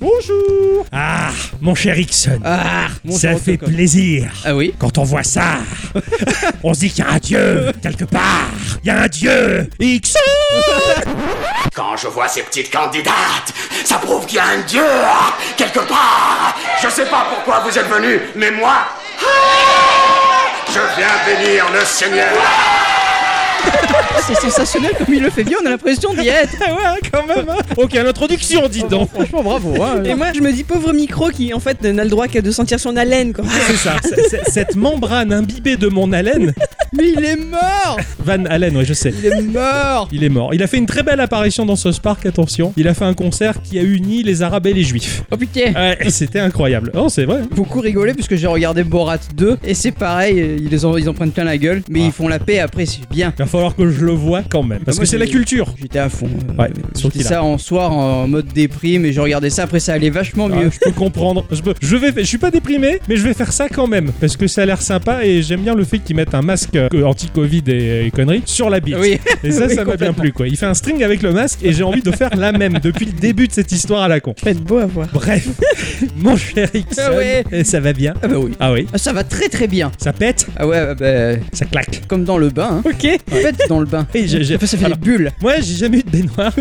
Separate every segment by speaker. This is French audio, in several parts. Speaker 1: Bonjour
Speaker 2: Ah, mon cher Ixon,
Speaker 1: Ah mon
Speaker 2: ça
Speaker 1: cher
Speaker 2: fait
Speaker 1: Octocom.
Speaker 2: plaisir.
Speaker 1: Ah oui
Speaker 2: Quand on voit ça, on se dit qu'il y a un dieu quelque part. Il y a un dieu, Ixon.
Speaker 3: Quand je vois ces petites candidates, ça prouve qu'il y a un dieu ah, quelque part. Je sais pas pourquoi vous êtes venus, mais moi, je viens bénir le Seigneur.
Speaker 4: Ah, C'est sensationnel comme il le fait bien, on a l'impression d'y être.
Speaker 1: Ah ouais, hein, quand même hein. Ok, l'introduction, dis donc Franchement, bravo hein.
Speaker 4: Et moi, je me dis pauvre micro qui en fait n'a le droit qu'à de sentir son haleine quoi.
Speaker 2: C'est ça, c'est- c'est- cette membrane imbibée de mon haleine.
Speaker 1: Mais il est mort
Speaker 2: Van Allen, ouais, je sais.
Speaker 1: Il est mort
Speaker 2: Il est mort. Il a fait une très belle apparition dans ce Spark, attention. Il a fait un concert qui a uni les Arabes et les Juifs.
Speaker 1: Oh putain
Speaker 2: Ouais, et c'était incroyable. Oh, c'est vrai.
Speaker 1: Beaucoup rigolé puisque j'ai regardé Borat 2 et c'est pareil, euh, ils, les en, ils en prennent plein la gueule, mais
Speaker 2: Ah.
Speaker 1: ils font la paix après, c'est bien.
Speaker 2: Il va falloir que je le vois quand même. Parce
Speaker 1: Moi,
Speaker 2: que c'est
Speaker 1: j'ai-
Speaker 2: la culture.
Speaker 1: J'étais à fond. euh,
Speaker 2: Ouais, sur le
Speaker 1: J'étais
Speaker 2: qu'il a.
Speaker 1: ça en soir en mode déprime et je regardais ça après ça allait vachement
Speaker 2: Ah,
Speaker 1: mieux.
Speaker 2: je peux comprendre. Je, peux- je vais, je suis pas déprimé, mais je vais faire ça quand même parce que ça a l'air sympa et j'aime bien le fait qu'ils mettent un masque euh, anti-Covid et, et conneries sur la bite.
Speaker 1: Oui.
Speaker 2: Et
Speaker 1: Oui,
Speaker 2: ça, ça m'a bien
Speaker 1: complètement.
Speaker 2: plu quoi. Il fait un string avec le masque et j'ai envie de faire la même depuis le début de cette histoire à la con.
Speaker 4: Ça va être beau à voir.
Speaker 2: Bref, mon cher Ixon,
Speaker 1: Ah ouais.
Speaker 2: euh, ça va bien
Speaker 1: Ah bah oui.
Speaker 2: Ah oui,
Speaker 1: Ah, ça va très très bien.
Speaker 2: ça pète,
Speaker 1: Ah ouais, ah bah,
Speaker 2: ça claque.
Speaker 1: comme dans le bain. Hein.
Speaker 2: Ok.
Speaker 1: En fait, dans le bain.
Speaker 2: Et j'ai- j'ai-
Speaker 1: Enfin, ça fait
Speaker 2: alors,
Speaker 1: des bulles.
Speaker 2: Moi, j'ai jamais eu de baignoire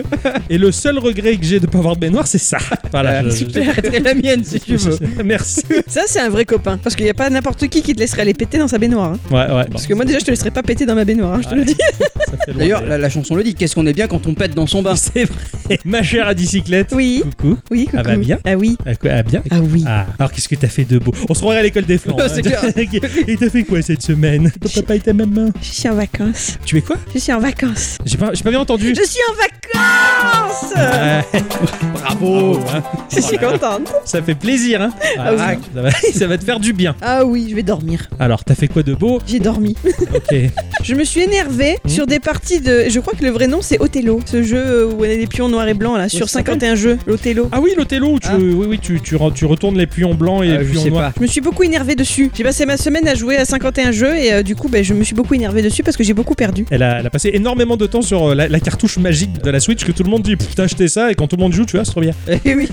Speaker 2: et le seul regret que j'ai de pas avoir de baignoire, c'est ça. Voilà.
Speaker 1: Euh,
Speaker 2: je-
Speaker 1: tu
Speaker 2: je-
Speaker 1: peux arrêter la mienne si tu veux.
Speaker 2: Merci.
Speaker 4: Ça, c'est un vrai copain. Parce qu'il n'y a pas n'importe qui qui te laisserait les péter dans sa baignoire. hein.
Speaker 2: Ouais, ouais.
Speaker 4: Parce que moi, déjà, je te laisserais pas péter dans ma baignoire, hein, je te le dis.
Speaker 2: Ça fait loin,
Speaker 1: D'ailleurs, la, la chanson le dit, qu'est-ce qu'on est bien quand on pète dans son bain
Speaker 2: C'est vrai. Ma chère à bicyclette.
Speaker 4: Oui,
Speaker 2: Coucou.
Speaker 4: oui, coucou.
Speaker 2: Ah bah bien.
Speaker 4: bah, Ah oui.
Speaker 2: À quoi- à bien.
Speaker 4: Ah oui.
Speaker 2: Ah, alors qu'est-ce que t'as fait de beau On se croirait à l'école des hein. flancs.
Speaker 1: C'est clair.
Speaker 2: Et t'as fait quoi cette semaine Ton papa et ta maman
Speaker 4: Je suis en vacances.
Speaker 2: Tu es quoi
Speaker 4: Je suis en vacances.
Speaker 2: J'ai pas, j'ai pas bien entendu.
Speaker 4: Je suis en vacances
Speaker 2: Ah, bravo. hein.
Speaker 4: Je suis contente.
Speaker 2: Ça fait plaisir. Hein
Speaker 4: Ah oui.
Speaker 2: ça, va, ça va te faire du bien.
Speaker 4: Ah oui, je vais dormir.
Speaker 2: Alors, t'as fait quoi de beau
Speaker 4: J'ai dormi.
Speaker 2: Ok.
Speaker 4: Je me suis énervée
Speaker 2: Hmm.
Speaker 4: sur des parties de. Je crois que le vrai nom c'est Othello, ce jeu euh, où on a des pions noirs et blancs là, sur
Speaker 2: ça s'appelle
Speaker 4: 51 jeux, l'Othello.
Speaker 2: Ah oui, l'Othello. où Tu,
Speaker 1: Ah.
Speaker 2: Oui, oui, tu, tu, re- tu retournes les pions blancs et
Speaker 1: Euh,
Speaker 2: les
Speaker 1: Je
Speaker 2: pions
Speaker 1: sais
Speaker 2: noirs.
Speaker 1: pas.
Speaker 4: Je me suis beaucoup énervée dessus. J'ai passé ma semaine à jouer à 51 jeux et euh, du coup, ben, je me suis beaucoup énervée dessus parce que j'ai beaucoup perdu.
Speaker 2: Elle a, elle a passé énormément de temps sur euh, la, la cartouche magique de la Switch que tout le monde dit Putain, acheté ça et quand tout le monde joue, tu vois, c'est trop bien.
Speaker 1: Eh oui.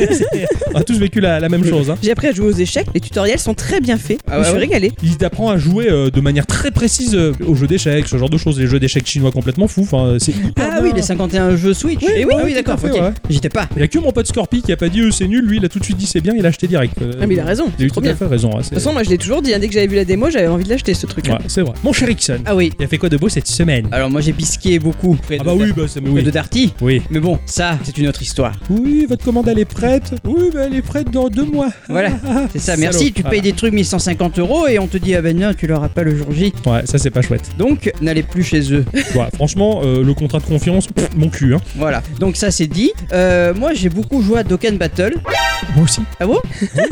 Speaker 2: On a tous vécu la, la même chose. Hein.
Speaker 4: J'ai appris à jouer aux échecs, les tutoriels sont très bien faits.
Speaker 1: Ah
Speaker 4: je me
Speaker 1: ouais,
Speaker 4: suis
Speaker 1: ouais.
Speaker 4: régalée.
Speaker 2: Il t'apprend à jouer euh, de manière très précise euh, aux jeux d'échecs, ce genre de choses, les jeux d'échecs chinois complètement fous. Enfin, euh, c'est hyper
Speaker 1: Ah
Speaker 2: bien.
Speaker 1: oui, les 51 jeux Switch.
Speaker 2: Oui,
Speaker 1: Eh
Speaker 2: ouais,
Speaker 1: ah oui,
Speaker 2: tout à
Speaker 1: d'accord,
Speaker 2: fait,
Speaker 1: ok.
Speaker 2: ouais.
Speaker 1: J'étais pas.
Speaker 2: Il y a que mon pote Scorpi qui a pas dit euh, c'est nul, lui il a tout de suite dit c'est bien, il a acheté direct. Euh,
Speaker 4: Ah, mais il a raison,
Speaker 2: Il a eu
Speaker 4: c'est
Speaker 2: tout
Speaker 4: trop
Speaker 2: à
Speaker 4: bien.
Speaker 2: fait raison. hein,
Speaker 4: De
Speaker 2: c'est
Speaker 4: toute façon, moi je l'ai toujours dit, hein, dès que j'avais vu la démo, j'avais envie de l'acheter ce truc.
Speaker 2: Ouais, c'est vrai. Mon cher Ixon,
Speaker 4: Ah oui.
Speaker 2: il a fait quoi de beau cette semaine
Speaker 1: Alors moi j'ai bisqué beaucoup près
Speaker 2: Ah
Speaker 1: de
Speaker 2: bah
Speaker 1: Da-
Speaker 2: oui, bah c'est mais
Speaker 1: près de
Speaker 2: oui.
Speaker 1: Darty.
Speaker 2: Oui.
Speaker 1: Mais bon, ça c'est une autre histoire.
Speaker 2: Oui, votre commande elle est prête. Oui, bah elle est prête dans deux mois.
Speaker 1: Voilà, c'est ça. Merci,
Speaker 2: Salaud.
Speaker 1: tu payes des trucs 1150 euros et on te dit ah ben non, tu l'auras pas le jour J.
Speaker 2: Ouais, ça c'est pas chouette.
Speaker 1: Donc n'allez plus chez eux.
Speaker 2: Ouais, franchement, euh, le contrat de confiance, pff, mon cul. Hein.
Speaker 1: Voilà, donc ça c'est dit. Euh, moi j'ai beaucoup joué à Dokkan Battle.
Speaker 2: Moi aussi.
Speaker 1: Ah bon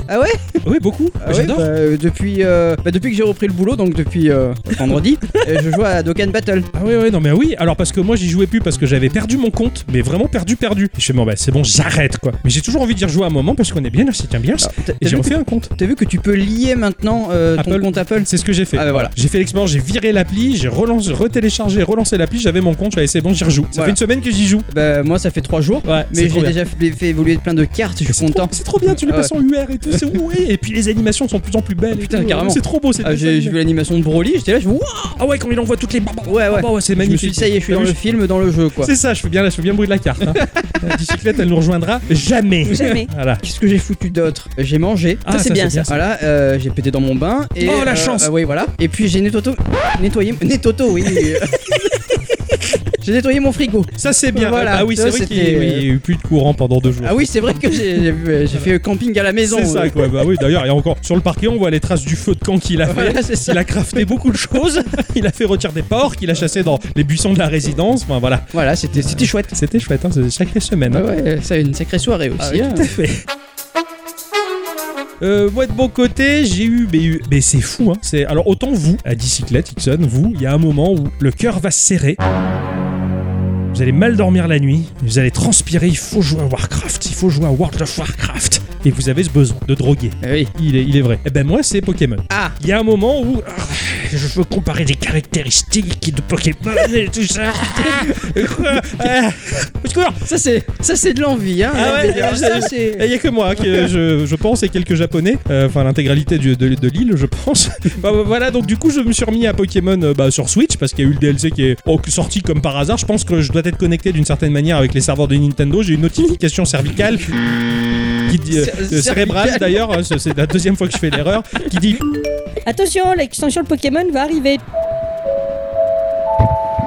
Speaker 1: Ah ouais
Speaker 2: Oui, beaucoup.
Speaker 1: Ah ouais,
Speaker 2: J'adore.
Speaker 1: bah, euh, depuis, euh, bah, depuis que j'ai repris le boulot, donc depuis euh, vendredi, euh, je joue à Dokkan Battle.
Speaker 2: Ah oui, oui, non, mais oui. Alors, parce que moi, j'y jouais plus parce que j'avais perdu mon compte, mais vraiment perdu, perdu. Et je fais, bon, bah, c'est bon, j'arrête, quoi. Mais j'ai toujours envie d'y rejouer un moment parce qu'on est bien, c'est un bien.
Speaker 1: Alors, t'as-
Speaker 2: Et
Speaker 1: Ah, T'as
Speaker 2: j'ai
Speaker 1: vu, que-
Speaker 2: refait un compte.
Speaker 1: t'as vu que tu peux lier maintenant euh, ton
Speaker 2: Apple.
Speaker 1: compte Apple
Speaker 2: C'est ce que j'ai fait.
Speaker 1: Ah, bah, voilà.
Speaker 2: J'ai fait l'expérience, j'ai viré l'appli, j'ai relancé, retéléchargé, relancé l'appli, j'avais mon compte, j'avais c'est bon, j'y rejoue. Ça
Speaker 1: Voilà.
Speaker 2: fait une semaine que j'y joue.
Speaker 1: Bah moi ça fait 3 jours.
Speaker 2: Ouais, c'est
Speaker 1: Mais
Speaker 2: trop
Speaker 1: j'ai
Speaker 2: bien.
Speaker 1: déjà fait, fait évoluer plein de cartes, je
Speaker 2: Mais
Speaker 1: suis
Speaker 2: c'est trop-
Speaker 1: content.
Speaker 2: C'est trop bien, tu les
Speaker 1: Ah
Speaker 2: passes en UR et tout, c'est ouais. Et puis les animations sont de plus en plus belles. et
Speaker 1: Putain,
Speaker 2: tout.
Speaker 1: carrément.
Speaker 2: C'est trop beau, c'est
Speaker 1: Ah,
Speaker 2: des
Speaker 1: j'ai j'ai vu
Speaker 2: animations.
Speaker 1: l'animation de Broly, j'étais là, je fais, Wouah
Speaker 2: Ah ouais, quand il envoie toutes les.
Speaker 1: Ouais, ouais.
Speaker 2: Ah bah ouais, c'est
Speaker 1: Je me
Speaker 2: magnifique.
Speaker 1: suis dit, ça y est, je suis
Speaker 2: T'as
Speaker 1: dans
Speaker 2: vu,
Speaker 1: le film, dans le jeu, quoi.
Speaker 2: C'est ça, je fais bien, je fais bien le bruit de la carte. hein. la bicyclette, elle nous rejoindra jamais.
Speaker 4: Jamais.
Speaker 2: Voilà.
Speaker 1: Qu'est-ce que j'ai foutu d'autre J'ai mangé.
Speaker 2: Ah,
Speaker 4: Ça, c'est bien, ça.
Speaker 1: Voilà, euh, j'ai pété dans mon bain. Et,
Speaker 2: Oh, la
Speaker 1: euh,
Speaker 2: chance
Speaker 1: euh, Oui, voilà. Et puis j'ai nettoyé. Nettoyé. Nettoto, oui. j'ai nettoyé mon frigo.
Speaker 2: Ça c'est bien.
Speaker 1: Voilà,
Speaker 2: ah oui,
Speaker 1: tu
Speaker 2: c'est
Speaker 1: vois,
Speaker 2: vrai qu'il
Speaker 1: c'était-
Speaker 2: oui, il y a eu plus de courant pendant deux jours.
Speaker 1: Ah oui, c'est vrai que j'ai j'ai vu, euh, j'ai fait camping à la maison.
Speaker 2: c'est ça
Speaker 1: euh.
Speaker 2: quoi. Bah oui, d'ailleurs, il y a encore sur le parquet, on voit les traces du feu de camp qu'il a fait.
Speaker 1: Voilà, c'est ça.
Speaker 2: Il a crafté beaucoup de choses. Il a fait retirer des porcs, il a chassé dans les buissons de la résidence. Enfin voilà,
Speaker 1: Voilà, c'était c'était chouette.
Speaker 2: c'était chouette. Hein. C'est chaque semaine.
Speaker 1: Ah
Speaker 2: hein.
Speaker 1: ouais, ça a une sacrée soirée aussi. hein.
Speaker 2: Tout à fait. Euh, moi de mon côté, j'ai eu, mais, eu- mais c'est fou, hein. C'est alors autant vous, à bicyclette, Ixon, vous, il y a un moment où le cœur va se serrer. Vous allez mal dormir la nuit, vous allez transpirer. Il faut jouer à Warcraft, il faut jouer à World of Warcraft. et vous avez ce besoin de droguer.
Speaker 1: Eh oui.
Speaker 2: Il est, il est vrai. Eh ben moi, c'est Pokémon.
Speaker 1: Ah.
Speaker 2: Il y a un moment où ah, je veux comparer les caractéristiques de Pokémon et tout ça. Ah, au secours
Speaker 1: Ça c'est, ça c'est de l'envie, hein.
Speaker 2: Ah ouais,
Speaker 1: Alors,
Speaker 2: je-
Speaker 1: ça,
Speaker 2: Il
Speaker 1: c'est.
Speaker 2: n'y a que moi, que je, je pense, et quelques japonais, euh, enfin l'intégralité du- de, de l'île, je pense. Bah, bah, voilà, donc du coup, je me suis remis à Pokémon euh, bah, sur Switch, parce qu'il y a eu le DLC qui est oh, sorti comme par hasard. Je pense que je dois être connecté d'une certaine manière avec les serveurs de Nintendo. J'ai une notification cervicale qui dit euh,
Speaker 1: Cer-
Speaker 2: euh, cérébrale
Speaker 1: cervicale.
Speaker 2: d'ailleurs, hein, c'est c'est la deuxième fois que je fais l'erreur, qui dit
Speaker 5: Attention, l'extension de Pokémon va arriver.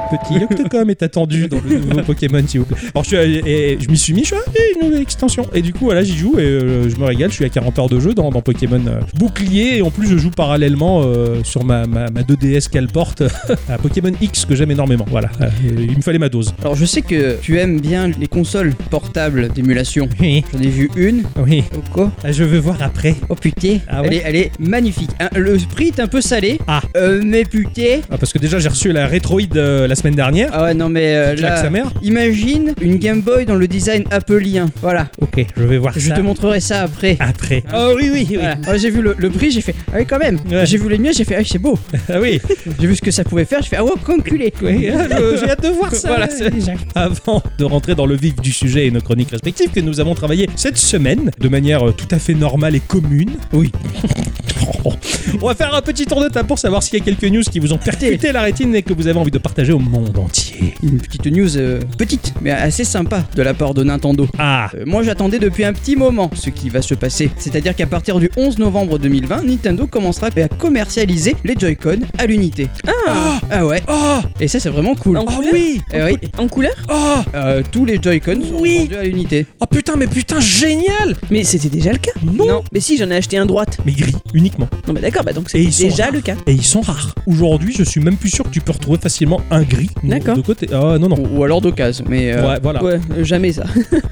Speaker 2: Petit Octocom est attendu dans le nouveau Pokémon, s'il vous plaît. Alors, je, suis allé- et, je m'y suis mis, je suis ah, une nouvelle extension. Et du coup, voilà, j'y joue et euh, je me régale. Je suis à 40 heures de jeu dans, dans Pokémon euh, Bouclier. Et en plus, je joue parallèlement euh, sur ma, ma, ma 2DS qu'elle porte à Pokémon X que j'aime énormément. Voilà, Euh, il me fallait ma dose.
Speaker 1: Alors je sais que tu aimes bien les consoles portables d'émulation.
Speaker 2: Oui,
Speaker 1: J'en ai vu une.
Speaker 2: oui.
Speaker 1: Oh, quoi
Speaker 2: Ah, Je veux voir après.
Speaker 1: Oh putain,
Speaker 2: Ah
Speaker 1: elle,
Speaker 2: ouais
Speaker 1: est, elle est magnifique. Hein, le prix est un peu salé.
Speaker 2: Ah.
Speaker 1: Euh, mais putain.
Speaker 2: Ah, parce que déjà, j'ai reçu la rétroïde euh, la semaine dernière.
Speaker 1: Ah ouais, non mais euh,
Speaker 2: Claque
Speaker 1: là.
Speaker 2: sa mère.
Speaker 1: Imagine une Game Boy dans le design appelien. Voilà.
Speaker 2: Ok, je Ah vais voir
Speaker 1: Je
Speaker 2: ça
Speaker 1: te montrerai ça après.
Speaker 2: après.
Speaker 1: Oh oui, oui, oui. j'ai vu le, le prix, j'ai fait ah oui, quand même.
Speaker 2: Ouais.
Speaker 1: J'ai vu les miens, j'ai fait ah c'est beau.
Speaker 2: Ah oui.
Speaker 1: J'ai vu ce que ça pouvait faire, j'ai fait ah ouais, conculé.
Speaker 2: Oui, hein, je- j'ai hâte de voir ça.
Speaker 1: Voilà, c'est-
Speaker 2: Avant de rentrer dans le vif du sujet et nos chroniques respectives que nous avons travaillé cette semaine de manière euh, tout à fait normale et commune. Oui. On va faire un petit tour de table pour savoir s'il y a quelques news qui vous ont percuté la rétine et que vous avez envie de partager au monde entier.
Speaker 1: Une petite news euh, petite, mais assez sympa de la part de Nintendo.
Speaker 2: Ah,
Speaker 1: Euh, Moi j'attendais depuis un petit moment ce qui va se passer. C'est-à-dire qu'à partir du 11 novembre 2020, Nintendo commencera à commercialiser les Joy-Con à l'unité. Ah, ouais.
Speaker 2: oh,
Speaker 1: Et ça c'est vraiment cool.
Speaker 4: En
Speaker 2: oh
Speaker 4: couleur
Speaker 2: oui,
Speaker 1: Eh oui,
Speaker 4: Ah En couleur
Speaker 2: oh,
Speaker 1: euh, tous les Joy-Con sont
Speaker 2: Oui.
Speaker 1: vendus à l'unité.
Speaker 2: oh putain, mais putain, génial.
Speaker 4: Mais c'était déjà le cas.
Speaker 2: Non.
Speaker 4: Mais si, j'en ai acheté un droite.
Speaker 2: Mais gris uniquement.
Speaker 4: Non, mais d'accord, bah donc
Speaker 2: Et
Speaker 4: c'est
Speaker 2: ils sont
Speaker 4: déjà
Speaker 2: rares.
Speaker 4: le cas.
Speaker 2: Et ils sont rares. Aujourd'hui, je suis même plus sûr que tu peux retrouver facilement un gris
Speaker 4: D'accord.
Speaker 2: de côté. Ah non non.
Speaker 1: Ou, ou alors d'occasion, mais euh,
Speaker 2: Ouais, voilà.
Speaker 4: Ouais, euh, jamais ça.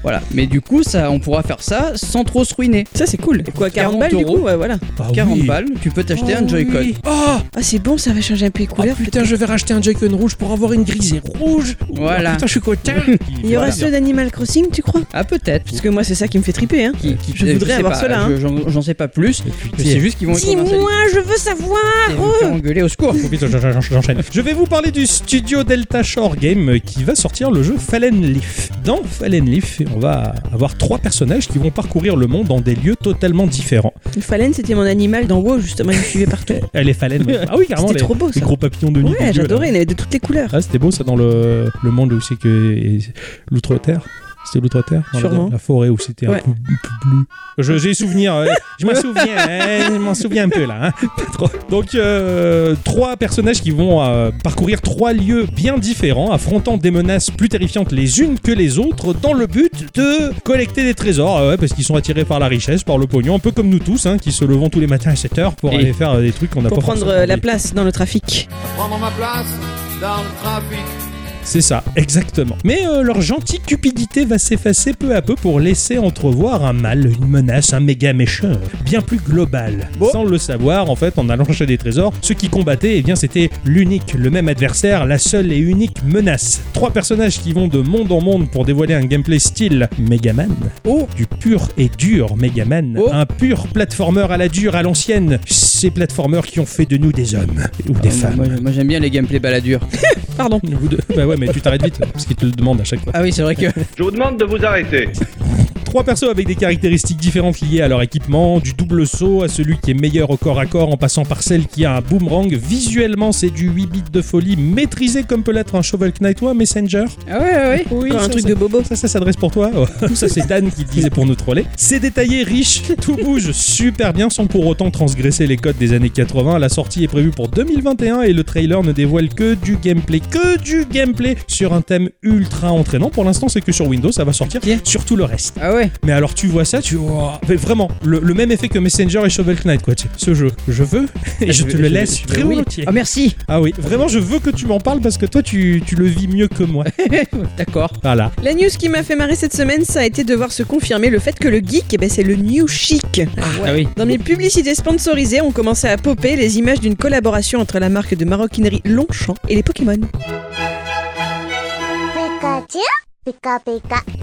Speaker 1: voilà. Mais du coup, ça, on pourra faire ça sans trop se ruiner.
Speaker 4: Ça, c'est cool. Quoi, 40,
Speaker 1: 40
Speaker 4: balles du
Speaker 1: euros.
Speaker 4: coup Ouais, voilà.
Speaker 2: Ah
Speaker 1: 40
Speaker 2: oui.
Speaker 1: balles, tu peux t'acheter
Speaker 2: Oh
Speaker 1: un Joy-Con.
Speaker 2: oui. Oh,
Speaker 4: Ah, c'est bon, ça va changer un peu les
Speaker 2: Ah
Speaker 4: couleurs.
Speaker 2: putain, je vais racheter un Joy-Con rouge pour avoir une grisée rouge. Oh,
Speaker 1: Voilà.
Speaker 2: putain, je suis content.
Speaker 4: Il y aura ceux d'Animal Crossing, tu crois
Speaker 1: Ah peut-être.
Speaker 4: Parce que moi, c'est ça qui me fait triper, hein.
Speaker 1: Qui- qui-
Speaker 4: Je
Speaker 1: euh,
Speaker 4: voudrais
Speaker 1: sais
Speaker 4: avoir
Speaker 1: pas,
Speaker 4: cela, hein.
Speaker 1: je- J'en j'en sais pas plus. Je sais juste qu'ils vont être commercialisés.
Speaker 5: je veux savoir
Speaker 1: Ils vont me faire engueuler au secours.
Speaker 2: Vite, j'en- j'en- J'enchaîne. Je vais vous parler du studio Delta Shore Game qui va sortir le jeu Fallen Leaf. Dans Fallen Leaf, on va avoir trois personnages qui vont parcourir le monde dans des lieux totalement différents.
Speaker 4: Une phalène, c'était mon animal dans WoW, justement, il me suivait partout.
Speaker 2: Elle est Fallen. ouais. Ah oui, carrément.
Speaker 4: C'était
Speaker 2: les-
Speaker 4: trop beau,
Speaker 2: Les
Speaker 4: ça.
Speaker 2: gros papillons de nuit.
Speaker 4: Ouais,
Speaker 2: Dieu, là.
Speaker 4: j'adorais, il y en avait de toutes les couleurs.
Speaker 2: Ah, c'était beau ça dans le, le monde où c'est que l'outre-terre. C'était l'outre-terre dans la-
Speaker 4: Sûrement.
Speaker 2: La, forêt où c'était un
Speaker 4: Ouais.
Speaker 2: peu, peu bleu. Je- J'ai souvenir, euh, je m'en souviens, euh, je m'en souviens un peu là. hein. Pas trop. Donc, euh, trois personnages qui vont euh, parcourir trois lieux bien différents, affrontant des menaces plus terrifiantes les unes que les autres, dans le but de collecter des trésors, Ah ouais, parce qu'ils sont attirés par la richesse, par le pognon, un peu comme nous tous, hein, qui se levons tous les matins à 7 heures pour
Speaker 1: Et-
Speaker 2: aller faire euh, des trucs qu'on n'a pas
Speaker 4: Pour prendre
Speaker 2: forcément
Speaker 4: euh, la
Speaker 2: envie.
Speaker 4: place dans le trafic.
Speaker 6: prendre ma place dans le trafic.
Speaker 2: C'est ça, exactement. Mais euh, leur gentille cupidité va s'effacer peu à peu pour laisser entrevoir un mal, une menace, un méga méchant, bien plus global. Sans le savoir, en fait, en allant chercher des trésors, ceux qui combattaient, eh bien, c'était l'unique, le même adversaire, la seule et unique menace. Trois personnages qui vont de monde en monde pour dévoiler un gameplay style Megaman.
Speaker 1: Oh.
Speaker 2: Du pur et dur Megaman.
Speaker 1: Oh.
Speaker 2: Un pur platformer à la dure, à l'ancienne. Ces platformers qui ont fait de nous des hommes ou des
Speaker 1: Ah, moi,
Speaker 2: femmes.
Speaker 1: moi, moi, j'aime bien les gameplays baladures.
Speaker 2: Pardon. Bah ouais, mais tu t'arrêtes vite, parce qu'ils te le demandent à chaque fois.
Speaker 1: Ah oui, c'est vrai que.
Speaker 7: Je vous demande de vous arrêter.
Speaker 2: Trois persos avec des caractéristiques différentes liées à leur équipement, du double saut à celui qui est meilleur au corps à corps en passant par celle qui a un boomerang. Visuellement, c'est du 8 bits de folie, maîtrisé comme peut l'être un Shovel Knight ou un Messenger.
Speaker 1: Ah ouais, ouais, ouais.
Speaker 2: Oui,
Speaker 4: Encore un truc de bobo.
Speaker 2: ça, ça s'adresse pour toi. ça, c'est Dan qui le disait pour nous troller. C'est détaillé, riche, tout bouge super bien sans pour autant transgresser les codes des années 80. La sortie est prévue pour 2021 et le trailer ne dévoile que du gameplay, que du gameplay sur un thème ultra entraînant. Pour l'instant, c'est que sur Windows, ça va sortir
Speaker 1: Ok.
Speaker 2: sur tout le reste.
Speaker 1: Ah ouais.
Speaker 2: Mais alors tu vois ça, tu vois mais vraiment le, le même effet que Messenger et Shovel Knight quoi. tu sais. Ce jeu, je veux et je te le laisse
Speaker 1: je-
Speaker 2: très
Speaker 1: oui.
Speaker 2: volontiers.
Speaker 1: Ah merci.
Speaker 2: Ah oui, vraiment je veux que tu m'en parles parce que toi tu, tu le vis mieux que moi.
Speaker 1: D'accord.
Speaker 2: Voilà.
Speaker 4: La news qui m'a fait marrer cette semaine, ça a été de voir se confirmer le fait que le geek, eh ben, c'est le new chic.
Speaker 1: Ah oui.
Speaker 4: Dans mes publicités sponsorisées, on commençait à popper les images d'une collaboration entre la marque de maroquinerie Longchamp et les Pokémon.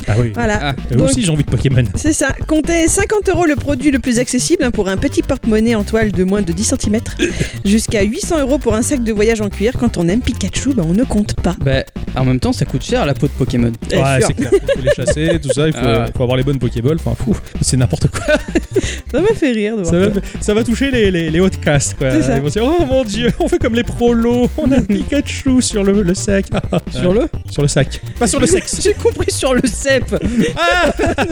Speaker 2: Ah oui.
Speaker 4: Voilà.
Speaker 1: Ah,
Speaker 2: Eux
Speaker 4: donc-
Speaker 2: aussi, j'ai envie de Pokémon.
Speaker 4: C'est ça. Comptez 50 euros le produit le plus accessible hein, pour un petit porte-monnaie en toile de moins de 10 cm, jusqu'à 800 euros pour un sac de voyage en cuir. Quand on aime Pikachu, bah, on ne compte pas.
Speaker 1: Bah, en même temps, ça coûte cher la peau de Pokémon.
Speaker 4: Eh,
Speaker 2: Ouais,
Speaker 4: sûr.
Speaker 2: c'est clair. Il faut les chasser, tout ça. Il faut,
Speaker 1: Ah.
Speaker 2: faut avoir les bonnes Pokéballs. Enfin, fou, c'est n'importe quoi.
Speaker 4: Ça m'a fait rire de voir.
Speaker 2: Ça va, ça va toucher les, les, les hautes castes, quoi.
Speaker 4: C'est ça.
Speaker 2: Ils vont se dire, oh mon dieu, on fait comme les prolos, on a un Pikachu sur le, le sac.
Speaker 4: Ah,
Speaker 1: Sur le
Speaker 2: sur le sac. Pas sur le sexe.
Speaker 1: J'ai compris sur le cep
Speaker 2: Ah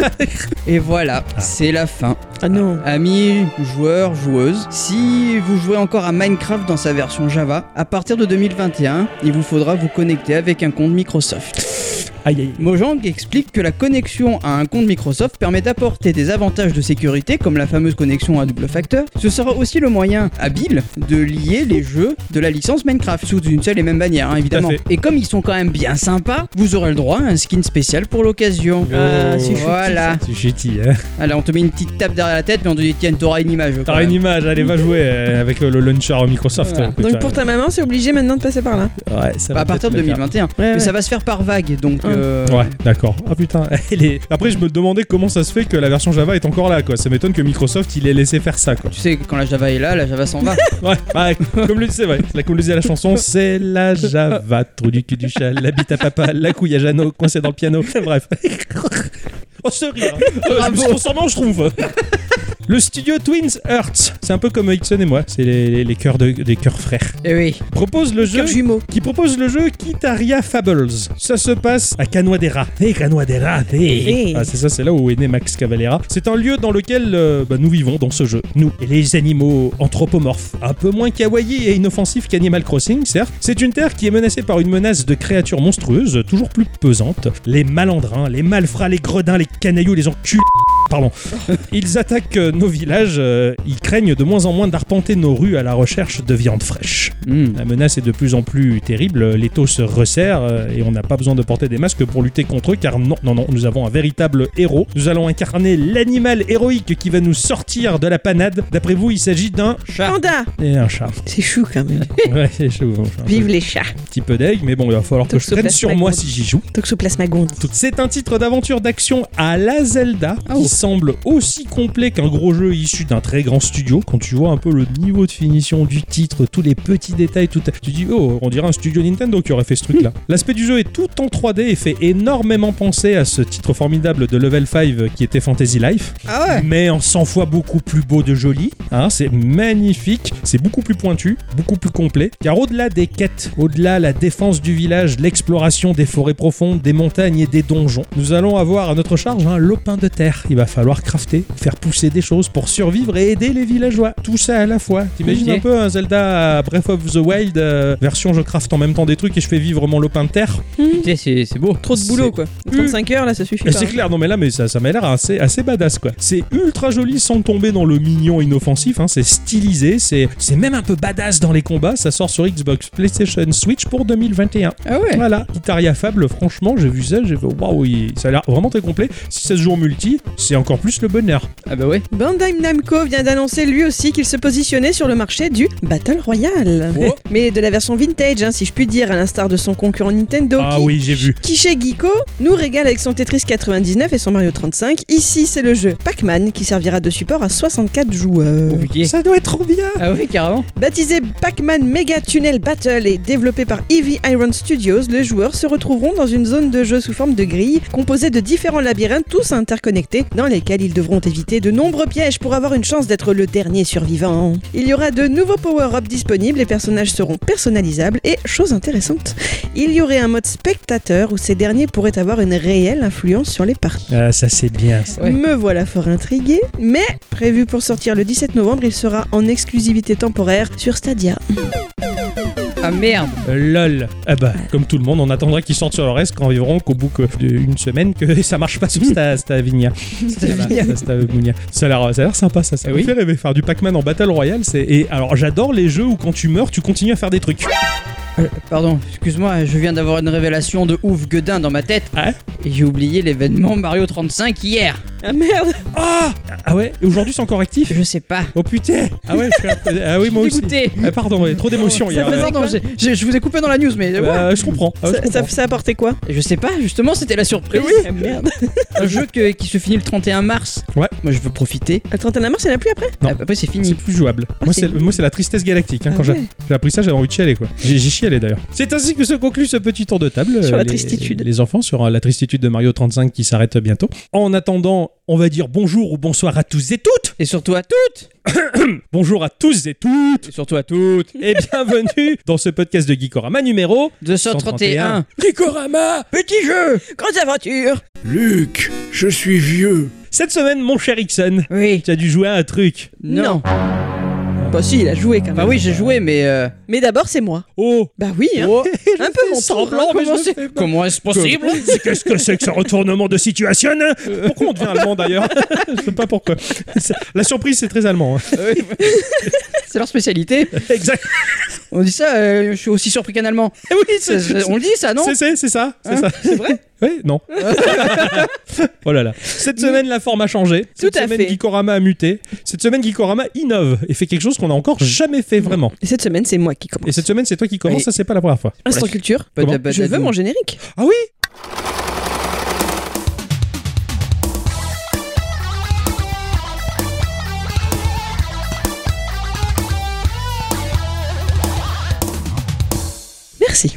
Speaker 1: Et voilà, c'est la fin.
Speaker 4: Ah non.
Speaker 1: Amis joueurs, joueuses, si vous jouez encore à Minecraft dans sa version Java, à partir de 2021, il vous faudra vous connecter avec un compte Microsoft.
Speaker 2: Aïe, aïe.
Speaker 1: Mojang explique que la connexion à un compte Microsoft permet d'apporter des avantages de sécurité comme la fameuse connexion à double facteur. Ce sera aussi le moyen habile de lier les jeux de la licence Minecraft sous une seule et même bannière, hein, évidemment.
Speaker 2: fait.
Speaker 1: Et comme ils sont quand même bien sympas, vous aurez le droit à un skin spécial pour l'occasion.
Speaker 4: Ah, c'est choupi,
Speaker 1: Voilà.
Speaker 2: C'est chouti, hein.
Speaker 1: Alors on te met une petite tape derrière la tête, mais on te dit tiens, t'auras une image. Bah, quand
Speaker 2: T'as
Speaker 1: même.
Speaker 2: une image, allez, va jouer euh, avec le, le launcher Microsoft.
Speaker 1: Voilà.
Speaker 2: Écoute,
Speaker 4: Donc pour ta Bah, maman, c'est obligé maintenant de passer par là.
Speaker 2: euh, ouais, ça va
Speaker 1: à partir de
Speaker 2: peut-être la faire.
Speaker 1: 2021.
Speaker 4: Ouais,
Speaker 1: Mais
Speaker 4: Eh ouais.
Speaker 1: ça va se faire par vague, donc.
Speaker 4: Hein.
Speaker 1: euh,
Speaker 2: Ouais, d'accord. Ah putain. elle est- Après, je me demandais comment ça se fait que la version Java est encore là, quoi. Ça m'étonne que Microsoft il ait laissé faire ça, quoi.
Speaker 1: Tu sais, quand la Java est là, la Java s'en va.
Speaker 2: Ouais, ouais, comme le disait, ouais. La- Comme le disait la chanson, c'est la Java, trou du cul du chat, la bite à papa, la couille à Jeannot, coincée dans le piano. Bref. Oh, ce rire. Euh, je me suis transformé en schtroumpf. Le studio Twins Hearts, c'est un peu comme Ixon et moi, c'est les, les, les cœurs de, des cœurs frères.
Speaker 1: Et oui.
Speaker 2: Propose le jeu
Speaker 4: Cœur jumeau.
Speaker 2: qui propose le jeu Kitaria Fables. Ça se passe à Canoadera. Hey, Canoadera, hey.
Speaker 4: Hey.
Speaker 2: Ah, c'est ça, c'est là où est né Max Cavalera. C'est un lieu dans lequel euh, bah, nous vivons dans ce jeu. Nous et les animaux anthropomorphes, un peu moins kawaii et inoffensifs qu'Animal Crossing, certes. C'est une terre qui est menacée par une menace de créatures monstrueuses, toujours plus pesantes. Les malandrins, les malfrats, les gredins, les canailloux, les enculés. Pardon. Ils attaquent euh, nos villages, euh, ils craignent de moins en moins d'arpenter nos rues à la recherche de viande fraîche.
Speaker 1: Hmm.
Speaker 2: La menace est de plus en plus terrible, les taux se resserrent euh, et on n'a pas besoin de porter des masques pour lutter contre eux car non, non, non, nous avons un véritable héros. Nous allons incarner l'animal héroïque qui va nous sortir de la panade. D'après vous, il s'agit d'un...
Speaker 1: Chat.
Speaker 4: Panda.
Speaker 2: Et un chat.
Speaker 4: C'est chou quand même.
Speaker 2: Ouais, je suis un
Speaker 4: Vive les chats.
Speaker 2: petit peu d'aigle, mais bon, il va falloir que je prenne sur moi si j'y joue.
Speaker 4: Toxoplasma gondii.
Speaker 2: C'est un titre d'aventure d'action à la Zelda
Speaker 1: Ah
Speaker 2: qui
Speaker 1: oui.
Speaker 2: semble aussi complet qu'un gros jeu issu d'un très grand studio. Quand tu vois un peu le niveau de finition du titre, tous les petits détails, tout, tu dis oh, on dirait un studio Nintendo qui aurait fait ce truc-là. L'aspect du jeu est tout en 3D et fait énormément penser à ce titre formidable de Level 5 qui était Fantasy Life,
Speaker 1: Ah ouais
Speaker 2: mais en 100 fois beaucoup plus beau de joli. Hein, c'est magnifique, c'est beaucoup plus pointu, beaucoup plus complet. Car au-delà des quêtes, au-delà la défense du village, l'exploration des forêts profondes, des montagnes et des donjons, nous allons avoir à notre charge un lopin de terre. Il va falloir crafter, faire pousser des choses pour survivre et aider les villageois. Tout ça à la fois. T'imagines
Speaker 1: Ok.
Speaker 2: un peu un Zelda Breath of the Wild euh, version je crafte en même temps des trucs et je fais vivre mon lopin de terre
Speaker 1: Putain, c'est c'est beau.
Speaker 4: Trop de boulot quoi. 35 heures là, ça suffit.
Speaker 2: mais
Speaker 4: pas. hein.
Speaker 2: C'est clair, non mais là, mais ça, ça m'a l'air assez, assez badass quoi. C'est ultra joli sans tomber dans le mignon inoffensif, hein, c'est stylisé, c'est c'est même un peu badass dans les combats, ça sort sur Xbox, PlayStation, Switch pour 2021.
Speaker 1: Ah ouais
Speaker 2: Voilà, Guitaria Fable, franchement, j'ai vu ça, j'ai fait waouh, il- ça a l'air vraiment très complet. Si ça se joue en multi, c'est encore plus le bonheur.
Speaker 1: Ah bah ouais.
Speaker 4: Bandai Namco vient d'annoncer lui aussi qu'il se positionnait sur le marché du Battle Royale.
Speaker 1: Oh.
Speaker 4: Mais de la version vintage, hein, si je puis dire, à l'instar de son concurrent Nintendo.
Speaker 2: ah
Speaker 4: qui,
Speaker 2: oui, j'ai vu.
Speaker 4: qui chez Geeko nous régale avec son Tetris 99 et son Mario 35. Ici, c'est le jeu Pac-Man qui servira de support à 64 joueurs.
Speaker 1: Oh, putain.
Speaker 2: Ça doit être trop bien.
Speaker 1: Ah ouais, carrément.
Speaker 4: Baptisé Pac-Man Mega Tunnel Battle et développé par Heavy Iron Studios, les joueurs se retrouveront dans une zone de jeu sous forme de grille composée de différents labyrinthes tous interconnectés dans lesquels ils devront éviter de nombreux pièges pour avoir une chance d'être le dernier survivant. Il y aura de nouveaux power-ups disponibles, les personnages seront personnalisables et, chose intéressante, il y aurait un mode spectateur où ces derniers pourraient avoir une réelle influence sur les parties.
Speaker 2: Ah, ça c'est bien. ça.
Speaker 1: Ouais.
Speaker 4: Me voilà fort intrigué, mais prévu pour sortir le 17 novembre, il sera en exclusivité temporaire sur Stadia.
Speaker 1: Ah merde.
Speaker 2: Euh, lol. Ah bah, comme tout le monde, on attendra qu'ils sortent sur le reste quand ils verront qu'au bout que- d'une semaine que ça marche pas sur Sta- Stavinia.
Speaker 1: Stavinia.
Speaker 2: Ça, c'est avec Mounia. Ça a l'air, ça a l'air sympa ça. Ça
Speaker 1: Eh
Speaker 2: me
Speaker 1: oui.
Speaker 2: fait rêver. Faire du Pac-Man en Battle Royale, c'est. Et alors j'adore les jeux où quand tu meurs, tu continues à faire des trucs.
Speaker 1: Euh, Pardon, excuse-moi, je viens d'avoir une révélation de ouf gueudin dans ma tête.
Speaker 2: Ah.
Speaker 1: Et j'ai oublié l'événement Mario 35 hier.
Speaker 4: Ah merde
Speaker 2: Ah Ah ouais Et Aujourd'hui, c'est encore actif
Speaker 1: Je sais pas.
Speaker 2: Oh putain Ah ouais, je suis un peu- Ah oui, moi aussi.
Speaker 1: Dégoûté.
Speaker 2: Ah, pardon, ouais, trop d'émotions hier.
Speaker 1: Ah,
Speaker 2: ouais.
Speaker 1: pardon, j'ai- j'ai- je vous ai coupé dans la news, mais. ouais.
Speaker 2: Euh, je comprends. Ah, je
Speaker 4: ça, ça,
Speaker 2: comprends. Eh
Speaker 4: ça apportait quoi
Speaker 1: Je sais pas, justement, c'était la surprise.
Speaker 4: Ah, merde.
Speaker 1: Un jeu que- qui se finit le 31 mars.
Speaker 2: Ouais.
Speaker 1: Moi, je veux profiter.
Speaker 4: Le 31 mars, il n'y en a plus après
Speaker 2: Non.
Speaker 1: Ah, Après, c'est fini.
Speaker 2: C'est plus jouable. moi,
Speaker 1: c'est
Speaker 2: Ah, c'est, moi, c'est la tristesse galactique. hein.
Speaker 4: Ah
Speaker 2: Quand j'ai-
Speaker 4: ouais.
Speaker 2: j'ai appris ça, j'avais envie de chialer. Quoi. J'ai, j'ai chialé d'ailleurs. C'est ainsi que se conclut ce petit tour de table.
Speaker 4: Sur
Speaker 2: euh,
Speaker 4: la
Speaker 2: les-
Speaker 4: tristitude.
Speaker 2: Les enfants, sur euh, la tristitude de Mario 35 qui s'arrête bientôt. En attendant, on va dire bonjour ou bonsoir à tous et toutes.
Speaker 1: Et surtout à toutes
Speaker 2: Bonjour à tous et toutes.
Speaker 1: Et surtout à toutes
Speaker 2: Et bienvenue dans ce podcast de Geekorama numéro
Speaker 1: 231
Speaker 2: Geekorama
Speaker 1: Petit jeu
Speaker 4: Grande aventure
Speaker 7: Luc, je suis vieux.
Speaker 2: Cette semaine, mon cher Ixon,
Speaker 1: Oui.
Speaker 2: tu as dû jouer à un truc.
Speaker 1: Non.
Speaker 4: Bah si, il a joué quand même.
Speaker 1: Bah oui, j'ai joué, mais. euh,
Speaker 4: Mais d'abord, c'est moi.
Speaker 2: Oh
Speaker 4: Bah oui, hein.
Speaker 2: Oh.
Speaker 4: un peu mon tour, hein.
Speaker 2: mais je
Speaker 1: comment
Speaker 2: le
Speaker 1: c'est-
Speaker 2: fais pas.
Speaker 1: Comment est-ce possible
Speaker 2: C'est- Qu'est-ce que c'est que ce retournement de situation hein Pourquoi on devient allemand d'ailleurs Je sais pas pourquoi. C'est- La surprise, c'est très allemand. hein.
Speaker 1: C'est leur spécialité.
Speaker 2: Exact.
Speaker 1: On dit ça, euh, je suis aussi surpris qu'un Allemand.
Speaker 2: Eh Oui,
Speaker 1: Ça,
Speaker 2: c'est
Speaker 1: ça- on le dit, ça, non
Speaker 2: c'est- c'est- c'est ça. C'est ça.
Speaker 1: vrai
Speaker 2: Oui, non. oh là là. Cette semaine, la forme a changé. Cette
Speaker 4: Tout à
Speaker 2: semaine,
Speaker 4: fait.
Speaker 2: Gikorama a muté. Cette semaine, Gikorama innove et fait quelque chose qu'on a encore jamais fait vraiment.
Speaker 4: Et cette semaine, c'est moi qui
Speaker 2: Et
Speaker 4: commence.
Speaker 2: cette semaine, c'est toi qui commence.
Speaker 1: Oui.
Speaker 2: Ça, c'est pas la première fois.
Speaker 4: Instant culture.
Speaker 2: Comment
Speaker 1: Bada-
Speaker 4: Je
Speaker 1: bada-
Speaker 4: veux mon générique.
Speaker 2: Ah oui
Speaker 4: Merci.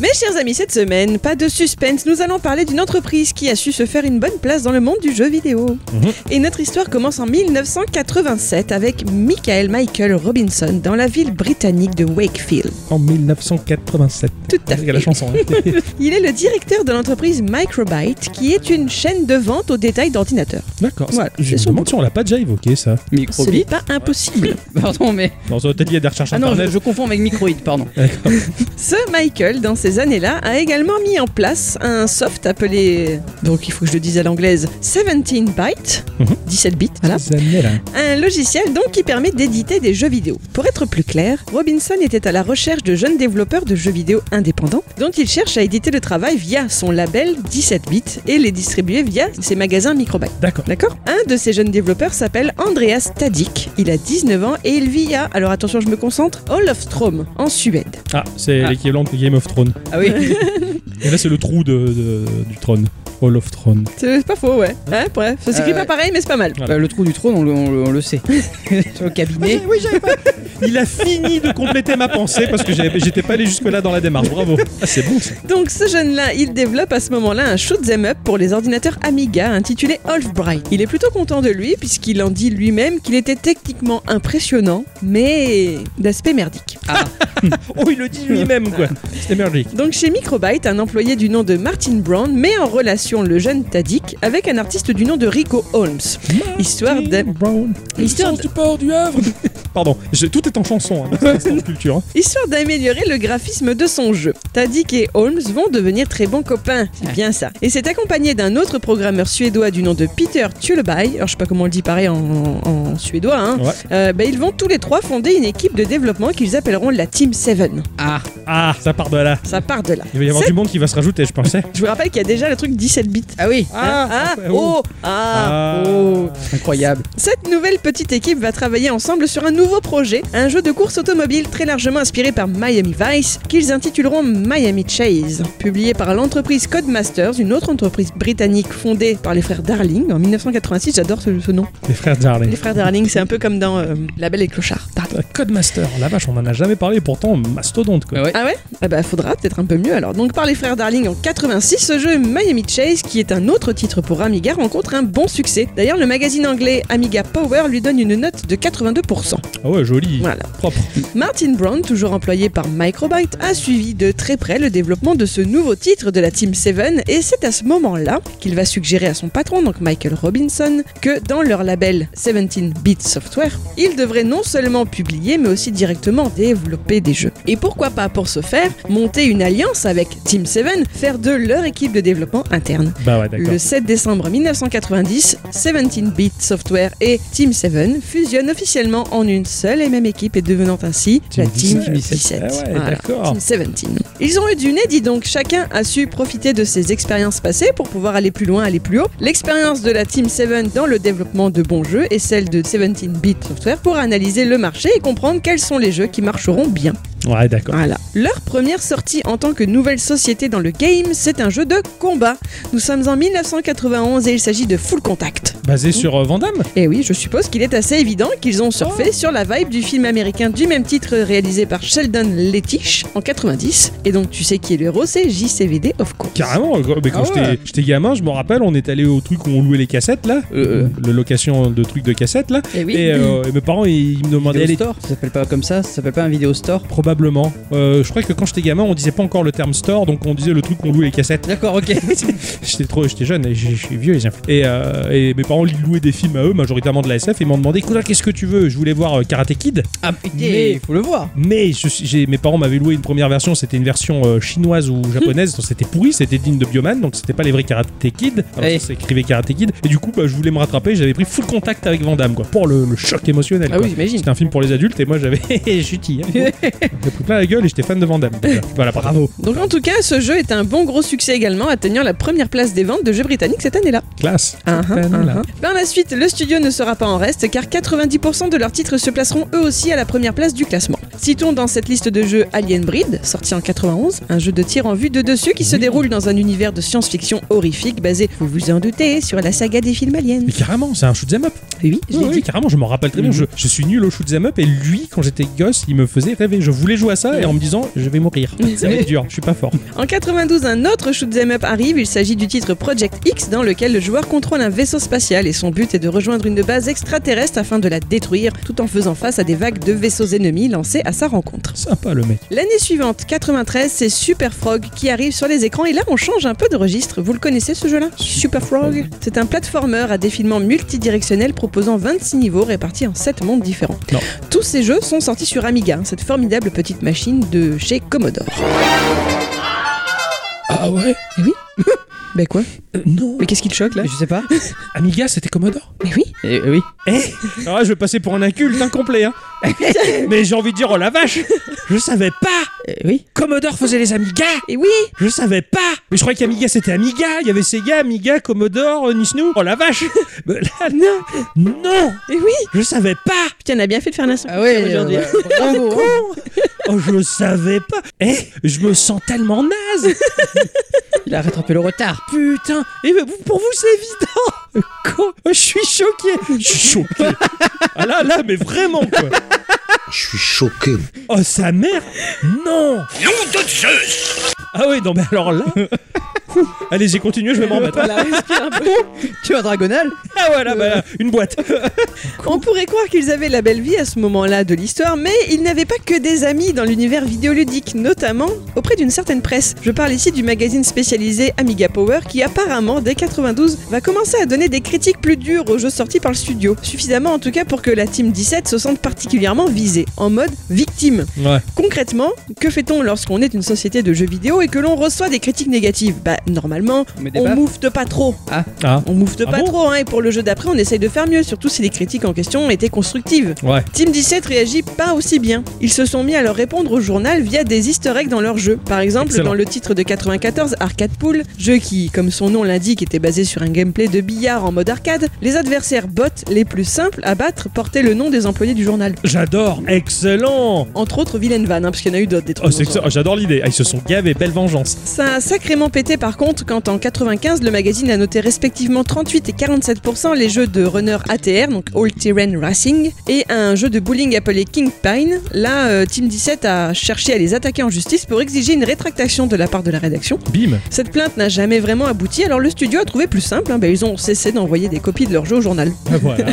Speaker 4: Mes chers amis, cette semaine, pas de suspense, nous allons parler d'une entreprise qui a su se faire une bonne place dans le monde du jeu vidéo.
Speaker 2: Mhm.
Speaker 4: Et notre histoire commence en 1987 avec Michael Michael Robinson dans la ville britannique de Wakefield.
Speaker 2: En 1987.
Speaker 4: Tout à
Speaker 2: Il y a Ah, la
Speaker 4: fait.
Speaker 2: chanson. hein.
Speaker 4: Il est le directeur de l'entreprise Microbyte, qui est une chaîne de vente au détail d'ordinateurs.
Speaker 2: D'accord.
Speaker 4: Voilà,
Speaker 2: je
Speaker 4: c'est
Speaker 2: me
Speaker 4: son
Speaker 2: demande si on l'a pas déjà évoqué, ça.
Speaker 4: Ce
Speaker 1: Microbit
Speaker 4: n'est pas impossible.
Speaker 1: Pardon, mais.
Speaker 2: Dans un atelier des recherches
Speaker 1: Ah non, je,
Speaker 2: internet.
Speaker 1: je confonds avec Microïd, pardon.
Speaker 4: Ce Michael, dans ces années-là, a également mis en place un soft appelé, donc il faut que je le dise à l'anglaise, 17 bytes,
Speaker 2: Mhm.
Speaker 4: 17 bits, voilà.
Speaker 2: Ces années-là.
Speaker 4: Un logiciel donc qui permet d'éditer des jeux vidéo. Pour être plus clair, Robinson était à la recherche de jeunes développeurs de jeux vidéo indépendants, dont il cherche à éditer le travail via son label 17 bits et les distribuer via ses magasins Microbyte.
Speaker 2: D'accord.
Speaker 4: D'accord Un de ces jeunes développeurs s'appelle Andreas Tadic. Il a 19 ans et il vit à, alors attention, je me concentre, Olofstrom, en Suède.
Speaker 2: Ah, c'est
Speaker 1: Ah.
Speaker 2: l'équivalent de Game of Thrones.
Speaker 1: Ah oui
Speaker 2: Et là, c'est le trou de, de- du trône. Hall of Throne.
Speaker 4: C'est pas faux, ouais. Hein, bref, ça s'écrit
Speaker 1: Euh,
Speaker 4: pas pareil, mais c'est pas mal.
Speaker 2: Voilà.
Speaker 1: Euh, Le trou du trône, on le, on le- on le sait. Sur le cabinet.
Speaker 2: Il a fini de compléter ma pensée parce que j'avais- j'étais pas allé jusque-là dans la démarche. Bravo. Ah, c'est bon ça.
Speaker 4: Donc ce jeune-là, il développe à ce moment-là un shoot'em up pour les ordinateurs Amiga intitulé Bright. Il est plutôt content de lui puisqu'il en dit lui-même qu'il était techniquement impressionnant, mais d'aspect merdique. Ah.
Speaker 2: Oh, il le dit lui-même quoi. C'était merdique.
Speaker 4: Donc chez Microbyte, un employé du nom de Martin Brown met en relation le jeune Tadic avec un artiste du nom de Rico Holmes, histoire d'a-
Speaker 2: Brown.
Speaker 4: histoire
Speaker 2: du port du Havre. Pardon, je- tout est en chanson. Hein, dans cette culture. hein.
Speaker 4: Histoire d'améliorer le graphisme de son jeu, Tadic et Holmes vont devenir très bons copains. C'est bien ça. Et c'est accompagné d'un autre programmeur suédois du nom de Peter Tuleby, alors je sais pas comment on le dit pareil en, en suédois, hein.
Speaker 2: Ouais.
Speaker 4: Euh, bah, ils vont tous les trois fonder une équipe de développement qu'ils appelleront la Team 7.
Speaker 1: Ah,
Speaker 2: Ah, ça part de là.
Speaker 4: Ça part de là.
Speaker 2: Il va y avoir
Speaker 4: Sept-
Speaker 2: du monde qui va se rajouter, je pensais.
Speaker 4: Je vous rappelle qu'il y a déjà le truc 17 bits.
Speaker 1: ah oui
Speaker 4: Ah,
Speaker 2: ouais,
Speaker 4: oh,
Speaker 2: Ah.
Speaker 4: ah, oh.
Speaker 1: Incroyable.
Speaker 4: Cette nouvelle petite équipe va travailler ensemble sur un nouveau projet, un jeu de course automobile très largement inspiré par Miami Vice, qu'ils intituleront Miami Chase. Publié par l'entreprise Codemasters, une autre entreprise britannique fondée par les frères Darling en 1986, j'adore ce, ce nom.
Speaker 2: Les frères Darling. Ah,
Speaker 4: Les frères Darling, c'est un peu comme dans euh, La Belle et le Clochard. Darling.
Speaker 2: Codemaster, la vache, on en a jamais parlé, pourtant mastodonte quoi.
Speaker 1: Ouais, ouais.
Speaker 4: Ah ouais Ah bah faudra peut-être un peu mieux alors. Donc par les frères Darling en 86, ce jeu Miami Chase, qui est un autre titre pour Amiga, rencontre un bon succès. D'ailleurs, le magazine anglais Amiga Power lui donne une note de 82%.
Speaker 2: Ah ouais, joli,
Speaker 4: Voilà.
Speaker 2: propre.
Speaker 4: Martin Brown, toujours employé par Microbyte, a suivi de très près le développement de ce nouveau titre de la Team 7 et c'est à ce moment-là qu'il va suggérer à son patron, donc Michael Robinson, que dans leur label 17-Bit Software, il devrait non seulement publier mais aussi directement développer des jeux. Et pourquoi pas pour ce faire, monter une alliance avec Team 7, faire de leur équipe de développement interne.
Speaker 2: Bah ouais, d'accord.
Speaker 4: Le 7 décembre 1990, 17 Bits Elite Software et Team 7 fusionnent officiellement en une seule et même équipe et devenant ainsi la Team 17.
Speaker 2: Ah ouais,
Speaker 4: Voilà.
Speaker 2: d'accord.
Speaker 4: Team 17. Ils ont eu du nez, dis donc, chacun a su profiter de ses expériences passées pour pouvoir aller plus loin, aller plus haut. L'expérience de la Team 7 dans le développement de bons jeux et celle de 17-bit Software pour analyser le marché et comprendre quels sont les jeux qui marcheront bien.
Speaker 2: Ouais, d'accord.
Speaker 4: Voilà. Leur première sortie en tant que nouvelle société dans le game, c'est un jeu de combat. Nous sommes en 1991 et il s'agit de Full Contact.
Speaker 2: Basé sur euh, Vandamme
Speaker 4: Et oui, je suppose qu'il est assez évident qu'ils ont surfé
Speaker 2: Oh.
Speaker 4: sur la vibe du film américain du même titre réalisé par Sheldon Lettich en 90. Et donc tu sais qui est le héros, c'est JCVD of course.
Speaker 2: Carrément, quoi. mais quand
Speaker 1: Ah
Speaker 2: j'étais-
Speaker 1: ouais.
Speaker 2: j'étais gamin, je me rappelle, on est allé au truc où on louait les cassettes là,
Speaker 1: Euh,
Speaker 2: le location de trucs de cassettes là,
Speaker 4: Et oui.
Speaker 2: et, euh, et mes parents ils, ils me demandaient
Speaker 1: Vidéo
Speaker 2: les
Speaker 1: store, ça s'appelle pas comme ça, ça s'appelle pas un vidéo store.
Speaker 2: probablement. Euh, je crois que quand j'étais gamin, on disait pas encore le terme store, donc on disait le truc où on louait les cassettes.
Speaker 1: D'accord, ok.
Speaker 2: J'étais trop, j'étais jeune, et j'ai- je suis vieux les enfants. Et, euh, et mes parents ils louaient des films à eux, majoritairement de la SF, et ils m'ont demandé, écoute, qu'est-ce que tu veux Je voulais voir euh, Karate Kid,
Speaker 1: ah putain,
Speaker 2: Mais-
Speaker 1: faut le voir.
Speaker 2: mais je suis- j'ai- mes parents m'avaient loué une première version, c'était une version euh, chinoise ou japonaise, donc c'était pourri, c'était digne de Bioman, donc c'était pas les vrais Karate Kid, alors
Speaker 1: Ouais.
Speaker 2: ça s'écrivait Karate Kid, et du coup bah, je voulais me rattraper, j'avais pris full contact avec Vandamme quoi, pour le, le choc émotionnel.
Speaker 4: Ah
Speaker 2: quoi.
Speaker 4: oui, j'imagine.
Speaker 2: C'était un film pour les adultes et moi j'avais chuti. Hein, J'ai pris plein la gueule et j'étais fan de Vandamme. Voilà, euh, Voilà, pardon.
Speaker 4: Donc en tout cas, ce jeu est un bon gros succès également, atteignant la première place des ventes de jeux britanniques cette année-là.
Speaker 2: Classe.
Speaker 4: Ah, ah,
Speaker 2: Cette année-là.
Speaker 4: ah, ah. Par la suite, le studio ne sera pas en reste car 90% de leurs titres se placeront eux aussi à la première place du classement. Citons dans cette liste de jeux Alien Breed, sorti en 91, un jeu de tir en vue de dessus qui se déroule dans un univers de science-fiction horrifique basé, vous vous en doutez, sur la saga des films aliens.
Speaker 2: Mais carrément, c'est un shoot'em up.
Speaker 4: Oui, je
Speaker 2: Oui,
Speaker 4: l'ai
Speaker 2: oui, Mhm.
Speaker 4: dit.
Speaker 2: carrément, je m'en rappelle très bien. Je, je suis nul au shoot'em up et lui, quand j'étais gosse, il me faisait rêver. Je voulais jouer à ça et en me disant, je vais mourir. Ça va être dur, je suis pas fort.
Speaker 4: En 92, un autre shoot'em up arrive, il s'agit du titre Project X dans lequel le joueur contrôle un vaisseau spatial et son but est de rejoindre une base extraterrestre afin de la détruire tout en faisant face à des vagues de vaisseaux ennemis lancés à sa rencontre.
Speaker 2: Sympa le mec.
Speaker 4: L'année suivante, 93, c'est Super Frog qui arrive sur les écrans et là on change un peu de registre. Vous le connaissez ce jeu-là Super Frog C'est un platformer à défilement multidirectionnel proposant 26 niveaux répartis en 7 mondes différents.
Speaker 2: Non.
Speaker 4: Tous ces jeux sont sortis sur Amiga, hein, cette formidable petite machine de chez Commodore.
Speaker 2: Ah ouais Euh,
Speaker 4: Ben quoi
Speaker 2: Non.
Speaker 4: Mais qu'est-ce qui te choque là
Speaker 1: Je sais pas.
Speaker 2: Amiga, c'était Commodore.
Speaker 4: Mais oui
Speaker 1: Eh, oui.
Speaker 2: Alors là, Ah je vais passer pour un inculte incomplet. Hein. Mais j'ai envie de dire, oh la vache Je savais pas
Speaker 4: Eh oui
Speaker 2: Commodore faisait les Amiga
Speaker 4: Et oui
Speaker 2: Je savais pas Mais je croyais qu'Amiga c'était Amiga Il y avait Sega, Amiga, Commodore, euh, Nisnou Oh la vache Mais là, Non Non
Speaker 4: Et oui
Speaker 2: Je savais pas
Speaker 4: Putain, on a bien fait de faire l'instant
Speaker 1: Ah ouais,
Speaker 4: aujourd'hui.
Speaker 1: euh, ouais. Bravo, hein.
Speaker 2: Oh je savais pas Eh Je me sens tellement naze
Speaker 1: Il a rattrapé le retard.
Speaker 2: Putain Et ben, vous- pour vous c'est évident Quoi Je suis choqué Je suis choqué Ah là là mais vraiment quoi
Speaker 7: Je suis choqué.
Speaker 2: Oh sa mère Non Nom de Zeus Ah oui non mais alors là Ouh. Allez j'ai continué je vais m'en mettre
Speaker 1: Tu vas Dragonal
Speaker 2: Ah voilà bah là, une boîte
Speaker 4: On pourrait croire qu'ils avaient la belle vie à ce moment-là de l'histoire, mais ils n'avaient pas que des amis dans l'univers vidéoludique, notamment auprès d'une certaine presse. Je parle ici du magazine spécialisé Amiga Power qui apparemment, dès 92, va commencer à donner des critiques plus dures aux jeux sortis par le studio. Suffisamment en tout cas pour que la Team 17 se sente particulièrement visée, en mode victime.
Speaker 2: Ouais
Speaker 4: Concrètement, que fait-on lorsqu'on est une société de jeux vidéo et que l'on reçoit des critiques négatives Bah normalement,
Speaker 1: On met des
Speaker 4: on
Speaker 1: baffes.
Speaker 4: moufte pas trop.
Speaker 2: Ah
Speaker 4: On moufte
Speaker 2: Ah
Speaker 4: pas
Speaker 2: bon
Speaker 4: trop, hein, et pour le jeu d'après, on essaye de faire mieux, surtout si les critiques en question étaient constructives.
Speaker 2: Ouais.
Speaker 4: Team 17 réagit pas aussi bien. Ils se sont mis à leur répondre au journal via des easter eggs dans leur jeu. Par exemple,
Speaker 2: Excellent.
Speaker 4: dans le titre de 94, Arcade Pool, jeu qui, comme son nom l'indique, était basé sur un gameplay de billard en mode arcade, les adversaires bots les plus simples à battre portaient le nom des employés du journal.
Speaker 2: J'adore, excellent
Speaker 4: Entre autres, Vilaine Van, hein, parce qu'il y en a eu d'autres des
Speaker 2: Oh,
Speaker 4: trucs
Speaker 2: c'est
Speaker 4: dans ce
Speaker 2: excellent. Oh, J'adore l'idée. Ah, ils se sont gavés, belle vengeance.
Speaker 4: Ça a sacrément pété par contre quand en 95 le magazine a noté respectivement 38 et 47% les jeux de runner ATR, donc All Terrain Racing, et un jeu de bowling appelé King Pine. Là, euh, Team 17 a cherché à les attaquer en justice pour exiger une rétractation de la part de la rédaction.
Speaker 2: Bim.
Speaker 4: Cette plainte n'a jamais vraiment abouti, alors le studio a trouvé plus simple, hein, ben, ils ont cessé d'envoyer des copies de leurs jeux au journal.
Speaker 2: Ah, Voilà.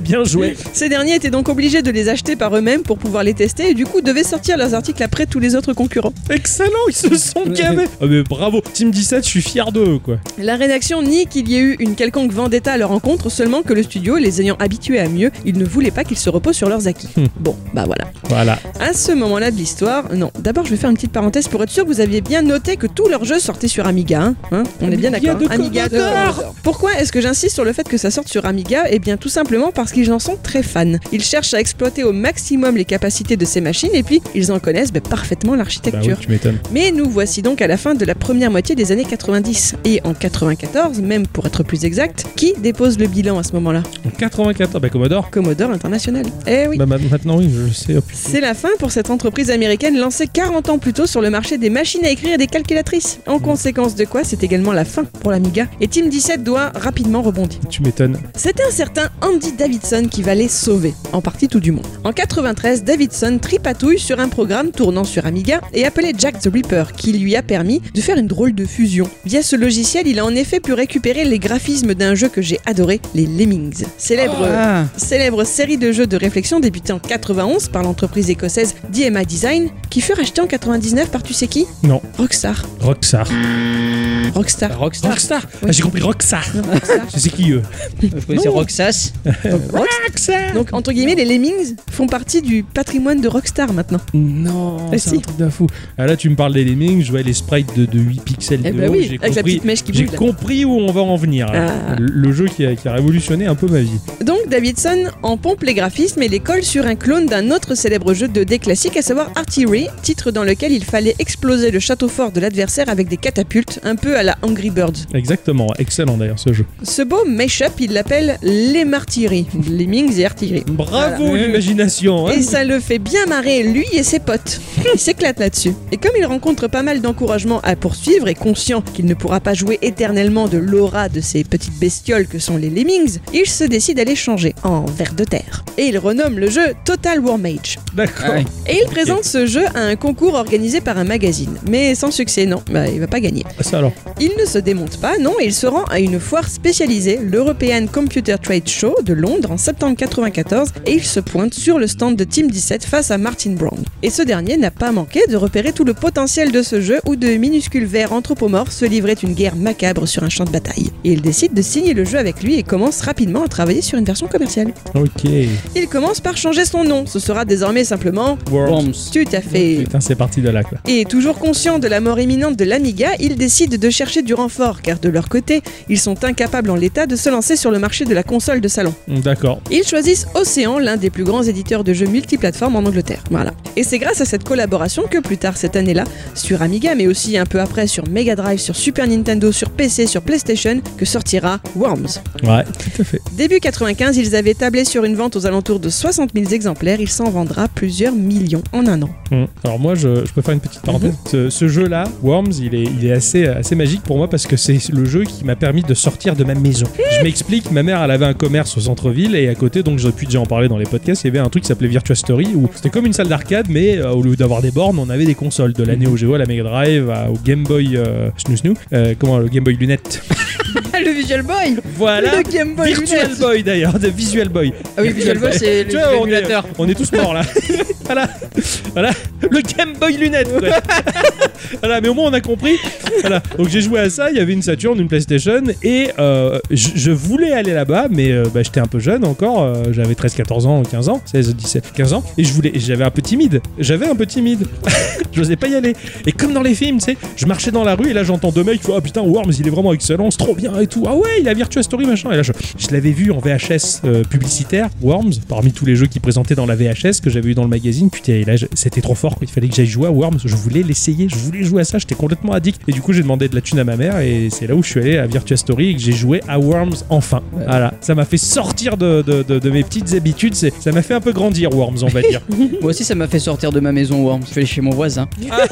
Speaker 2: Bien joué.
Speaker 4: Ces derniers étaient donc obligés de les acheter par eux-mêmes pour pouvoir les tester et du coup devaient sortir leurs articles après tous les autres concurrents.
Speaker 2: Excellent, ils se sont gavés. Ah, mais bravo. Team 17, je suis fier d'eux, quoi.
Speaker 4: La rédaction nie qu'il y ait eu une quelconque vendetta à leur rencontre, seulement que le studio, les ayant habitués à mieux, ils ne voulaient pas qu'ils se reposent sur leurs acquis.
Speaker 2: Hmm.
Speaker 4: Bon, bah voilà.
Speaker 2: Voilà.
Speaker 4: À ce moment-là de l'histoire, non. D'abord, je vais faire une petite parenthèse pour être sûr que vous aviez bien noté que tous leurs jeux sortaient sur Amiga. hein. Hein On est bien
Speaker 2: Amiga
Speaker 4: d'accord.
Speaker 2: de Commodore.
Speaker 4: Pourquoi est-ce que j'insiste sur le fait que ça sorte sur Amiga Eh bien, tout simplement parce qu'ils en sont très fans. Ils cherchent à exploiter au maximum les capacités de ces machines et puis ils en connaissent ben, parfaitement
Speaker 2: Bah oui,
Speaker 4: l'architecture.
Speaker 2: tu m'étonnes.
Speaker 4: Mais nous voici donc à la fin de la première moitié des années 90. Et en 94, même pour être plus exact, qui dépose le bilan à ce moment-là
Speaker 2: En 94, bah Commodore.
Speaker 4: Commodore International. Eh oui
Speaker 2: Bah, ma- maintenant, oui, je le sais. hop.
Speaker 4: c'est la fin pour cette entreprise américaine lancée 40 ans plus tôt sur le marché des machines à écrire et des calculatrices. En conséquence de quoi, c'est également la fin pour l'Amiga. Et Team 17 doit rapidement rebondir.
Speaker 2: Tu m'étonnes.
Speaker 4: C'était un certain Andy Davidson qui va les sauver, en partie tout du monde. En 93, Davidson tripatouille sur un programme tournant sur Amiga et appelé Jack the Ripper, qui lui a permis de faire une drôle de fusion. Via ce logiciel, il a en effet pu récupérer les graphismes d'un jeu que j'ai adoré, les Lemmings. Célèbre
Speaker 1: Ah,
Speaker 4: célèbre série de jeux de réflexion débutée en 91 par l'entreprise écossaise DMA Design, qui fut rachetée en 99 par tu sais qui
Speaker 2: Non.
Speaker 4: Rockstar.
Speaker 2: Rockstar.
Speaker 4: Rockstar.
Speaker 1: Rockstar.
Speaker 2: Rockstar.
Speaker 4: Oui.
Speaker 2: Ah, J'ai compris Rockstar.
Speaker 4: Rockstar.
Speaker 2: Je sais qui eux.
Speaker 1: Je connaissais
Speaker 4: Non.
Speaker 1: Roxas.
Speaker 4: Rockstar.
Speaker 2: Rockstar.
Speaker 4: Donc, entre guillemets, les Lemmings font partie du patrimoine de Rockstar maintenant.
Speaker 2: Non,
Speaker 4: Ah,
Speaker 2: c'est
Speaker 4: si.
Speaker 2: un truc d'un fou. Ah, là, tu me parles des Lemmings, je vois les sprites de, de 8 pixels
Speaker 4: Eh
Speaker 2: de
Speaker 4: ben
Speaker 2: haut,
Speaker 4: oui,
Speaker 2: j'ai
Speaker 4: avec la
Speaker 2: compris,
Speaker 4: petite mèche qui
Speaker 2: j'ai
Speaker 4: bouge, là.
Speaker 2: compris où on va en venir. là.
Speaker 4: Ah.
Speaker 2: Le, le jeu qui a, qui a révolutionné un peu ma vie.
Speaker 4: Donc, Davidson en pompe les graphismes et les colle sur un clone d'un autre célèbre jeu de dés classique, à savoir Artillery, titre dans lequel il fallait exploser le château fort de l'adversaire avec des catapultes, un peu à la Angry Birds.
Speaker 2: Exactement, excellent d'ailleurs ce jeu.
Speaker 4: Ce beau mash-up, il l'appelle les Martyries, Lemmings et Artillery.
Speaker 2: Bravo
Speaker 1: Voilà.
Speaker 2: l'imagination. hein.
Speaker 4: Et ça le fait bien marrer, lui et ses potes. Il s'éclate là-dessus. Et comme il rencontre pas mal d'encouragement à poursuivre et conscient qu'il ne pourra pas jouer éternellement de l'aura de ces petites bestioles que sont les Lemmings, il se décide à les changer en vers de terre. Et il renomme le jeu Total War Mage.
Speaker 2: D'accord.
Speaker 1: Ouais.
Speaker 4: Et il présente ce jeu à un concours organisé par un magazine. Mais sans succès, non, bah, il va pas gagner.
Speaker 2: Ah, Ça alors.
Speaker 4: Il ne se démonte pas, non, et il se rend à une foire spécialisée, l'European Computer Trade Show de Londres en septembre 94, et il se pointe sur le stand de Team 17 face à Martin Brown. Et ce dernier n'a pas manqué de repérer tout le potentiel de ce jeu où de minuscules vers anthropomorphes se livraient une guerre macabre sur un champ de bataille. Et il décide de signer le jeu avec lui et commence rapidement à travailler sur une version commerciale.
Speaker 2: Ok.
Speaker 4: Il commence par changer son nom, ce sera désormais simplement
Speaker 2: World.
Speaker 1: Worms.
Speaker 4: tout à fait
Speaker 2: Putain, c'est parti de là quoi.
Speaker 4: et toujours conscient de la mort imminente de l'Amiga, ils décident de chercher du renfort car de leur côté, ils sont incapables en l'état de se lancer sur le marché de la console de salon.
Speaker 2: D'accord.
Speaker 4: Ils choisissent Océan, l'un des plus grands éditeurs de jeux multiplateformes en Angleterre. Voilà. Et c'est grâce à cette collaboration que plus tard cette année-là, sur Amiga mais aussi un peu après sur Mega Drive, sur Super Nintendo, sur PC, sur PlayStation, que sortira Worms.
Speaker 2: Ouais, tout à fait.
Speaker 4: Début 95, ils avaient tablé sur une vente aux alentours de 60 000 exemplaires, il s'en vendra plusieurs millions en un an.
Speaker 2: Mm. Alors moi, je, je peux faire une
Speaker 4: Mhm.
Speaker 2: petite parenthèse. Ce, ce jeu-là, Worms, il est, il est assez, euh, assez magique pour moi parce que c'est le jeu qui m'a permis de sortir de ma maison. Je m'explique, ma mère, elle avait un commerce au centre-ville et à côté, donc j'ai pu déjà en parler dans les podcasts, il y avait un truc qui s'appelait Virtua Story où c'était comme une salle d'arcade, mais euh, au lieu d'avoir des bornes, on avait des consoles de la Neo Geo à la Mega Drive, à- au Game Boy euh, Snoo Snoo, euh, comment le Game Boy Lunette.
Speaker 4: Ah, le Visual Boy
Speaker 2: Voilà.
Speaker 4: Le Game Boy
Speaker 2: Virtual
Speaker 4: Lunette.
Speaker 2: Boy d'ailleurs, de Visual Boy.
Speaker 1: Ah oui, Visual Boy, c'est
Speaker 2: Tu vois, on est-
Speaker 1: l'émulateur.
Speaker 2: On est tous morts là. voilà. voilà. Le Game Boy lunette. quoi. voilà, mais au moins on a compris. Voilà. Donc j'ai joué à ça, il y avait une Saturn, une PlayStation et euh, je je voulais aller là-bas mais euh, bah, j'étais un peu jeune encore, euh, j'avais 13 14 ans, 15 ans, 16 17 15 ans et je voulais et j'avais un peu timide. J'avais un peu timide. je n'osais pas y aller. Et comme dans les films, tu sais, je marchais dans la rue et là j'entends deux mecs, qui font, ah putain Worms, il est vraiment excellent, c'est trop bien et tout. Ah ouais, il a Virtua Story machin. Et là je, je l'avais vu en VHS euh, publicitaire, Worms, parmi tous les jeux qu'ils présentaient dans la VHS que j'avais eu dans le magazine. Putain, et là je- c'était trop fort, quoi. il fallait que j'aille jouer à Worms. Je voulais l'essayer, je voulais jouer à ça, j'étais complètement addict. Et du coup j'ai demandé de la thune à ma mère et c'est là où je suis allé à Virtua Story et que j'ai joué à Worms enfin. Voilà, ça m'a fait sortir de, de- de- de mes petites habitudes, c'est- ça m'a fait un peu grandir Worms on va dire.
Speaker 1: Moi aussi, ça m'a fait sortir de ma maison Worms. Je suis allé chez mon voisin.
Speaker 2: Ah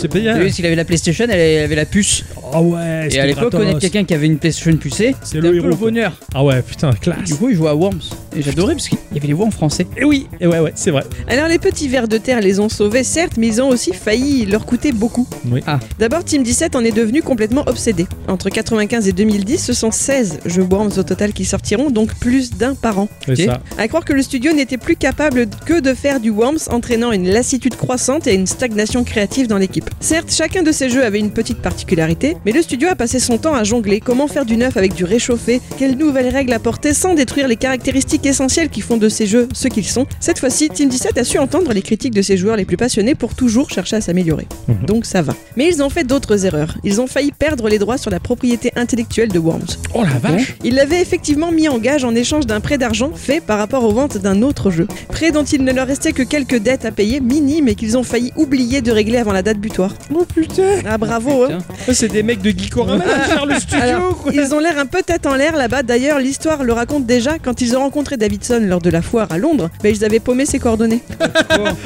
Speaker 2: c'est bien.
Speaker 1: T'as vu, parce qu'il avait la PlayStation, elle avait la puce.
Speaker 2: Ah ouais,
Speaker 1: Et
Speaker 2: c'était
Speaker 1: à l'époque,
Speaker 2: gratos.
Speaker 1: connaître quelqu'un qui avait une PlayStation pucée,
Speaker 2: C'est
Speaker 1: c'était un
Speaker 2: le
Speaker 1: peu
Speaker 2: héros,
Speaker 1: le
Speaker 2: quoi.
Speaker 1: bonheur.
Speaker 2: Ah ouais, putain, classe.
Speaker 1: Du coup, il jouait à Worms. Et Et j'adorais parce qu'il y avait les voix en français.
Speaker 2: Et oui, et ouais, ouais, c'est vrai.
Speaker 4: Alors les petits vers de terre les ont sauvés certes, mais ils ont aussi failli leur coûter beaucoup.
Speaker 2: Oui.
Speaker 1: Ah.
Speaker 4: D'abord, Team 17 en est devenu complètement obsédé. Entre 95 et 2010, ce sont 16 jeux Worms au total qui sortiront, donc plus d'un par an.
Speaker 2: C'est
Speaker 1: Ok.
Speaker 2: ça.
Speaker 4: À croire que le studio n'était plus capable que de faire du Worms, entraînant une lassitude croissante et une stagnation créative dans l'équipe. Certes, chacun de ces jeux avait une petite particularité, mais le studio a passé son temps à jongler. Comment faire du neuf avec du réchauffé Quelles nouvelles règles apporter sans détruire les caractéristiques essentielles qui font de ces jeux ce qu'ils sont Cette fois-ci, Team 17 a su entendre les critiques de ses joueurs les plus passionnés pour toujours chercher à s'améliorer. Donc ça va. Mais ils ont fait d'autres erreurs. Ils ont failli perdre les droits sur la propriété intellectuelle de Worms.
Speaker 2: Oh la vache
Speaker 4: Il l'avait effectivement mis en gage en échange d'un prêt d'argent fait par rapport aux ventes d'un autre jeu. Prêt dont il ne leur restait que quelques dettes à payer minimes et qu'ils ont failli oublier de régler avant la date butoir.
Speaker 2: Oh putain
Speaker 4: Ah bravo hein.
Speaker 2: Ça, C'est des mecs de Geekorama à faire le studio
Speaker 4: Alors,
Speaker 2: quoi.
Speaker 4: Ils ont l'air un peu tête en l'air là-bas. D'ailleurs, l'histoire le raconte déjà quand ils ont rencontré Davidson lors de la foire à Londres. Ben, ils avaient paumé ses coordonnées.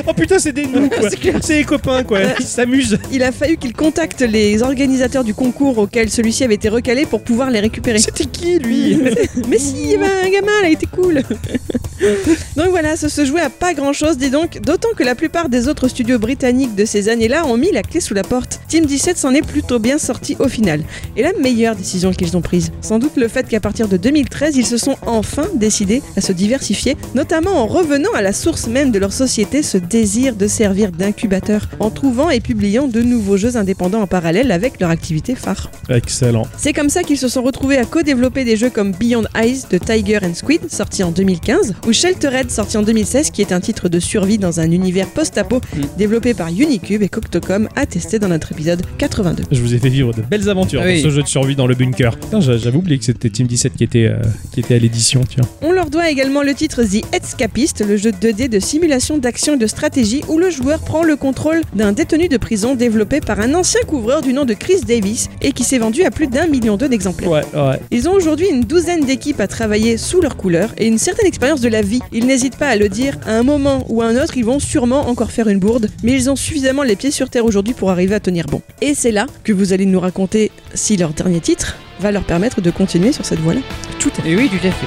Speaker 2: Oh putain, c'est des nous quoi C'est les copains quoi Ils s'amusent
Speaker 4: Il a fallu qu'ils contactent les organisateurs du concours auquel celui-ci avait été recalé pour pouvoir les récupérer.
Speaker 2: C'était qui lui
Speaker 4: Mais si, il y avait un gamin, là, il était cool. donc voilà, ça se jouait à pas grand chose, dis donc, d'autant que la plupart des autres studios britanniques de ces années-là ont mis la clé sous la porte. Team 17 s'en est plutôt bien sorti au final. Et la meilleure décision qu'ils ont prise, sans doute le fait qu'à partir de 2013, ils se sont enfin décidés à se diversifier, notamment en revenant à la source même de leur société, ce désir de servir d'incubateur, en trouvant et publiant de nouveaux jeux indépendants en parallèle avec leur activité phare.
Speaker 2: Excellent.
Speaker 4: C'est comme ça qu'ils se sont retrouvés à co-développer des jeux comme Beyond Eyes de Tiger and Squid, sorti en 2015, ou Sheltered, sorti en 2016, qui est un titre de survie dans un univers post-apo développé par Unicube et Coctocom, à tester dans notre épisode 82.
Speaker 2: Je vous ai fait vivre de belles aventures
Speaker 1: Ah oui.
Speaker 2: dans ce jeu de survie dans le bunker. Putain, j'a- J'avais oublié que c'était Team 17 qui était, euh, qui était à l'édition, tiens.
Speaker 4: On leur doit également le titre The Escapist, le jeu 2D de simulation d'action et de stratégie où le joueur prend le contrôle d'un détenu de prison développé par un ancien couvreur du nom de Chris Davis et qui s'est vendu à plus d'un million d'eux d'exemplaires.
Speaker 2: Ouais, ouais.
Speaker 4: Ils ont aujourd'hui une douzaine d'équipes à travailler sous leur couleur et une certaine expérience de la vie. Ils n'hésitent pas à le dire, à un moment ou à un autre, ils vont sûrement encore faire une bourde, mais ils ont suffisamment les pieds sur terre aujourd'hui pour arriver à tenir bon. Et c'est là que vous allez nous raconter si leur dernier titre va leur permettre de continuer sur cette voie-là.
Speaker 1: Et oui, tout à fait.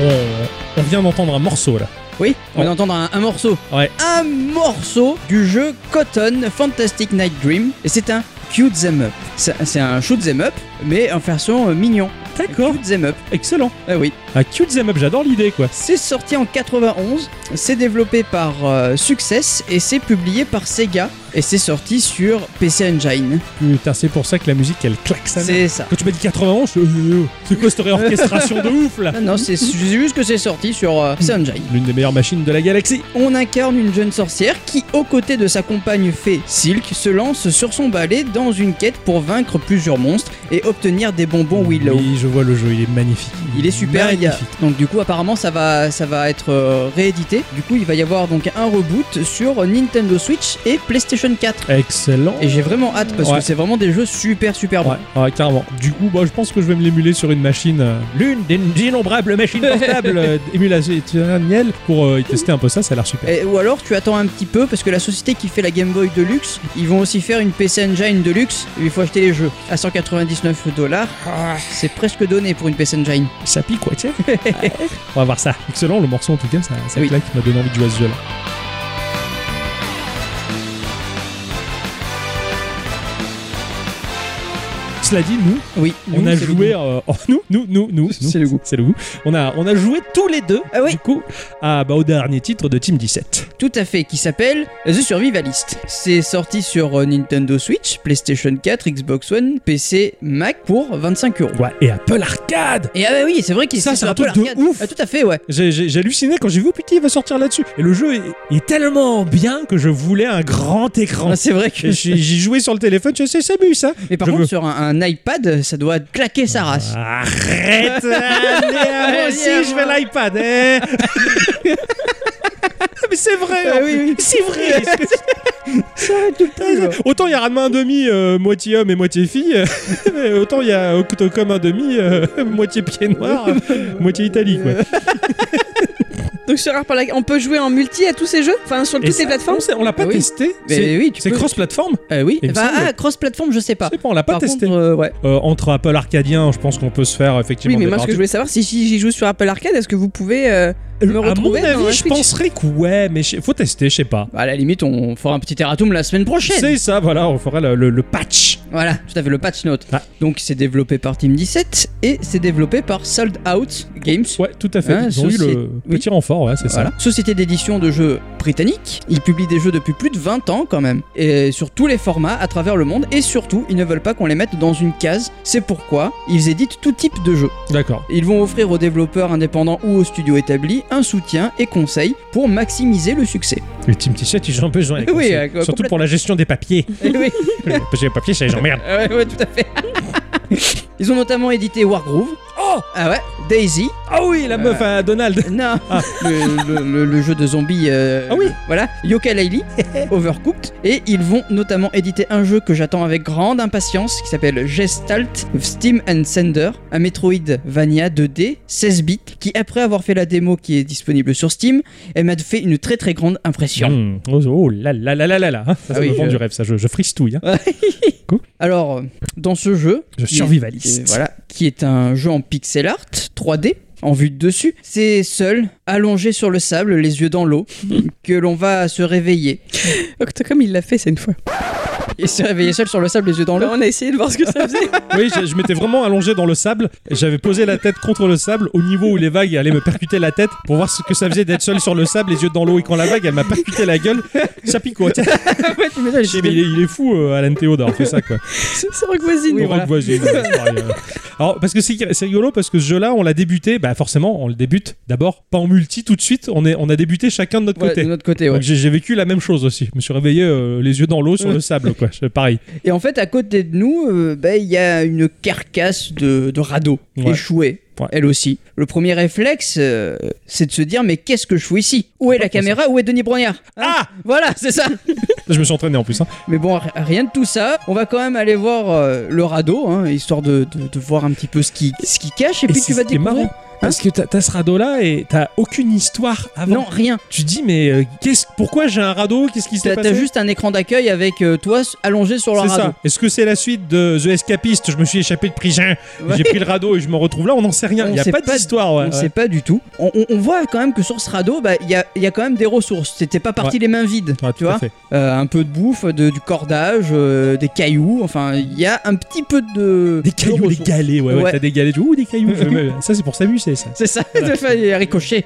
Speaker 2: on, on vient d'entendre un morceau là.
Speaker 1: Oui, on
Speaker 2: Oh.
Speaker 1: va entendre un, un morceau.
Speaker 2: Ouais.
Speaker 1: Un morceau du jeu Cotton Fantastic Night Dream. Et c'est un cute them up. C'est c'est un shoot them up, mais en version euh, mignon.
Speaker 2: D'accord.
Speaker 1: Cute them up.
Speaker 2: Excellent.
Speaker 1: Ah oui.
Speaker 2: Un cute them up, j'adore l'idée quoi.
Speaker 1: C'est sorti en 91, c'est développé par euh, Success et c'est publié par Sega et c'est sorti sur PC Engine.
Speaker 2: Putain, c'est pour ça que la musique elle claque ça.
Speaker 1: C'est ça.
Speaker 2: Quand tu m'as dit 91, je- euh, c'est quoi cette réorchestration de ouf là
Speaker 1: Non, Ah non, c'est c'est juste que c'est sorti sur euh, PC Engine.
Speaker 2: L'une des meilleures machines de la galaxie.
Speaker 1: On incarne une jeune sorcière qui, aux côtés de sa compagne fée Silk, se lance sur son balai dans une quête pour vaincre plusieurs monstres et obtenir des bonbons Willow.
Speaker 2: Oui, je vois le jeu, il est magnifique.
Speaker 1: Il est super, il y a-
Speaker 2: Magnifique.
Speaker 1: donc du coup apparemment ça va, ça va être euh, réédité. Du coup il va y avoir donc un reboot sur Nintendo Switch et PlayStation 4.
Speaker 2: Excellent.
Speaker 1: Et j'ai vraiment hâte parce
Speaker 2: Ouais.
Speaker 1: que c'est vraiment des jeux super super bons.
Speaker 2: Ouais, ouais, carrément. Du coup, bah, je pense que je vais me l'émuler sur une machine, euh, l'une des innombrables machines portables euh, émulationnelles pour euh, y tester un peu ça, ça a l'air super.
Speaker 1: Et- ou alors tu attends un petit peu parce que la société qui fait la Game Boy Deluxe, ils vont aussi faire une PC Engine Deluxe. Il faut acheter les jeux à 199 dollars.
Speaker 2: Ah.
Speaker 1: C'est presque donné pour une PC Engine.
Speaker 2: Eh, Ça pique, quoi, tu sais. Ouais. On va voir ça. Excellent, le morceau en tout cas, ça, ça
Speaker 1: Oui.
Speaker 2: claque, m'a donné envie de jouer à ce jeu-là. Cela dit, nous,
Speaker 1: Oui.
Speaker 2: on
Speaker 1: nous,
Speaker 2: a
Speaker 1: c'est le
Speaker 2: joué.
Speaker 1: goût.
Speaker 2: euh, oh, nous, nous, nous, nous. nous,
Speaker 1: C'est le goût.
Speaker 2: C'est le goût. On a, on a joué tous les deux,
Speaker 1: Ah oui.
Speaker 2: du coup, à, bah, au dernier titre de Team 17.
Speaker 1: Tout à fait, qui s'appelle The Survivalist. C'est sorti sur euh, Nintendo Switch, PlayStation 4, Xbox One, PC, Mac pour 25 euros.
Speaker 2: Ouais, et Apple Arcade
Speaker 1: Et ah bah oui, c'est vrai qu'il
Speaker 2: Ça,
Speaker 1: c'est
Speaker 2: c'est un
Speaker 1: peu
Speaker 2: truc de
Speaker 1: l'arcade.
Speaker 2: ouf.
Speaker 1: Ah, tout à fait, ouais.
Speaker 2: J'ai j'ai- j'ai halluciné quand j'ai vu, putain, il va sortir là-dessus. Et le jeu est, est tellement bien que je voulais un grand écran.
Speaker 1: Ah, c'est vrai que.
Speaker 2: Et Oh, J'ai j'ai joué sur le téléphone, je sais, hein. c'est bu ça.
Speaker 1: Mais par
Speaker 2: Je
Speaker 1: contre,
Speaker 2: veux-
Speaker 1: sur un, un iPad, ça doit claquer sa race.
Speaker 2: Arrête allez, Moi aussi, je vais l'iPad. hein. Mais c'est vrai.
Speaker 1: Ah
Speaker 2: en
Speaker 1: oui,
Speaker 2: plus.
Speaker 1: oui.
Speaker 2: C'est vrai.
Speaker 1: Ça arrête tout le temps, genre.
Speaker 2: Autant il y a Radma un demi, euh, moitié homme et moitié fille. euh, mais autant il y a Octocom un demi, euh, moitié pied noir, euh, moitié Italie. Quoi.
Speaker 4: Donc c'est rare par la- On peut jouer en multi à tous ces jeux Enfin, sur
Speaker 2: Et
Speaker 4: toutes
Speaker 2: ça,
Speaker 4: ces plateformes
Speaker 2: on sait- On l'a pas
Speaker 1: Ah oui.
Speaker 2: testé.
Speaker 1: Mais
Speaker 2: C'est-
Speaker 1: oui, tu
Speaker 2: C'est
Speaker 1: peux-
Speaker 2: cross-platform
Speaker 1: Euh, oui,
Speaker 2: Il me
Speaker 1: bah,
Speaker 2: semble.
Speaker 1: ah, cross-platform, je sais pas.
Speaker 2: Je sais pas, on l'a pas
Speaker 1: Par
Speaker 2: testé.
Speaker 1: contre, euh, ouais.
Speaker 2: Euh, entre Apple Arcadien, je pense qu'on peut se faire effectivement.
Speaker 4: Oui,
Speaker 2: des
Speaker 4: mais moi ce que
Speaker 2: parties.
Speaker 4: je voulais savoir, si j'y j'y joue sur Apple Arcade, est-ce que vous pouvez euh, me
Speaker 2: à mon
Speaker 4: retrouver dans la
Speaker 2: avis, je
Speaker 4: Switch
Speaker 2: penserais que ouais, mais je- faut tester, je sais pas.
Speaker 1: Bah, à la limite, on fera un petit erratum la semaine prochaine.
Speaker 2: C'est ça, voilà, on fera le, le- le patch.
Speaker 1: Voilà, tout à fait, le patch note.
Speaker 2: Ah.
Speaker 1: Donc, c'est développé par Team 17 et c'est développé par Sold Out Games.
Speaker 2: Ouais, tout à fait.
Speaker 1: Hein,
Speaker 2: Ils ont eu
Speaker 1: société-
Speaker 2: le
Speaker 1: oui.
Speaker 2: petit renfort, ouais, c'est
Speaker 1: Voilà.
Speaker 2: ça.
Speaker 1: Société d'édition de jeux britannique. Ils publient des jeux depuis plus de 20 ans quand même. Et sur tous les formats à travers le monde. Et surtout, ils ne veulent pas qu'on les mette dans une case. C'est pourquoi ils éditent tout type de jeu.
Speaker 2: D'accord.
Speaker 1: Ils vont offrir aux développeurs indépendants ou aux studios établis un soutien et conseils pour maximiser le succès.
Speaker 2: Le Team T-shirt, ils ont besoin. les
Speaker 1: Oui,
Speaker 2: conseils.
Speaker 1: euh,
Speaker 2: Surtout
Speaker 1: complètement.
Speaker 2: pour la gestion des papiers.
Speaker 1: Eh oui.
Speaker 2: Parce que les papiers, ça les emmerde.
Speaker 1: Ah Ouais, ouais, tout à fait. Ils ont notamment édité Wargroove.
Speaker 2: Oh
Speaker 1: Ah ouais, Daisy.
Speaker 2: Ah oui, la meuf à Donald.
Speaker 1: Non. Le, le- le- le jeu de zombies. euh,
Speaker 2: Ah oui.
Speaker 1: Voilà. Yoka Laili, Overcooked. Et ils vont notamment éditer un jeu que j'attends avec grande impatience qui s'appelle Gestalt of Steam and Sender, un Metroid Vania 2D 16 bits qui, après avoir fait la démo qui est disponible sur Steam, elle m'a fait une très très grande impression.
Speaker 2: Hmm. Oh, oh là là là là là là. Ça, ça
Speaker 1: Ah
Speaker 2: me
Speaker 1: oui,
Speaker 2: vend
Speaker 1: je-
Speaker 2: du rêve, ça. Je, je fristouille. hein.
Speaker 1: Alors, euh, dans ce jeu,
Speaker 2: Je
Speaker 1: qui est-
Speaker 2: survivaliste.
Speaker 1: euh, voilà, qui est un jeu en pixel art 3D en vue de dessus, c'est seul, allongé sur le sable, les yeux dans l'eau, que l'on va se réveiller.
Speaker 4: Octocom, il l'a fait, c'est une fois.
Speaker 1: Et se réveiller seul sur le sable, les yeux dans l'eau.
Speaker 4: on a essayé de voir ce que ça faisait.
Speaker 2: Oui, je, je m'étais vraiment allongé dans le sable. J'avais posé la tête contre le sable au niveau où les vagues allaient me percuter la tête pour voir ce que ça faisait d'être seul sur le sable, les yeux dans l'eau. Et quand la vague, elle m'a percuté la gueule, ça pique quoi. Tiens, j'ai dit, mais il est, il est fou, euh, Alan Théodore, fait ça quoi.
Speaker 4: c'est Rock Voisine.
Speaker 1: Oui,
Speaker 2: Rock
Speaker 1: voilà.
Speaker 2: voisine, ouais, c'est pareil, euh. Alors, parce que c'est c'est rigolo, parce que ce jeu-là, on l'a débuté, bah forcément, on le débute d'abord, pas en multi tout de suite, on, est, on a débuté chacun de notre
Speaker 1: Voilà,
Speaker 2: côté.
Speaker 1: de notre côté, ouais.
Speaker 2: Donc, j'ai j'ai vécu la même chose aussi. Je me suis réveillé euh, les yeux dans l'eau sur le sable, quoi. C'est Pareil.
Speaker 1: Et en fait, à côté de nous, euh, bah, il y a une carcasse de, de radeau
Speaker 2: Ouais.
Speaker 1: échouée.
Speaker 2: Ouais.
Speaker 1: Elle aussi. Le premier réflexe, euh, c'est de se dire mais qu'est-ce que je fous ici Où est la caméra Où est Denis Brognard Hein
Speaker 2: Ah
Speaker 1: Voilà, c'est ça.
Speaker 2: Je me suis entraîné en plus. hein.
Speaker 1: Mais bon, r- rien de tout ça. On va quand même aller voir euh, le radeau, hein, histoire de, de- de voir un petit peu ce qui, ce qui cache. Et,
Speaker 2: Et
Speaker 1: puis
Speaker 2: c'est
Speaker 1: tu vas
Speaker 2: ce qui est
Speaker 1: découvrir
Speaker 2: marrant. Parce que t'as t'as ce radeau-là et t'as aucune histoire avant.
Speaker 1: Non, rien.
Speaker 2: Tu dis, mais euh, qu'est-ce, pourquoi j'ai un radeau Qu'est-ce qui s'est
Speaker 1: T'as
Speaker 2: passé
Speaker 1: t'as juste un écran d'accueil avec euh, toi s- allongé sur le
Speaker 2: C'est
Speaker 1: radeau.
Speaker 2: ça. Est-ce que c'est la suite de The Escapist Je me suis échappé de prison,
Speaker 1: Ouais.
Speaker 2: j'ai pris le radeau et je me retrouve là. On n'en sait rien.
Speaker 1: On
Speaker 2: Il n'y a
Speaker 1: sait
Speaker 2: pas
Speaker 1: pas-
Speaker 2: d'histoire. ouais,
Speaker 1: on
Speaker 2: ouais.
Speaker 1: sait pas du tout. On, on- on voit quand même que sur ce radeau, bah, il y, a, il y a quand même des ressources. C'était pas parti les mains vides,
Speaker 2: Ouais, tout
Speaker 1: tu
Speaker 2: à
Speaker 1: vois.
Speaker 2: fait.
Speaker 1: Euh, un peu de bouffe, de- du cordage, euh, des cailloux. Enfin, il y a un petit peu de
Speaker 2: Des
Speaker 1: de
Speaker 2: cailloux, des
Speaker 1: ressources.
Speaker 2: galets. Ouais, ouais,
Speaker 1: Ouais.
Speaker 2: t'as des galets. Tu vois, Ouh, des cailloux. je- ça, c'est pour s'amuser, ça.
Speaker 1: C'est ça. Il a ricoché.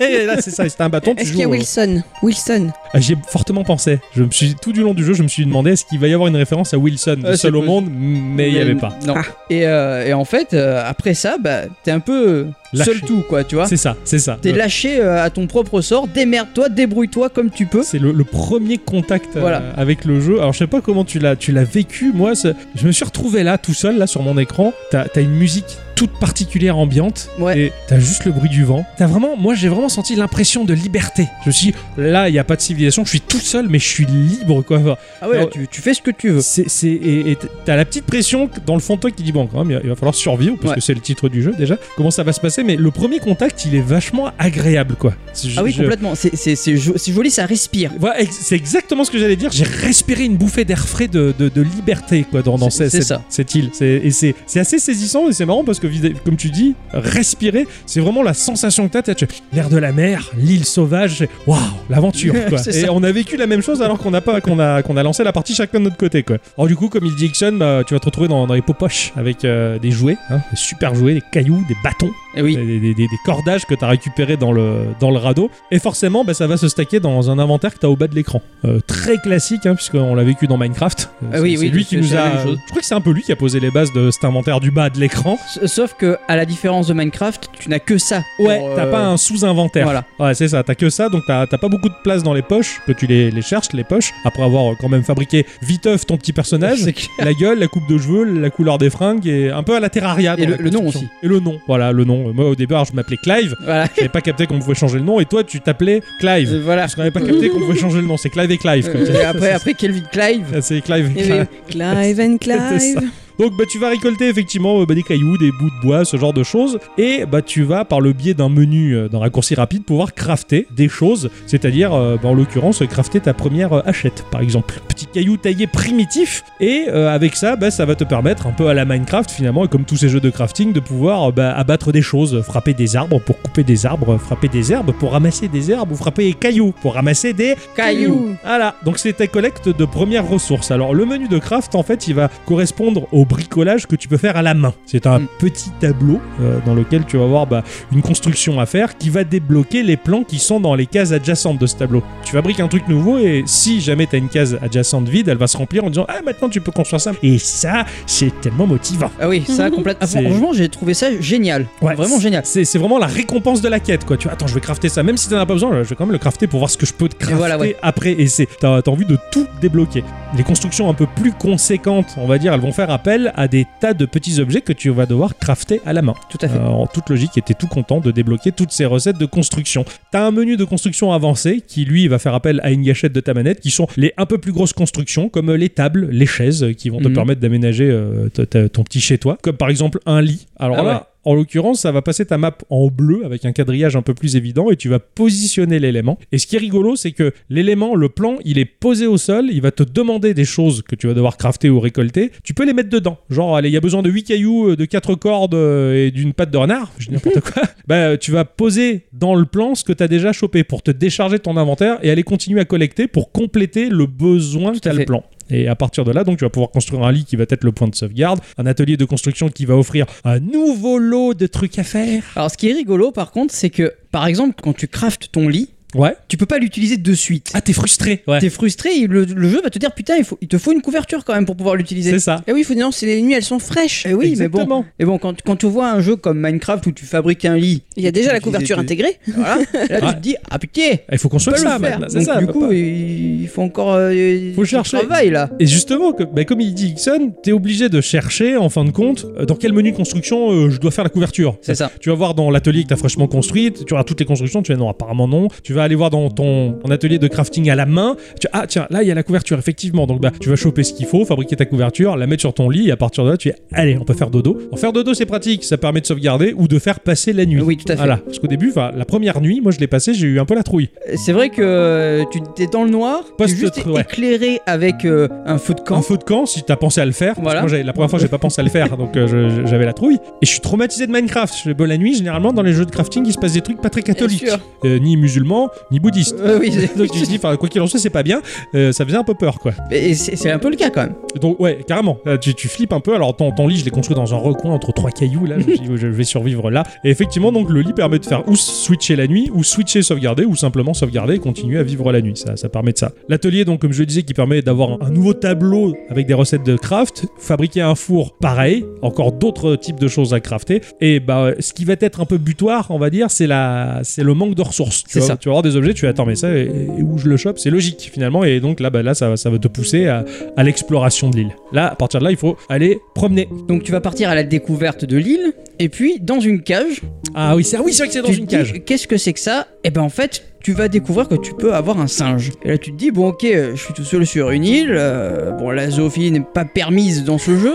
Speaker 2: Et là, c'est ça. C'était un bâton. Tu
Speaker 4: Est-ce
Speaker 2: joues.
Speaker 4: qu'il y a
Speaker 2: au-
Speaker 4: Wilson Wilson
Speaker 2: Ah, J'ai fortement pensé. Je me suis tout du long du jeu, je me suis demandé est-ce qu'il va y avoir une référence à Wilson,
Speaker 1: Euh,
Speaker 2: seul
Speaker 1: c'est
Speaker 2: au
Speaker 1: possible.
Speaker 2: monde, mais il n'y avait pas.
Speaker 1: Non.
Speaker 4: Ah.
Speaker 1: Et, euh, et en fait, euh, après ça, bah, t'es un peu euh,
Speaker 2: Lâché.
Speaker 1: seul tout, quoi, tu vois.
Speaker 2: C'est ça, c'est ça.
Speaker 1: T'es
Speaker 2: Euh,
Speaker 1: lâché euh, à ton propre sort, démerde-toi, débrouille-toi comme tu peux.
Speaker 2: C'est le, le premier contact euh,
Speaker 1: Voilà.
Speaker 2: avec le jeu. Alors je sais pas comment tu l'as, tu l'as vécu. Moi, ce- je me suis retrouvé là, tout seul, là sur mon écran. T'as as une musique toute particulière ambiante.
Speaker 1: Ouais.
Speaker 2: Et t'as juste le bruit du vent. T'as vraiment, moi, j'ai vraiment senti l'impression de liberté. Je me suis, dit, là, il y a pas de civilisation. Je suis tout seul, mais je suis libre, quoi. Enfin,
Speaker 1: Ah ouais,
Speaker 2: Non.
Speaker 1: tu, tu fais ce que tu veux.
Speaker 2: c'est, c'est- et et t'as la petite pression que- dans le fond de toi qui dit bon quand même il va falloir survivre parce
Speaker 1: Ouais.
Speaker 2: que c'est le titre du jeu déjà. Comment ça va se passer Mais le premier contact il est vachement agréable quoi. Je-
Speaker 1: Ah oui,
Speaker 2: je-
Speaker 1: complètement. C'est- C'est c'est jo- c'est joli, ça respire.
Speaker 2: Voilà, ex- c'est exactement ce que j'allais dire. J'ai respiré une bouffée d'air frais de, de- de liberté quoi, dans, dans
Speaker 1: C'est-
Speaker 2: cette-
Speaker 1: c'est
Speaker 2: cette-
Speaker 1: ça.
Speaker 2: cette île. C'est, et c'est, c'est assez saisissant et c'est marrant parce que, vis- comme tu dis, respirer, c'est vraiment la sensation que t'as. t'as- tu- L'air de la mer, l'île sauvage, c'est- waouh, l'aventure. quoi.
Speaker 1: C'est
Speaker 2: et
Speaker 1: ça.
Speaker 2: on a vécu la même chose alors qu'on a, pas, qu'on a, qu'on a lancé la partie chacun de notre côté. Quoi. Alors, du coup, comme il dit Ixon, bah, tu vas te retrouver dans, dans les popoches avec euh, des jouets, hein, des super jouets, des cailloux, des bâtons
Speaker 1: Eh oui.
Speaker 2: des, des- des- des cordages que tu as récupérés dans le, dans le radeau. Et forcément, bah, ça va se stacker dans un inventaire que tu as au bas de l'écran. Euh, très classique, hein, puisqu'on l'a vécu dans Minecraft. Euh,
Speaker 1: Ah
Speaker 2: c'est-
Speaker 1: oui,
Speaker 2: c'est
Speaker 1: oui,
Speaker 2: lui
Speaker 1: c'est-
Speaker 2: qui nous
Speaker 1: c'est la
Speaker 2: a.
Speaker 1: même chose.
Speaker 2: Je crois que c'est un peu lui qui a posé les bases de cet inventaire du bas de l'écran.
Speaker 1: S- Sauf que, à la différence de Minecraft, tu n'as que ça.
Speaker 2: Ouais,
Speaker 1: Pour,
Speaker 2: t'as
Speaker 1: euh,
Speaker 2: pas un sous-inventaire.
Speaker 1: Voilà.
Speaker 2: Ouais, c'est ça, t'as que ça, donc t'as t'as pas beaucoup de place dans les poches, que tu les, les cherches, les poches, après avoir euh, quand même fabriqué viteuf ton petit personnage.
Speaker 1: C'est clair.
Speaker 2: la gueule, la coupe de cheveux, la couleur des fringues, et un peu à la Terraria.
Speaker 1: Et
Speaker 2: dans
Speaker 1: le-
Speaker 2: la
Speaker 1: le nom
Speaker 2: construction.
Speaker 1: aussi.
Speaker 2: Et le nom, voilà, le nom. Moi, au départ, je m'appelais Clive,
Speaker 1: Voilà.
Speaker 2: J'avais pas capté qu'on pouvait changer le nom et toi tu t'appelais Clive.
Speaker 1: Euh, voilà.
Speaker 2: Parce qu'on avait pas capté qu'on pouvait changer le nom, c'est Clive et Clive. Comme
Speaker 1: Euh,
Speaker 2: ça.
Speaker 1: et après, après Kelvin Clive.
Speaker 2: Ah, C'est Clive et
Speaker 4: Eh
Speaker 2: Clive.
Speaker 4: oui, Clive and
Speaker 2: C'est ça.
Speaker 4: Clive
Speaker 2: Donc bah, tu vas récolter effectivement euh, bah, des cailloux, des bouts de bois, ce genre de choses. Et bah, tu vas par le biais d'un menu, euh, d'un raccourci rapide, pouvoir crafter des choses. C'est-à-dire euh, bah, en l'occurrence euh, crafter ta première euh, hachette par exemple. Petit caillou taillé primitif. Et euh, avec ça, bah, ça va te permettre un peu à la Minecraft finalement, et comme tous ces jeux de crafting, de pouvoir euh, bah, abattre des choses, euh, frapper des arbres pour couper des arbres, euh, frapper des herbes pour ramasser des herbes ou frapper des cailloux pour ramasser des
Speaker 1: Caillou.
Speaker 2: voilà, donc c'est ta collecte de premières ressources. Alors le menu de craft, en fait, il va correspondre au bricolage que tu peux faire à la main. C'est un
Speaker 1: Mm.
Speaker 2: petit tableau euh, dans lequel tu vas avoir bah, une construction à faire qui va débloquer les plans qui sont dans les cases adjacentes de ce tableau. Tu fabriques un truc nouveau et si jamais tu as une case adjacente vide, elle va se remplir en disant Ah maintenant tu peux construire ça. Et ça, c'est tellement motivant.
Speaker 1: Ah oui, ça complètement. Ah,
Speaker 2: C'est-
Speaker 1: franchement, j'ai trouvé ça génial.
Speaker 2: Ouais,
Speaker 1: Vraiment
Speaker 2: c'est-
Speaker 1: génial.
Speaker 2: C'est c'est vraiment la récompense de la quête, quoi. Tu vois, attends, je vais crafter ça, même si t'en as pas besoin, je vais quand même le crafter pour voir ce que je peux te crafter
Speaker 1: voilà, ouais.
Speaker 2: après. Et c'est, t'as t'as envie de tout débloquer. Les constructions un peu plus conséquentes, on va dire, elles vont faire appel à des tas de petits objets que tu vas devoir crafter à la main.
Speaker 1: Tout à fait.
Speaker 2: Euh, en toute logique, était tout content de débloquer toutes ces recettes de construction. T'as un menu de construction avancé qui, lui, va faire appel à une gâchette de ta manette, qui sont les un peu plus grosses constructions, comme les tables, les chaises, euh, qui vont te
Speaker 1: Mhm.
Speaker 2: permettre d'aménager euh, ta- ta- ton petit chez toi, comme par exemple un lit. Alors
Speaker 1: Ah
Speaker 2: là.
Speaker 1: ouais.
Speaker 2: En l'occurrence, ça va passer ta map en bleu avec un quadrillage un peu plus évident et tu vas positionner l'élément. Et ce qui est rigolo, c'est que l'élément, le plan, il est posé au sol, il va te demander des choses que tu vas devoir crafter ou récolter. Tu peux les mettre dedans. Genre, allez, il y a besoin de 8 cailloux, euh, de 4 cordes euh, et d'une patte de renard. Je dis n'importe quoi. Bah, tu vas poser dans le plan ce que tu as déjà chopé pour te décharger de ton inventaire et aller continuer à collecter pour compléter le besoin que
Speaker 1: à
Speaker 2: t'as le
Speaker 1: fait.
Speaker 2: plan. Et à partir de là, donc, tu vas pouvoir construire un lit qui va être le point de sauvegarde, un atelier de construction qui va offrir un nouveau lot de trucs à faire.
Speaker 1: Alors, ce qui est rigolo, par contre, c'est que, par exemple, quand tu craftes ton lit,
Speaker 2: Ouais.
Speaker 1: tu peux pas l'utiliser de suite.
Speaker 2: Ah, t'es frustré. Ouais.
Speaker 1: T'es frustré, il- le, le jeu va te dire putain, il, faut, il te faut une couverture quand même pour pouvoir l'utiliser.
Speaker 2: C'est ça.
Speaker 4: Eh oui, faut non, c'est les nuits, elles sont fraîches.
Speaker 2: Eh
Speaker 1: Et oui, mais bon.
Speaker 2: Exactement.
Speaker 1: Et bon, quand, quand tu vois un jeu comme Minecraft où tu fabriques un lit,
Speaker 4: Il y a déjà la
Speaker 1: Tu
Speaker 4: couverture
Speaker 1: disais-
Speaker 4: intégrée.
Speaker 1: voilà, là tu te dis ah putain,
Speaker 2: Il
Speaker 1: je
Speaker 2: faut
Speaker 1: peux
Speaker 2: construire
Speaker 1: le
Speaker 2: ça
Speaker 1: faire.
Speaker 2: maintenant. C'est
Speaker 1: Donc,
Speaker 2: ça.
Speaker 1: du
Speaker 2: faut
Speaker 1: coup, euh,
Speaker 2: pas-
Speaker 1: il il faut encore euh,
Speaker 2: Faut
Speaker 1: du
Speaker 2: chercher.
Speaker 1: travail là.
Speaker 2: Et justement, que- bah, comme il dit Ixon, t'es obligé de chercher, en fin de compte, euh, dans quel menu de construction euh, je dois faire la couverture.
Speaker 1: C'est ça.
Speaker 2: Tu vas voir dans l'atelier que t'as fraîchement construite, tu auras toutes les constructions, tu vas non, apparemment non. Tu vas vas aller voir dans ton, ton atelier de crafting à la main. Tu, ah tiens, là il y a la couverture, effectivement. Donc bah, tu vas choper ce qu'il faut, fabriquer ta couverture, la mettre sur ton lit, et à partir de là, tu es, allez, on peut faire dodo. En faire dodo, c'est pratique, ça permet de sauvegarder ou de faire passer la nuit.
Speaker 1: Oui, tout à fait.
Speaker 2: Voilà, parce qu'au début, enfin, la première nuit, moi je l'ai passée, j'ai eu un peu la trouille.
Speaker 1: C'est vrai que euh, tu es dans le noir, tu es
Speaker 2: Poste-
Speaker 1: juste
Speaker 2: ouais.
Speaker 1: éclairé avec euh, un feu de
Speaker 2: Un
Speaker 1: camp.
Speaker 2: feu de camp, si t'as pensé à le faire. parce que
Speaker 1: Voilà.
Speaker 2: moi, j'avais- la première fois, j'ai pas pensé à le faire, donc euh, je- je- j'avais la trouille. Et je suis traumatisé de Minecraft. Je- bah, la nuit, généralement, dans les jeux de crafting, il se passe des trucs pas très catholiques.
Speaker 1: sûr.
Speaker 2: Euh, ni musulmans, ni bouddhistes.
Speaker 1: Euh, oui, c'est-
Speaker 2: donc je dis, enfin, quoi qu'il en soit, c'est pas bien. Euh, ça faisait un peu peur, quoi.
Speaker 1: Et c'est c'est un peu le cas quand même.
Speaker 2: Donc ouais, carrément. Là, tu, tu flippes un peu. Alors ton, ton lit, je l'ai construit dans un recoin entre trois cailloux. Là, je me suis dit, je vais survivre là. Et effectivement, donc le lit permet de faire ou switcher la nuit, ou switcher sauvegarder, ou simplement sauvegarder et continuer à vivre la nuit. Ça, ça permet de ça. L'atelier, donc comme je le disais, qui permet d'avoir un, un nouveau tableau avec des recettes de craft, fabriquer un four, pareil, encore d'autres types de choses à crafter. Et bah, euh, ce qui va être un peu butoir, on va dire, c'est la, c'est le manque de ressources. Tu
Speaker 1: C'est
Speaker 2: vois,
Speaker 1: ça.
Speaker 2: Tu vas avoir des objets, tu vas attends, mais ça, et, et où je le chope, c'est logique finalement. Et donc là, bah là, ça, ça va te pousser à, à l'exploration de l'île. Là, à partir de là, il faut aller promener.
Speaker 1: Donc tu vas partir à la découverte de l'île, et puis dans une cage.
Speaker 2: Ah oui, c'est ah oui, c'est vrai que c'est dans
Speaker 1: tu te
Speaker 2: une
Speaker 1: dis,
Speaker 2: cage.
Speaker 1: Qu'est-ce que c'est que ça Et ben en fait, tu vas découvrir que tu peux avoir un singe. Et là tu te dis, bon ok, euh, je suis tout seul sur une île, euh, bon la zoophilie n'est pas permise dans ce jeu.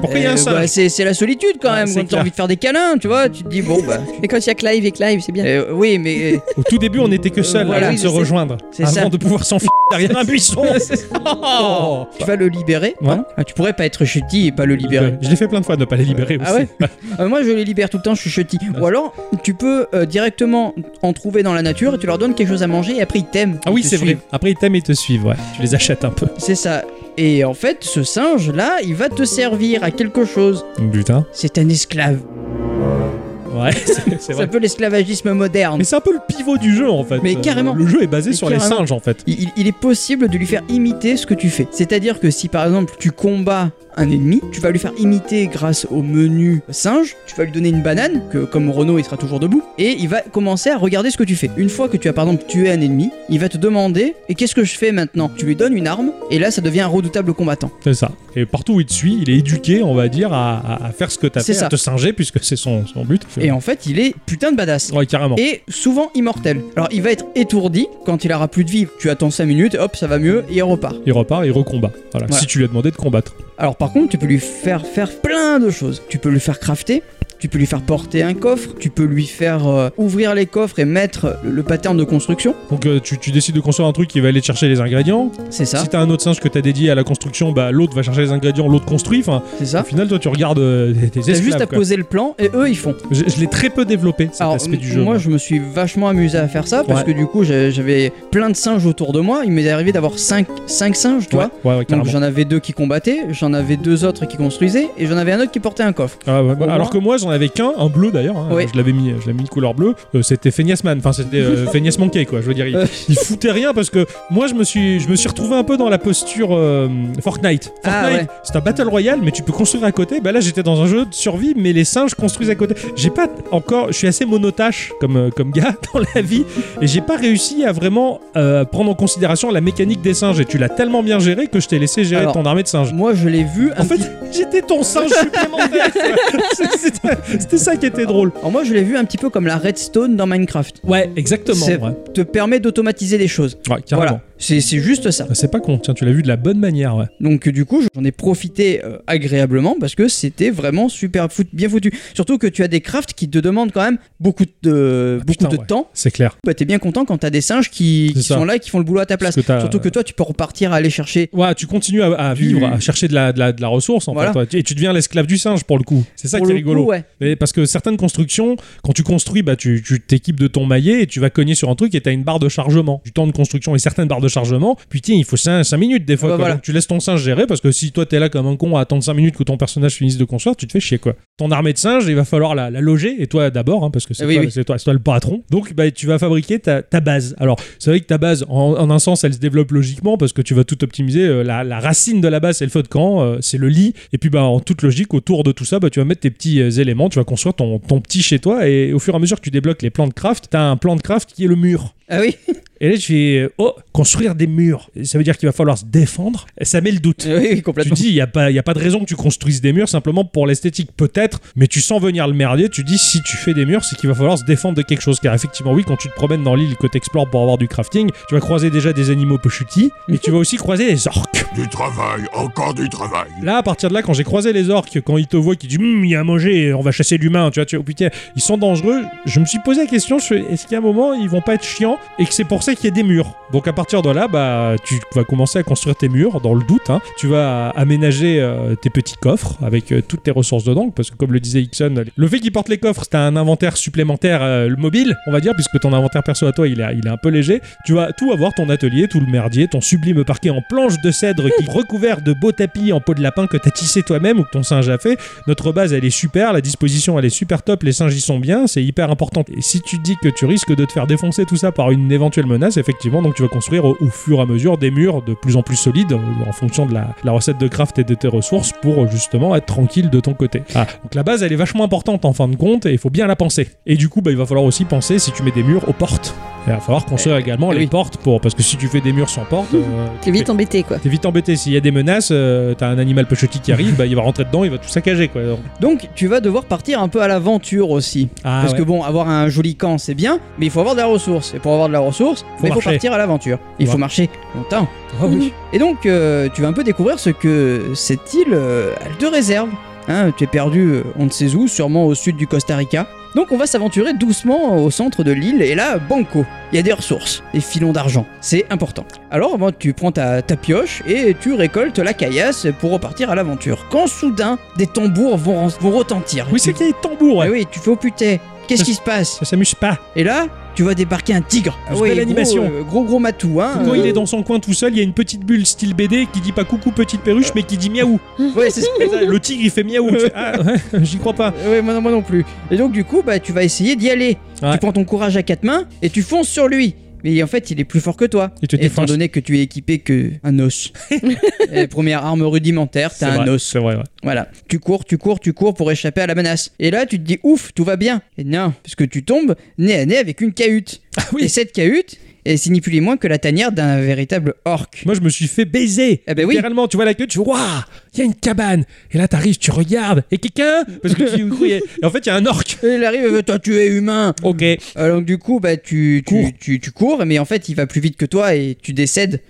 Speaker 2: Pourquoi il y a
Speaker 1: Euh,
Speaker 2: un singe
Speaker 1: bah, C'est c'est la solitude quand
Speaker 2: Ouais,
Speaker 1: même, quand
Speaker 2: c'est
Speaker 1: t'as
Speaker 2: clair.
Speaker 1: envie de faire des câlins, tu vois, tu te dis, bon bah...
Speaker 4: Mais quand il y a Clive et Clive, c'est
Speaker 2: Eh
Speaker 4: bien.
Speaker 1: euh, oui mais...
Speaker 2: Au tout début, on n'était que seuls
Speaker 1: Voilà,
Speaker 2: avant de
Speaker 1: je
Speaker 2: se
Speaker 1: sais.
Speaker 2: rejoindre,
Speaker 1: C'est
Speaker 2: avant
Speaker 1: ça.
Speaker 2: de pouvoir s'enfuir derrière un buisson. Oh
Speaker 1: Tu vas le libérer.
Speaker 2: Ouais.
Speaker 1: pardon. Ah, tu pourrais pas être chutty et pas le libérer.
Speaker 2: Je l'ai fait plein de fois de ne pas les libérer aussi.
Speaker 1: Ah ouais Euh, Moi, je les libère tout le temps, je suis chutty. Ou alors, tu peux euh, directement en trouver dans la nature et tu leur donnes quelque chose à manger et après ils t'aiment.
Speaker 2: Ah oui,
Speaker 1: Ils te
Speaker 2: c'est vrai.
Speaker 1: suivent.
Speaker 2: Après, ils t'aiment et te suivent, ouais. Tu les achètes un peu.
Speaker 1: C'est ça. Et en fait, ce singe-là, il va te servir à quelque chose.
Speaker 2: Putain.
Speaker 1: C'est un esclave.
Speaker 2: Ouais, c'est c'est
Speaker 1: C'est
Speaker 2: vrai.
Speaker 1: un peu l'esclavagisme moderne.
Speaker 2: Mais c'est un peu le pivot du jeu en fait.
Speaker 1: Mais
Speaker 2: Euh,
Speaker 1: carrément.
Speaker 2: Le jeu est basé
Speaker 1: Mais
Speaker 2: sur les
Speaker 1: carrément.
Speaker 2: singes en fait.
Speaker 1: Il, il- il est possible de lui faire imiter ce que tu fais. C'est-à-dire que si par exemple tu combats un ennemi, tu vas lui faire imiter grâce au menu singe, tu vas lui donner une banane, que comme Renault il sera toujours debout, et il va commencer à regarder ce que tu fais. Une fois que tu as par exemple tué un ennemi, il va te demander et qu'est-ce que je fais maintenant Tu lui donnes une arme, et là ça devient un redoutable combattant.
Speaker 2: C'est ça. Et partout où il te suit, il est éduqué, on va dire, à, à- à faire ce que t'as
Speaker 1: C'est
Speaker 2: fait,
Speaker 1: ça.
Speaker 2: à te singer puisque c'est son, son but.
Speaker 1: Et en fait il est putain de badass.
Speaker 2: Ouais, carrément.
Speaker 1: Et souvent immortel. Alors il va être étourdi quand il aura plus de vie. Tu attends 5 minutes, hop, ça va mieux et il repart.
Speaker 2: Il repart, il recombat. Voilà.
Speaker 1: Voilà.
Speaker 2: Si tu lui as demandé de combattre.
Speaker 1: Alors par contre, tu peux lui faire faire plein de choses. Tu peux lui faire crafter, tu peux lui faire porter un coffre, tu peux lui faire euh, ouvrir les coffres et mettre le, le pattern de construction.
Speaker 2: Donc euh, tu, tu décides de construire un truc qui va aller chercher les ingrédients.
Speaker 1: C'est ça,
Speaker 2: Si t'as un autre singe que t'as dédié à la construction, bah l'autre va chercher les ingrédients, l'autre construit. Enfin,
Speaker 1: c'est
Speaker 2: au
Speaker 1: ça.
Speaker 2: final, toi tu regardes euh, tes- tes
Speaker 1: T'as
Speaker 2: esclaves,
Speaker 1: juste à
Speaker 2: quoi.
Speaker 1: poser le plan et eux ils font.
Speaker 2: Je, je l'ai très peu développé cet
Speaker 1: Alors,
Speaker 2: aspect du jeu.
Speaker 1: moi je me suis vachement amusé à faire ça parce
Speaker 2: Ouais.
Speaker 1: que du coup j'ai- j'avais plein de singes autour de moi. Il m'est arrivé d'avoir 5 singes, tu vois.
Speaker 2: ouais, ouais, ouais,
Speaker 1: Donc
Speaker 2: carrément.
Speaker 1: j'en avais deux qui combattaient, j'en avais deux autres qui construisaient et j'en avais un autre qui portait un coffre.
Speaker 2: Ah ouais, bah,
Speaker 1: Au
Speaker 2: alors
Speaker 1: moins-
Speaker 2: que moi j'en avais qu'un, un bleu d'ailleurs, hein,
Speaker 1: Ouais.
Speaker 2: je l'avais mis, je l'avais mis de couleur bleue, Euh, c'était Feignasse Man, enfin c'était euh, Feignasse Monkey quoi, je veux dire, il,
Speaker 1: Euh.
Speaker 2: il foutait rien parce que moi je me suis, je me suis retrouvé un peu dans la posture euh, Fortnite. Fortnite,
Speaker 1: Ah, ouais.
Speaker 2: c'est un battle royale mais tu peux construire à côté, bah là j'étais dans un jeu de survie mais les singes construisent à côté. J'ai pas encore, je suis assez monotache comme, euh, comme gars dans la vie et j'ai pas réussi à vraiment euh, prendre en considération la mécanique des singes et tu l'as tellement bien géré que je t'ai laissé gérer
Speaker 1: Alors,
Speaker 2: ton armée de singes.
Speaker 1: Moi je l'ai vu un
Speaker 2: En fait,
Speaker 1: petit-
Speaker 2: j'étais ton singe supplémentaire. C'est- c'était- C'était ça qui était drôle.
Speaker 1: Alors, moi je l'ai vu un petit peu comme la redstone dans Minecraft.
Speaker 2: Ouais, exactement.
Speaker 1: C'est-
Speaker 2: Ouais,
Speaker 1: te permet d'automatiser des choses.
Speaker 2: Ouais, carrément.
Speaker 1: Voilà, c'est c'est juste ça.
Speaker 2: Ah, C'est pas con. Tiens, tu l'as vu de la bonne manière. Ouais.
Speaker 1: Donc du coup, j'en ai profité euh, agréablement parce que c'était vraiment super fout- bien foutu. Surtout que tu as des crafts qui te demandent quand même beaucoup de, euh, beaucoup
Speaker 2: Ah, putain,
Speaker 1: de
Speaker 2: ouais.
Speaker 1: temps.
Speaker 2: C'est clair.
Speaker 1: Bah t'es bien content quand t'as des singes qui,
Speaker 2: C'est
Speaker 1: qui
Speaker 2: ça.
Speaker 1: sont là et qui font le boulot à ta place.
Speaker 2: Parce que euh, t'as-
Speaker 1: Surtout que toi, tu peux repartir à aller chercher.
Speaker 2: Ouais, tu continues à, à
Speaker 1: Tu-
Speaker 2: vivre, à chercher de la, de la, de la ressource en
Speaker 1: Voilà.
Speaker 2: fait. ouais. Et tu deviens l'esclave du singe pour le coup. C'est ça
Speaker 1: Pour
Speaker 2: qui est
Speaker 1: le
Speaker 2: rigolo.
Speaker 1: coup, ouais.
Speaker 2: Et parce que certaines constructions, quand tu construis, bah, tu tu t'équipes de ton maillet et tu vas cogner sur un truc et t'as une barre de chargement. Du temps de construction et certaines barres de chargement, putain, il faut 5, minutes des fois.
Speaker 1: Ah bah
Speaker 2: quoi.
Speaker 1: voilà.
Speaker 2: Donc, tu laisses ton singe gérer parce que si toi t'es là comme un con à attendre 5 minutes que ton personnage finisse de construire, tu te fais chier quoi. Ton armée de singes, il va falloir la, la loger et toi d'abord, hein, parce que c'est
Speaker 1: Oui,
Speaker 2: toi,
Speaker 1: oui.
Speaker 2: c'est toi, c'est toi le patron. Donc bah, tu vas fabriquer ta, ta base. Alors c'est vrai que ta base, en, en un sens, elle se développe logiquement parce que tu vas tout optimiser. Euh, la, la racine de la base, c'est le feu de camp, euh, c'est le lit. Et puis bah, en toute logique, autour de tout ça, bah, tu vas mettre tes petits euh, éléments, tu vas construire ton, ton petit chez toi. Et au fur et à mesure que tu débloques les plans de craft, t'as un plan de craft qui est le mur.
Speaker 1: Ah oui,
Speaker 2: Et là, je fais Oh, construire des murs, ça veut dire qu'il va falloir se défendre. Et ça met le doute.
Speaker 1: Oui, oui,
Speaker 2: Tu
Speaker 1: complètement.
Speaker 2: dis, il n'y a, pas- y a pas de raison que tu construises des murs simplement pour l'esthétique, peut-être, mais tu sens venir le merdier, tu dis, si tu fais des murs, c'est qu'il va falloir se défendre de quelque chose. Car effectivement, oui, quand tu te promènes dans l'île que tu explores pour avoir du crafting, tu vas croiser déjà des animaux pechutis, mais tu vas aussi croiser des orques.
Speaker 8: Du travail, encore du travail.
Speaker 2: Là, à partir de là, quand j'ai croisé les orques, quand ils te voient, qui disent, Hum, il y a à manger, on va chasser l'humain, tu vois, tu oh, putain, ils sont dangereux, je me suis posé la question, je fais, est-ce qu'à un moment, ils vont pas être chiants et que c'est pour ça qu'il y a des murs Donc à partir de là, bah, tu vas commencer à construire tes murs, dans le doute, hein. tu vas aménager euh, tes petits coffres avec euh, toutes tes ressources dedans, parce que comme le disait Ixon, le fait qu'ils portent les coffres, c'est un inventaire supplémentaire euh, le mobile, on va dire, puisque ton inventaire perso à toi, il est, il est un peu léger, tu vas tout avoir, ton atelier, tout le merdier, ton sublime parquet en planche de cèdre qui est recouvert de beaux tapis en peau de lapin que t'as tissé toi-même ou que ton singe a fait. Notre base, elle est super, la disposition, elle est super top, les singes y sont bien, c'est hyper important. Et si tu dis que tu risques de te faire défoncer tout ça par une éventuelle menace, effectivement, donc tu vas construire au, au fur et à mesure des murs de plus en plus solides euh, en fonction de la, la recette de craft et de tes ressources pour euh, justement être tranquille de ton côté. Ah, donc la base, elle est vachement importante en fin de compte et il faut bien la penser. Et du coup, bah, il va falloir aussi penser, si tu mets des murs, aux portes. Il va falloir construire également
Speaker 1: eh
Speaker 2: les
Speaker 1: oui.
Speaker 2: portes pour parce que si tu fais des murs sans porte, euh,
Speaker 4: T'es vite embêté, quoi.
Speaker 2: T'es vite embêté, s'il y a des menaces, euh, t'as un animal pechotti qui arrive, bah, il va rentrer dedans, il va tout saccager quoi. Donc-
Speaker 1: Donc tu vas devoir partir un peu à l'aventure aussi.
Speaker 2: Ah,
Speaker 1: Parce
Speaker 2: ouais.
Speaker 1: que bon, avoir un joli camp, c'est bien, mais il faut avoir de la ressource. Et pour avoir de la ressource, mais il faut
Speaker 2: marcher.
Speaker 1: partir à l'aventure. Il
Speaker 2: Ouais.
Speaker 1: faut marcher longtemps.
Speaker 2: Ah oui.
Speaker 1: Et donc, euh, tu vas un peu découvrir ce que cette île, euh, elle te réserve. Hein, tu es perdu, euh, on ne sait où, sûrement au sud du Costa Rica. Donc, on va s'aventurer doucement au centre de l'île. Et là, banco, il y a des ressources, des filons d'argent. C'est important. Alors, bon, tu prends ta, ta pioche et tu récoltes la caillasse pour repartir à l'aventure. Quand soudain, des tambours vont, vont retentir.
Speaker 2: Oui, c'est
Speaker 1: Tu-
Speaker 2: qu'il y a des tambours, ouais.
Speaker 1: Ah oui, tu fais au putain. Qu'est-ce qui se passe
Speaker 2: ça s'amuse pas.
Speaker 1: Et là, tu vas débarquer un tigre.
Speaker 2: Une belle
Speaker 1: gros,
Speaker 2: animation.
Speaker 1: euh, Gros, gros matou, hein.
Speaker 2: Quand il
Speaker 1: euh,
Speaker 2: est dans son coin tout seul, il y a une petite bulle style BD qui dit pas coucou petite perruche, mais qui dit miaou.
Speaker 1: Ouais, c'est
Speaker 2: Et ça, Le tigre il fait miaou. Tu fais, Ah, ouais, j'y crois pas.
Speaker 1: Ouais, moi non, moi non plus. Et donc, du coup, bah, tu vas essayer d'y aller.
Speaker 2: Ouais.
Speaker 1: Tu prends ton courage à quatre mains et tu fonces sur lui. Mais en fait, il est plus fort que toi.
Speaker 2: Il te
Speaker 1: étant
Speaker 2: défonce.
Speaker 1: donné que tu es équipé que un os. Et première arme rudimentaire,
Speaker 2: C'est
Speaker 1: t'as un
Speaker 2: vrai,
Speaker 1: os.
Speaker 2: C'est vrai, ouais.
Speaker 1: Voilà. Tu cours, tu cours, tu cours pour échapper à la menace. Et là, tu te dis ouf, tout va bien. Et non, parce que tu tombes nez à nez avec une cahute.
Speaker 2: oui.
Speaker 1: Et cette cahute, elle signifie plus ni moins que la tanière d'un véritable orc.
Speaker 2: Moi, je me suis fait baiser.
Speaker 1: Eh ben oui.
Speaker 2: Littéralement, tu vois la queue, tu fais Waouh, il y a une cabane. Et là, t'arrives, tu regardes. Et quelqu'un Parce que tu oui, et- et en fait, il y a un orc.
Speaker 1: Et il arrive, toi tu es humain.
Speaker 2: Ok.
Speaker 1: Alors donc, du coup, bah, tu, tu,
Speaker 2: Cours.
Speaker 1: Tu, tu cours, mais en fait, il va plus vite que toi et tu décèdes.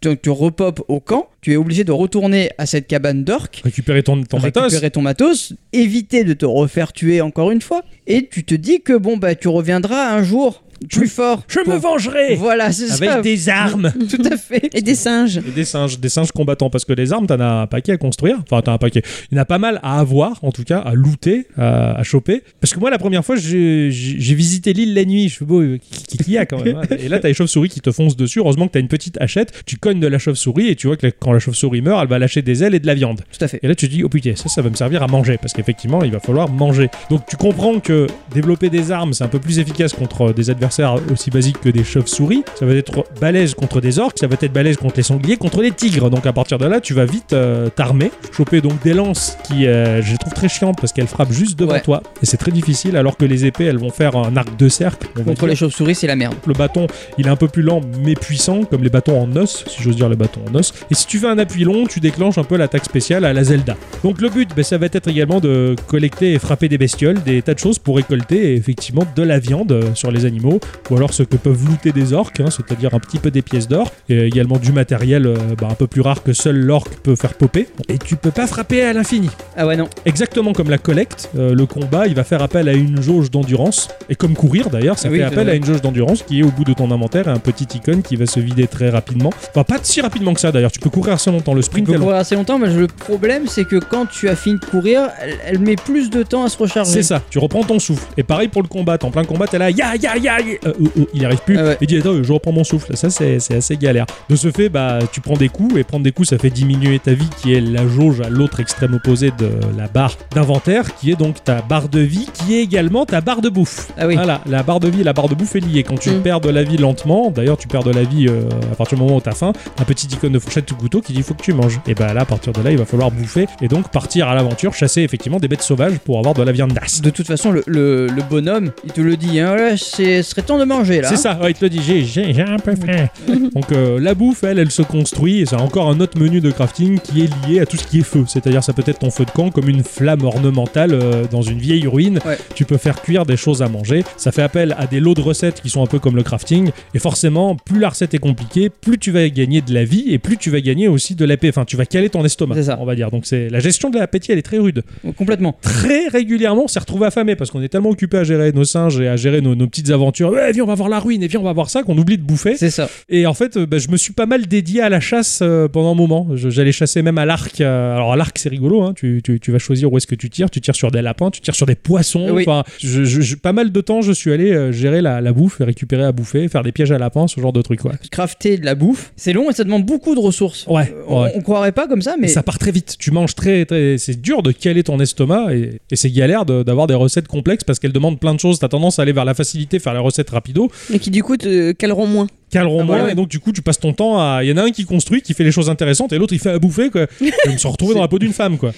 Speaker 1: donc, tu repopes au camp. Tu es obligé de retourner à cette cabane d'orques,
Speaker 2: Récupérer ton, ton matos.
Speaker 1: récupérer ton matos, éviter de te refaire tuer encore une fois. Et tu te dis que bon, bah, tu reviendras un jour plus fort.
Speaker 2: Je me
Speaker 1: Pour-
Speaker 2: vengerai
Speaker 1: Voilà, c'est
Speaker 2: avec
Speaker 1: ça.
Speaker 2: des armes.
Speaker 1: Tout à fait.
Speaker 4: Et des singes.
Speaker 2: Et des singes, des singes combattants, parce que les armes, t'en as un paquet à construire. Enfin, t'en as un paquet. Il y en a pas mal à avoir, en tout cas, à looter, à, à choper. Parce que moi, la première fois, j'ai j'ai- j'ai visité l'île la nuit. Je suis beau, qui qui y a quand même. hein. Et là, t'as les chauves-souris qui te foncent dessus. Heureusement que t'as une petite hachette. Tu cognes de la chauve-souris et tu vois que la- quand la chauve-souris meurt, elle va lâcher des ailes et de la viande.
Speaker 1: Tout à fait.
Speaker 2: Et là, tu te dis, oh putain, ça, ça va me servir à manger, parce qu'effectivement, il va falloir manger. Donc, tu comprends que développer des armes, c'est un peu plus efficace contre euh, des adversaires aussi basiques que des chauves-souris. Ça va être balèze contre des orques, ça va être balèze contre les sangliers, contre les tigres. Donc, à partir de là, tu vas vite euh, t'armer, choper donc des lances qui, euh, je les trouve très chiantes, parce qu'elles frappent juste devant
Speaker 1: Ouais.
Speaker 2: toi. Et c'est très difficile, alors que les épées, elles vont faire un arc de cercle. on va
Speaker 1: Contre
Speaker 2: dire.
Speaker 1: les chauves-souris, c'est la merde.
Speaker 2: Le bâton, il est un peu plus lent mais puissant, comme les bâtons en os, si j'ose dire le bâton en os. Et si tu fais un appui long, tu déclenches un peu l'attaque spéciale à la Zelda. Donc le but, ben, ça va être également de collecter et frapper des bestioles, des tas de choses pour récolter effectivement de la viande euh, sur les animaux, ou alors ce que peuvent looter des orques, hein, c'est-à-dire un petit peu des pièces d'or, et également du matériel euh, ben, un peu plus rare que seul l'orque peut faire popper. Et tu peux pas frapper à l'infini.
Speaker 1: Ah ouais, non.
Speaker 2: Exactement comme la collecte, euh, le combat, il va faire appel à une jauge d'endurance. Et comme courir d'ailleurs, ça
Speaker 1: Ah oui,
Speaker 2: fait
Speaker 1: c'est
Speaker 2: appel
Speaker 1: vrai.
Speaker 2: à une jauge d'endurance qui est au bout de ton inventaire et un petit icône qui va se vider très rapidement. Enfin, pas si rapidement que ça d'ailleurs, tu peux courir assez longtemps. Le
Speaker 1: Tu
Speaker 2: sprint,
Speaker 1: peux
Speaker 2: elle-
Speaker 1: courir assez longtemps, mais le problème, c'est que quand tu as fini de courir, elle, elle met plus de temps à se recharger.
Speaker 2: c'est ça, tu reprends ton souffle. Et pareil pour le combat, en plein combat, t'es là, ya ya ya, ya. Euh, oh, oh, il arrive plus.
Speaker 1: Ah ouais.
Speaker 2: Et dit, attends, je reprends mon souffle. Ça, c'est c'est assez galère. De ce fait, bah, tu prends des coups, et prendre des coups, ça fait diminuer ta vie, qui est la jauge à l'autre extrême opposé de la barre d'inventaire, qui est donc ta barre de vie, qui est également ta barre de bouffe.
Speaker 1: Ah oui.
Speaker 2: Voilà, la barre de vie et la barre de bouffe est liée. Quand tu
Speaker 4: Mm.
Speaker 2: perds de la vie lentement, d'ailleurs, tu perds de la vie euh, à partir du moment où t'as faim, un petit icône de fourchette ou de couteau qui dit faut que tu manges. Et bah là, à partir de là, il va falloir bouffer et donc partir à l'aventure, chasser effectivement des bêtes sauvages pour avoir de la viande d'as.
Speaker 1: De toute façon, le, le- le bonhomme, il te le dit, hein, là, c'est- ce serait C'est temps de manger là.
Speaker 2: C'est ça, ouais, il te le dit, j'ai- j'ai j'ai un peu faim. Donc euh, la bouffe, elle, elle se construit, et c'est encore un autre menu de crafting qui est lié à tout ce qui est feu. C'est-à-dire, ça peut être ton feu de camp comme une flamme ornementale euh, dans une vieille ruine.
Speaker 1: Ouais.
Speaker 2: Tu peux faire cuire des choses à manger. Ça fait appel à des lots de recettes qui sont un peu comme le crafting. Et forcément, plus la recette est compliquée, plus tu vas gagner de la vie, et plus tu vas gagner aussi de la paix. Enfin, tu vas caler ton estomac,
Speaker 1: C'est ça.
Speaker 2: on va dire. Donc c'est la gestion de l'appétit, elle est très rude
Speaker 1: Complètement.
Speaker 2: très régulièrement, on s'est retrouvé affamé parce qu'on est tellement occupé à gérer nos singes et à gérer nos, nos petites aventures. Eh, viens, on va voir la ruine, et viens, on va voir ça, qu'on oublie de bouffer.
Speaker 1: C'est ça.
Speaker 2: Et en fait, euh, bah, je me suis pas mal dédié à la chasse euh, pendant un moment. Je- J'allais chasser même à l'arc. euh, alors à l'arc, c'est rigolo. hein, tu, tu- tu vas choisir où est-ce que tu tires. Tu tires sur des lapins, tu tires sur des poissons.
Speaker 1: Oui.
Speaker 2: Enfin, je- je- je- pas mal de temps, je suis allé euh, gérer la, la bouffe, récupérer à bouffer, faire des pièges à lapins, ce genre de trucs. Ouais.
Speaker 1: Crafter de la bouffe, c'est long et ça demande beaucoup de ressources.
Speaker 2: Ouais,
Speaker 1: Euh, on,
Speaker 2: ouais.
Speaker 1: on croirait pas comme ça, mais
Speaker 2: Et ça part très vite. Tu manges très, très. C'est dur de caler ton estomac et, et c'est galère de- d'avoir des recettes complexes parce qu'elles demandent plein de choses. T'as tendance à aller vers la facilité, faire la recette rapido,
Speaker 4: Et qui du coup te caleront moins.
Speaker 2: caleront
Speaker 1: Ah,
Speaker 2: moins.
Speaker 1: ouais.
Speaker 2: Et donc, du coup, tu passes ton temps à. Il y en a un qui construit, qui fait les choses intéressantes et l'autre, il fait à bouffer, quoi. Et je me suis retrouvé dans la peau d'une femme, quoi.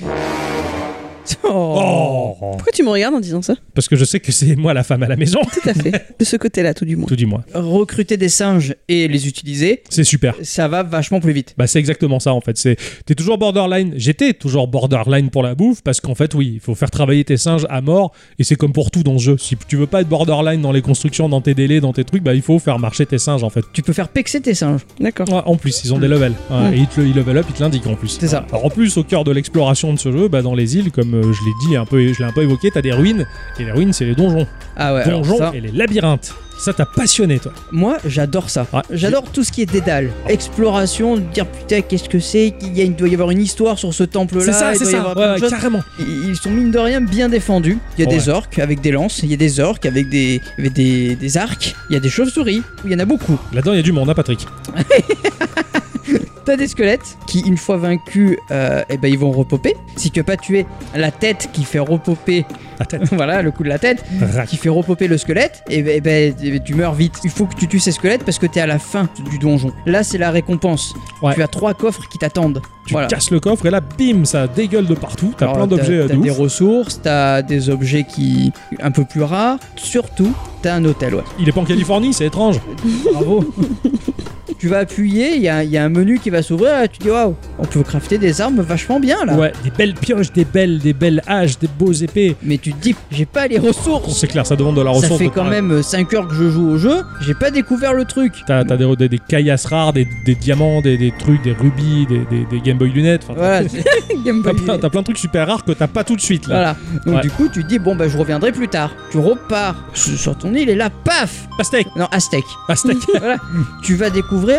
Speaker 1: Oh.
Speaker 2: Oh.
Speaker 4: Pourquoi tu me regardes en disant ça
Speaker 2: Parce que je sais que c'est moi la femme à la maison.
Speaker 4: Tout à fait. De ce côté-là, tout du moins.
Speaker 2: Tout dis-moi.
Speaker 1: recruter des singes et les utiliser,
Speaker 2: C'est super.
Speaker 1: ça va vachement plus vite.
Speaker 2: Bah c'est exactement ça en fait. C'est t'es toujours borderline. J'étais toujours borderline pour la bouffe parce qu'en fait oui, il faut faire travailler tes singes à mort et c'est comme pour tout dans le jeu. Si tu veux pas être borderline dans les constructions, dans tes délais, dans tes trucs, bah il faut faire marcher tes singes en fait.
Speaker 1: Tu peux faire pexer tes singes.
Speaker 4: D'accord.
Speaker 2: Ouais, en plus, ils ont des levels. Ouais,
Speaker 4: Mm.
Speaker 2: Et ils te le- ils level up, ils te l'indiquent en plus.
Speaker 1: C'est ça.
Speaker 2: Alors en plus, au cœur de l'exploration de ce jeu, bah, dans les îles, comme euh, je l'ai dit un peu, je l'ai un peu évoqué, t'as des ruines et les ruines, c'est les donjons,
Speaker 1: Ah ouais. alors
Speaker 2: donjons
Speaker 1: ça,
Speaker 2: et les labyrinthes. Ça t'a passionné toi.
Speaker 1: Moi, j'adore ça.
Speaker 2: Ouais.
Speaker 1: J'adore tout ce qui est dédale, exploration, dire putain qu'est-ce que c'est, qu'il y a, il doit y avoir une histoire sur ce temple-là.
Speaker 2: C'est ça,
Speaker 1: il
Speaker 2: c'est
Speaker 1: doit y
Speaker 2: ça.
Speaker 1: avoir
Speaker 2: Ouais,
Speaker 1: plein de
Speaker 2: ouais,
Speaker 1: choses.
Speaker 2: carrément.
Speaker 1: Ils ils sont mine de rien bien défendus. Il y a
Speaker 2: Ouais.
Speaker 1: des orques avec des lances, il y a des orques avec des, avec des, des arcs, il y a des chauves-souris, il y en a beaucoup.
Speaker 2: Là-dedans, il y a du monde, hein, Patrick.
Speaker 1: T'as des squelettes qui, une fois vaincus, euh, eh ben, ils vont repoper. Si tu as pas tué la tête qui fait repoper,
Speaker 2: La tête.
Speaker 1: voilà, le coup de la tête, qui fait repoper le squelette, et ben, eh ben, tu meurs vite. Il faut que tu tues ces squelettes parce que t'es à la fin du donjon. Là, c'est la récompense.
Speaker 2: Ouais.
Speaker 1: Tu as trois coffres qui t'attendent.
Speaker 2: Tu
Speaker 1: Voilà.
Speaker 2: casses le coffre et là, bim, ça dégueule de partout. T'as
Speaker 1: Alors,
Speaker 2: plein d'objets euh,
Speaker 1: T'as
Speaker 2: de
Speaker 1: des
Speaker 2: ouf.
Speaker 1: ressources, t'as des objets qui un peu plus rares. Surtout, t'as un hôtel. Ouais.
Speaker 2: Il est pas en Californie, c'est étrange.
Speaker 1: Bravo. tu vas appuyer, il y a, il y a un menu qui va s'ouvrir. et Tu dis waouh, on peut crafter des armes vachement bien là.
Speaker 2: Ouais, des belles pioches, des belles, des belles haches, des beaux épées.
Speaker 1: Mais tu te dis, j'ai pas les ressources.
Speaker 2: C'est clair, ça demande de la ressource.
Speaker 1: Ça fait
Speaker 2: de
Speaker 1: quand
Speaker 2: parler.
Speaker 1: même 5 heures que je joue au jeu, j'ai pas découvert le truc.
Speaker 2: T'as t'as des, des, des caillasses rares, des, des diamants, des, des trucs, des rubis, des, des, des Game Boy lunettes. Enfin,
Speaker 1: Voilà, c'est- Game
Speaker 2: T'as
Speaker 1: Boy.
Speaker 2: plein, t'as plein de trucs super rares que t'as pas tout de suite là.
Speaker 1: Voilà. Donc
Speaker 2: Ouais.
Speaker 1: du coup, tu te dis bon bah je reviendrai plus tard. Tu repars sur sur ton île et là paf,
Speaker 2: Pastèque,
Speaker 1: non aztèque.
Speaker 2: pastèque.
Speaker 1: voilà. Tu vas découvrir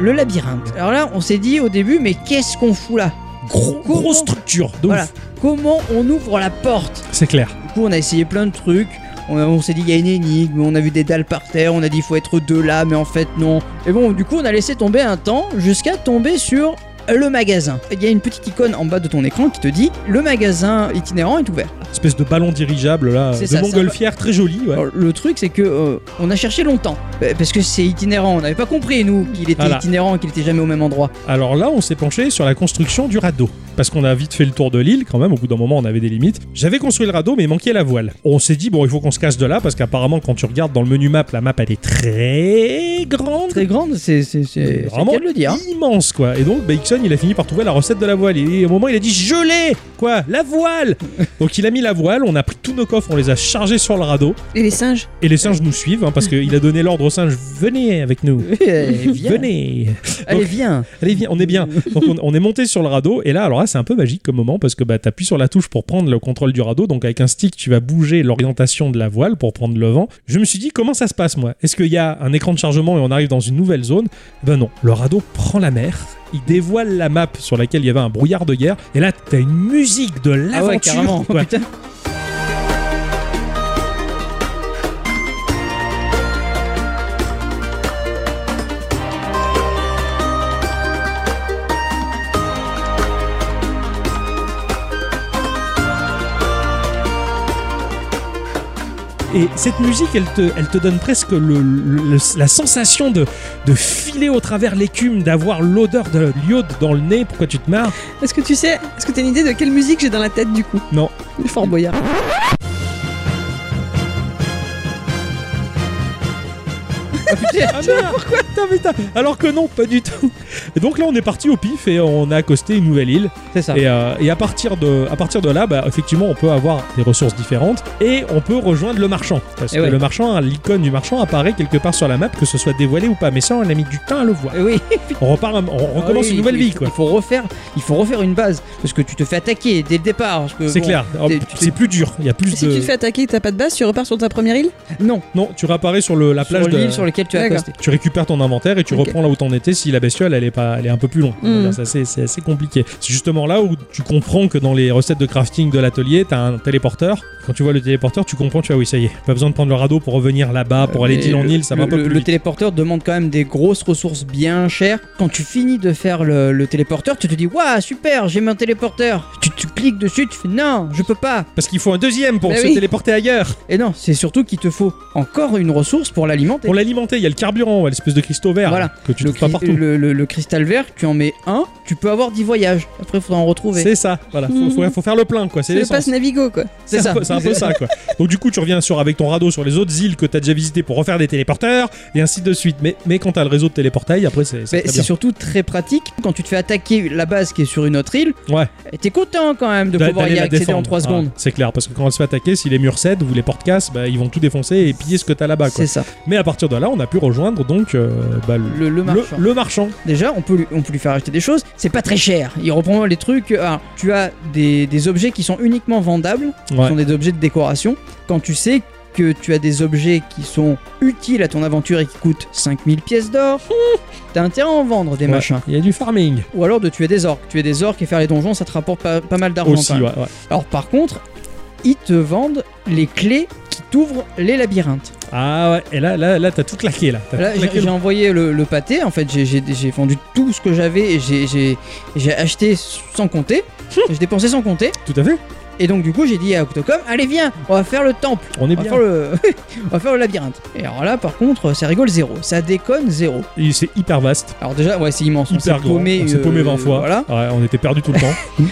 Speaker 1: le labyrinthe. Alors là, on s'est dit au début mais qu'est-ce qu'on fout là
Speaker 2: Gros,
Speaker 1: Comment-
Speaker 2: grosse structure. De
Speaker 1: Voilà.
Speaker 2: ouf.
Speaker 1: Comment on ouvre la porte
Speaker 2: C'est clair.
Speaker 1: Du coup, on a essayé plein de trucs. On, on s'est dit, il y a une énigme, on a vu des dalles par terre, on a dit, il faut être deux là, mais en fait, non. Et bon, du coup, on a laissé tomber un temps jusqu'à tomber sur le magasin. Il y a une petite icône en bas de ton écran qui te dit, le magasin itinérant est ouvert.
Speaker 2: Espèce de ballon dirigeable là,
Speaker 1: C'est
Speaker 2: de
Speaker 1: ça, ça
Speaker 2: montgolfière, très joli. Ouais.
Speaker 1: Alors, le truc, c'est que euh, on a cherché longtemps. Euh, Parce que c'est itinérant, on n'avait pas compris, nous, qu'il était
Speaker 2: Voilà.
Speaker 1: itinérant, qu'il était jamais au même endroit.
Speaker 2: Alors là, on s'est penché sur la construction du radeau. Parce qu'on a vite fait le tour de l'île, quand même, au bout d'un moment, on avait des limites. J'avais construit le radeau, mais il manquait la voile. On s'est dit, bon, il faut qu'on se casse de là, parce qu'apparemment, quand tu regardes dans le menu map, la map, elle est très grande.
Speaker 1: Très grande, c'est c'est- c'est- c'est le
Speaker 2: Vraiment
Speaker 1: cas de le dire. hein.
Speaker 2: immense quoi. Et donc Bixon il a fini par trouver la recette de la voile. Et au moment il a dit je l'ai quoi la voile. donc il a mis la voile, on a pris tous nos coffres, on les a chargés sur le radeau
Speaker 4: Et les singes
Speaker 2: et les singes nous suivent hein, parce qu'il a donné l'ordre aux singes venez avec nous.
Speaker 1: Eh, viens.
Speaker 2: Venez.
Speaker 1: Allez, viens.
Speaker 2: Allez, viens, on est bien. Donc, on, on est monté sur le radeau. Et là, alors là, c'est un peu magique comme moment parce que bah, t'appuies sur la touche pour prendre le contrôle du radeau. Donc, avec un stick, tu vas bouger l'orientation de la voile pour prendre le vent. Je me suis dit, comment ça se passe, moi Est-ce qu'il y a un écran de chargement et on arrive dans une nouvelle zone Ben non. Le radeau prend la mer. Il dévoile la map sur laquelle il y avait un brouillard de guerre. Et là, t'as une musique de
Speaker 1: Ah ouais,
Speaker 2: l'aventure.
Speaker 1: carrément.
Speaker 2: quoi.
Speaker 1: Putain.
Speaker 2: Et cette musique, elle te, elle te donne presque le- le- la sensation de, de filer au travers l'écume, d'avoir l'odeur de l'iode dans le nez. Pourquoi tu te marres
Speaker 4: Est-ce que tu sais, est-ce que t'as une idée de quelle musique j'ai dans la tête du coup
Speaker 2: Non.
Speaker 4: Le Fort Boyard.
Speaker 2: Ah merde, putain, putain. Alors que non, pas du tout. Et donc là, on est parti au pif et on a accosté une nouvelle île.
Speaker 1: C'est ça.
Speaker 2: Et, euh, et à, partir de, à partir de là, bah, effectivement, on peut avoir des ressources différentes et on peut rejoindre le marchand. Parce
Speaker 1: Et
Speaker 2: que
Speaker 1: Eh ouais.
Speaker 2: le marchand, hein, l'icône du marchand apparaît quelque part sur la map, que ce soit dévoilé ou pas. Mais ça, on a mis du temps à le voir.
Speaker 1: Eh Oui.
Speaker 2: On, repart, un- on
Speaker 1: Ah
Speaker 2: recommence
Speaker 1: oui,
Speaker 2: une nouvelle
Speaker 1: il faut-
Speaker 2: vie, quoi.
Speaker 1: Il faut refaire, il faut refaire une base parce que tu te fais attaquer dès le départ. parce que,
Speaker 2: C'est
Speaker 1: Euh, bon,
Speaker 2: clair.
Speaker 1: t'es-
Speaker 2: Oh,
Speaker 1: tu t'es-
Speaker 2: C'est plus dur. Il y a plus
Speaker 4: Si
Speaker 2: de.
Speaker 4: tu te fais attaquer, t'as pas de base, tu repars sur ta première île
Speaker 1: Non,
Speaker 2: Non, tu réapparais sur le, la plage
Speaker 1: sur l'île
Speaker 2: de.
Speaker 1: sur laquelle tu as
Speaker 4: D'accord.
Speaker 1: accosté.
Speaker 2: Tu récupères ton inventaire et tu
Speaker 4: Ok.
Speaker 2: reprends là où t'en étais si la bestiole elle est pas elle est un peu plus longue.
Speaker 1: Hmm.
Speaker 4: Mm.
Speaker 2: Ça, C'est c'est assez compliqué. C'est justement là où tu comprends que dans les recettes de crafting de l'atelier, t'as un téléporteur. Quand tu vois le téléporteur, tu comprends, tu vois, oui, ça y est, pas besoin de prendre le radeau pour revenir là-bas, pour aller
Speaker 1: Euh, Mais
Speaker 2: d'île en
Speaker 1: le-
Speaker 2: île, ça va
Speaker 1: le-
Speaker 2: un peu
Speaker 1: le-
Speaker 2: plus
Speaker 1: Le
Speaker 2: vite.
Speaker 1: téléporteur demande quand même des grosses ressources bien chères. Quand tu finis de faire le, le téléporteur, tu te dis Waouh, super, j'ai mon téléporteur. Tu, tu cliques dessus, tu fais Non, je peux pas.
Speaker 2: Parce qu'il faut un deuxième pour
Speaker 1: Bah
Speaker 2: se
Speaker 1: oui.
Speaker 2: téléporter ailleurs.
Speaker 1: Et non, c'est surtout qu'il te faut encore une ressource pour l'alimenter.
Speaker 2: Pour l'alimenter, il y a le carburant, ouais, l'espèce de cristaux verts
Speaker 1: Voilà.
Speaker 2: là, que tu
Speaker 1: le,
Speaker 2: trouves pas
Speaker 1: cri-
Speaker 2: partout.
Speaker 1: le- le- le cristal vert, tu en mets un, tu peux avoir 10 voyages. Après, il faudra en retrouver.
Speaker 2: C'est ça, voilà, faut,
Speaker 4: Mhm.
Speaker 1: Hmm.
Speaker 2: faut- faut faire le plein quoi, c'est
Speaker 4: C'est le
Speaker 2: l'essence.
Speaker 4: passe Navigo, quoi.
Speaker 1: C'est
Speaker 2: un
Speaker 1: ça.
Speaker 2: peu- C'est un peu ça, quoi. Donc, du coup, tu reviens sur, avec ton radeau sur les autres îles que tu as déjà visitées pour refaire des téléporteurs et ainsi de suite. Mais, mais quand tu as le réseau de téléportail, après, c'est c'est
Speaker 1: Mais
Speaker 2: très
Speaker 1: c'est
Speaker 2: bien.
Speaker 1: surtout très pratique quand tu te fais attaquer la base qui est sur une autre île.
Speaker 2: Ouais.
Speaker 1: et T'es content quand même de
Speaker 2: D'a-
Speaker 1: pouvoir
Speaker 2: d'aller
Speaker 1: y
Speaker 2: la
Speaker 1: accéder en
Speaker 2: défendre.
Speaker 1: 3 secondes.
Speaker 2: Ah, c'est clair, parce que quand on se fait attaquer, si les murs cèdent ou les portes cassent, bah, ils vont tout défoncer et piller ce que t'as là-bas. Bah, quoi.
Speaker 1: c'est ça.
Speaker 2: Mais à partir de là, on a pu rejoindre donc euh, bah,
Speaker 1: Le,
Speaker 2: le,
Speaker 1: le marchand.
Speaker 2: le- le marchand.
Speaker 1: Déjà, on peut, lui, on peut lui faire acheter des choses. C'est pas très cher. Il reprend les trucs. Alors, tu as des, des objets qui sont uniquement vendables, qui
Speaker 2: Ouais.
Speaker 1: sont des objets de décoration. Quand tu sais que tu as des objets qui sont utiles à ton aventure et qui coûtent 5000 pièces d'or, t'as intérêt à en vendre des
Speaker 2: Ouais.
Speaker 1: machins.
Speaker 2: Il y a du farming
Speaker 1: Ou alors de tuer des orques. Tuer des orques et faire les donjons, ça te rapporte pas, pas mal d'argent.
Speaker 2: aussi.
Speaker 1: quand même.
Speaker 2: ouais, ouais.
Speaker 1: Alors par contre, ils te vendent les clés qui t'ouvrent les labyrinthes.
Speaker 2: Ah ouais, et là, là, là t'as tout claqué là. T'as
Speaker 1: Là,
Speaker 2: tout
Speaker 1: j'ai
Speaker 2: claqué.
Speaker 1: j'ai envoyé le, le pâté, en fait, j'ai- j'ai j'ai vendu tout ce que j'avais, et j'ai- j'ai j'ai acheté sans compter,
Speaker 2: Hum.
Speaker 1: j'ai dépensé sans compter,
Speaker 2: Tout à fait.
Speaker 1: et donc du coup j'ai dit à Octocom, allez viens, on va faire le temple,
Speaker 2: On est
Speaker 1: on va,
Speaker 2: Eh bien.
Speaker 1: faire le... on va faire le labyrinthe. Et alors là par contre, ça rigole zéro, ça déconne zéro.
Speaker 2: Et C'est hyper vaste,
Speaker 1: Alors déjà, ouais c'est immense, on s'est
Speaker 2: hyper grand.
Speaker 1: paumé,
Speaker 2: on s'est paumé
Speaker 1: euh,
Speaker 2: 20 fois.
Speaker 1: Voilà,
Speaker 2: Ouais, on était perdu tout le temps.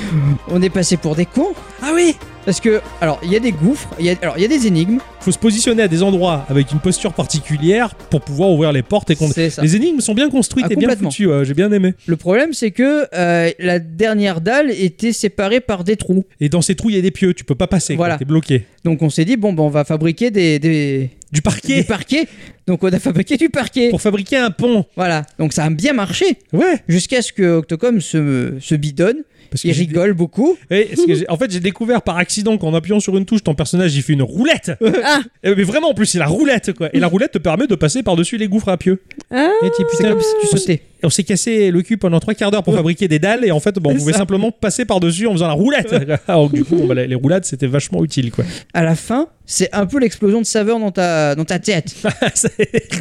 Speaker 1: on est passé pour des cons,
Speaker 2: Ah oui
Speaker 1: parce que, alors il y a des gouffres, il y a- alors il y a des énigmes,
Speaker 2: faut se positionner à des endroits avec une posture particulière pour pouvoir ouvrir les portes et qu'on.
Speaker 1: c'est ça.
Speaker 2: Les énigmes sont bien construites
Speaker 1: Ah,
Speaker 2: et bien
Speaker 1: complètement.
Speaker 2: foutues, ouais, j'ai bien aimé.
Speaker 1: Le problème, c'est que euh, la dernière dalle était séparée par des trous.
Speaker 2: Et dans ces trous, il y a des pieux, tu peux pas passer, quoi,
Speaker 1: Voilà.
Speaker 2: t'es bloqué.
Speaker 1: Donc on s'est dit, bon, ben, on va fabriquer des, des,
Speaker 2: Du parquet
Speaker 1: du parquet. Donc on a fabriqué du parquet.
Speaker 2: pour fabriquer un pont.
Speaker 1: Voilà. Donc ça a bien marché.
Speaker 2: Ouais.
Speaker 1: Jusqu'à ce que Octocom se, se bidonne.
Speaker 2: Parce
Speaker 1: Il
Speaker 2: j'ai-
Speaker 1: rigole beaucoup.
Speaker 2: Eh, parce que j'ai- en fait, j'ai découvert par accident qu'en appuyant sur une touche, ton personnage il fait une roulette.
Speaker 1: Ah.
Speaker 2: Eh, mais vraiment, en plus, c'est la roulette quoi. Et la roulette te permet de passer par-dessus les gouffres à pieux.
Speaker 4: Ah.
Speaker 2: Et t'es-
Speaker 1: C'est
Speaker 2: putain,
Speaker 1: comme si tu
Speaker 2: on s'est-
Speaker 1: sautais.
Speaker 2: On s'est cassé le cul pendant trois quarts d'heure pour fabriquer des dalles et en fait, bon, on
Speaker 1: C'est
Speaker 2: pouvait
Speaker 1: ça.
Speaker 2: simplement passer par-dessus en faisant la roulette. Alors, du coup, bon, bah, les les roulades c'était vachement utile quoi.
Speaker 1: À la fin, c'est un peu l'explosion de saveur dans ta, dans ta tête.
Speaker 2: c'est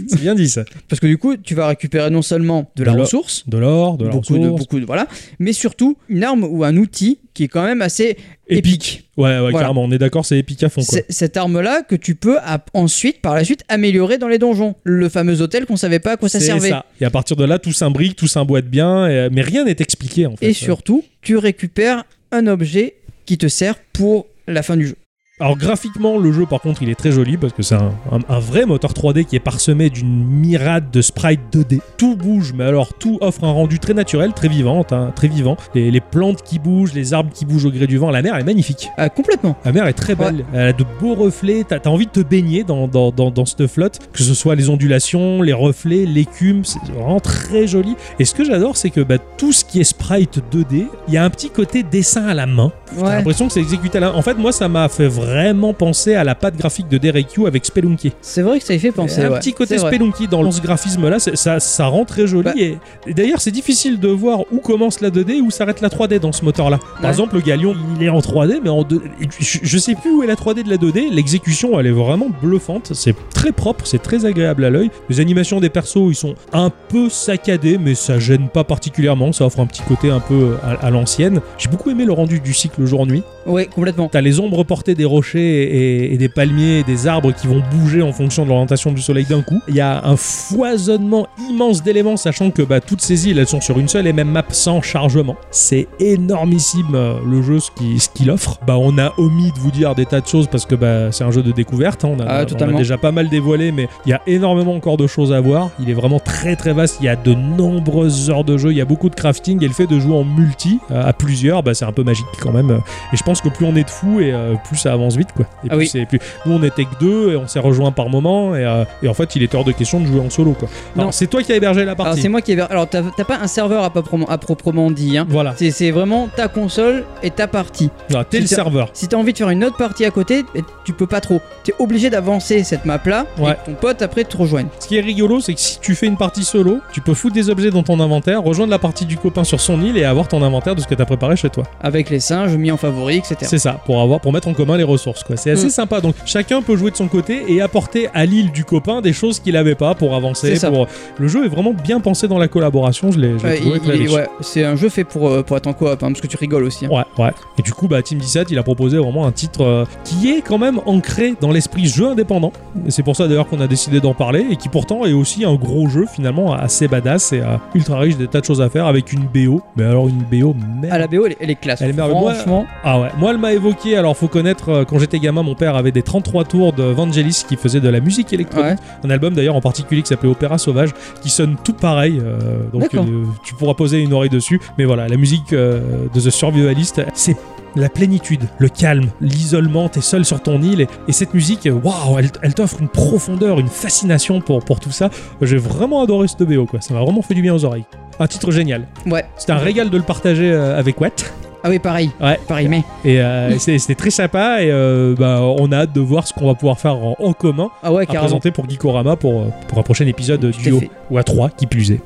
Speaker 2: c'est bien dit ça.
Speaker 1: Parce que du coup, tu vas récupérer non seulement de la
Speaker 2: De l'or.
Speaker 1: ressource,
Speaker 2: De l'or, de la
Speaker 1: beaucoup, de,
Speaker 2: ressource.
Speaker 1: beaucoup de. Voilà. Mais surtout, une arme ou un outil qui est quand même assez épique.
Speaker 2: Ouais, ouais,
Speaker 1: Voilà.
Speaker 2: carrément, on est d'accord, c'est épique à fond quoi.
Speaker 1: C'est- Cette arme-là que tu peux ap- ensuite, par la suite, améliorer dans les donjons. Le fameux hôtel qu'on savait pas à quoi ça
Speaker 2: C'est
Speaker 1: servait.
Speaker 2: ça. Et à partir de là, tout s'imbrique, tout s'emboîte bien, et- mais rien n'est expliqué en fait.
Speaker 1: Et surtout, tu récupères un objet qui te sert pour la fin du jeu.
Speaker 2: Alors graphiquement, le jeu par contre, il est très joli parce que c'est un, un- un vrai moteur 3D qui est parsemé d'une myriade de sprites 2D. Tout bouge, mais alors tout offre un rendu très naturel, très vivant, hein, très vivant. Les, les plantes qui bougent, les arbres qui bougent au gré du vent, la mer elle est magnifique.
Speaker 1: Ah, complètement.
Speaker 2: La mer est très belle, elle a de beaux reflets, t'as as envie de te baigner dans, dans, dans, dans cette flotte, que ce soit les ondulations, les reflets, l'écume, c'est vraiment très joli. Et ce que j'adore, c'est que bah, tout ce qui est sprite 2D, il y a un petit côté dessin à la main. J'ai
Speaker 1: Ouais,
Speaker 2: l'impression que c'est exécuté à la... En fait, moi, ça m'a fait vraiment penser à la patte graphique de Derek Yu avec Spelunky.
Speaker 1: Ah, c'est vrai que ça y fait penser.
Speaker 2: un
Speaker 1: ouais.
Speaker 2: petit côté
Speaker 1: C'est vrai.
Speaker 2: Spelunky dans ce graphisme-là, c'est- ça, ça rend très joli.
Speaker 1: Bah.
Speaker 2: Et, et d'ailleurs, c'est difficile de voir où commence la 2D et où s'arrête la 3D dans ce moteur-là. Par
Speaker 1: Ouais.
Speaker 2: exemple, le Galion, il est en 3D, mais en 2D. Je, je sais plus où est la 3D de la 2D. L'exécution, elle est vraiment bluffante. C'est très propre, c'est très agréable à l'œil. Les animations des persos, ils sont un peu saccadés, mais ça gêne pas particulièrement. Ça offre un petit côté un peu à, à l'ancienne. J'ai beaucoup aimé le rendu du cycle jour-nuit.
Speaker 1: Ouais, complètement.
Speaker 2: T'as les ombres portées des rochers et, et des palmiers et des arbres qui vont bouger en fonction de l'orientation du soleil d'un coup. Il y a un foisonnement immense d'éléments, sachant que bah, toutes ces îles, elles sont sur une seule et même map sans chargement. C'est énormissime euh, le jeu, ce qu'il ce qu'il offre. Bah, on a omis de vous dire des tas de choses parce que bah, c'est un jeu de découverte. hein. On, a,
Speaker 1: Ah,
Speaker 2: on a
Speaker 1: totalement.
Speaker 2: déjà pas mal dévoilé, mais il y a énormément encore de choses à voir. Il est vraiment très très vaste. Il y a de nombreuses heures de jeu. Il y a beaucoup de crafting et le fait de jouer en multi euh, à plusieurs, bah, c'est un peu magique quand même. Et je pense que plus on est de fous et euh, plus ça avance vite quoi. Et
Speaker 1: Ah
Speaker 2: plus
Speaker 1: oui.
Speaker 2: c'est- plus- Nous on était que deux et on s'est rejoints par moment et, euh, et en fait il était hors de question de jouer en solo quoi.
Speaker 1: Non.
Speaker 2: Alors c'est toi qui as hébergé la
Speaker 1: Alors, c'est
Speaker 2: partie.
Speaker 1: moi qui ai. Alors, t'as t'as pas un serveur à, proprement- à proprement dit. Hein.
Speaker 2: voilà,
Speaker 1: C'est- C'est vraiment ta console et ta partie.
Speaker 2: Non, t'es le
Speaker 1: c'est-
Speaker 2: serveur.
Speaker 1: Si t'as envie de faire une autre partie à côté, eh, tu peux pas trop. T'es obligé d'avancer cette map là
Speaker 2: Ouais.
Speaker 1: et que ton pote après te rejoigne.
Speaker 2: Ce qui est rigolo, c'est que si tu fais une partie solo, tu peux foutre des objets dans ton inventaire, rejoindre la partie du copain sur son île et avoir ton inventaire de ce que t'as préparé chez toi.
Speaker 1: Avec les singes mis en favori, etc.
Speaker 2: C'est ça, pour avoir, pour mettre en commun les ressources. quoi. C'est assez
Speaker 4: Mm.
Speaker 2: sympa. Donc chacun peut jouer de son côté et apporter à l'île du copain des choses qu'il n'avait pas pour avancer.
Speaker 1: C'est ça.
Speaker 2: Pour... euh, Le jeu est vraiment bien pensé dans la collaboration. Je l'ai je l'ai
Speaker 1: Ouais,
Speaker 2: trouvé
Speaker 1: il-
Speaker 2: très
Speaker 1: il est-
Speaker 2: riche.
Speaker 1: ouais, c'est un jeu fait pour, euh, pour être en coop, hein, parce que tu rigoles aussi. hein.
Speaker 2: Ouais, ouais. Et du coup, bah, Team 17, il a proposé vraiment un titre euh, qui est quand même ancré dans l'esprit jeu indépendant. Et c'est pour ça d'ailleurs qu'on a décidé d'en parler et qui pourtant est aussi un gros jeu finalement assez badass et euh, ultra riche, des tas de choses à faire avec une BO. Mais alors une BO même.
Speaker 1: Ah, la BO, elle, est- elle est classe.
Speaker 2: Elle est merveilleuse. Moi-
Speaker 1: Franchement,
Speaker 2: Ah ouais, moi elle m'a évoqué, alors faut connaître, euh, quand j'étais gamin, mon père avait des 33 tours de Vangelis qui faisait de la musique électronique.
Speaker 1: ouais.
Speaker 2: Un album d'ailleurs en particulier qui s'appelait Opéra Sauvage, qui sonne tout pareil. euh, donc
Speaker 1: D'accord.
Speaker 2: euh, tu pourras poser une oreille dessus. Mais voilà, la musique euh, de The Survivalist, c'est la plénitude, le calme, l'isolement, t'es seul sur ton île. Et, et cette musique, euh, waouh, elle, elle t'offre une profondeur, une fascination pour, pour tout ça. J'ai vraiment adoré ce BO, quoi. Ça m'a vraiment fait du bien aux oreilles. Un titre génial.
Speaker 1: Ouais.
Speaker 2: C'était un régal de le partager euh, avec Watt.
Speaker 1: Ah oui, pareil.
Speaker 2: Ouais.
Speaker 1: Pareil, mais.
Speaker 2: Et euh, c'est- c'était très sympa et euh, bah, on a hâte de voir ce qu'on va pouvoir faire en, en commun
Speaker 1: Ah ouais,
Speaker 2: à
Speaker 1: carrément.
Speaker 2: présenter pour Geekorama pour, euh, pour un prochain épisode
Speaker 1: Tout à
Speaker 2: duo
Speaker 1: fait.
Speaker 2: ou à 3 qui plus est.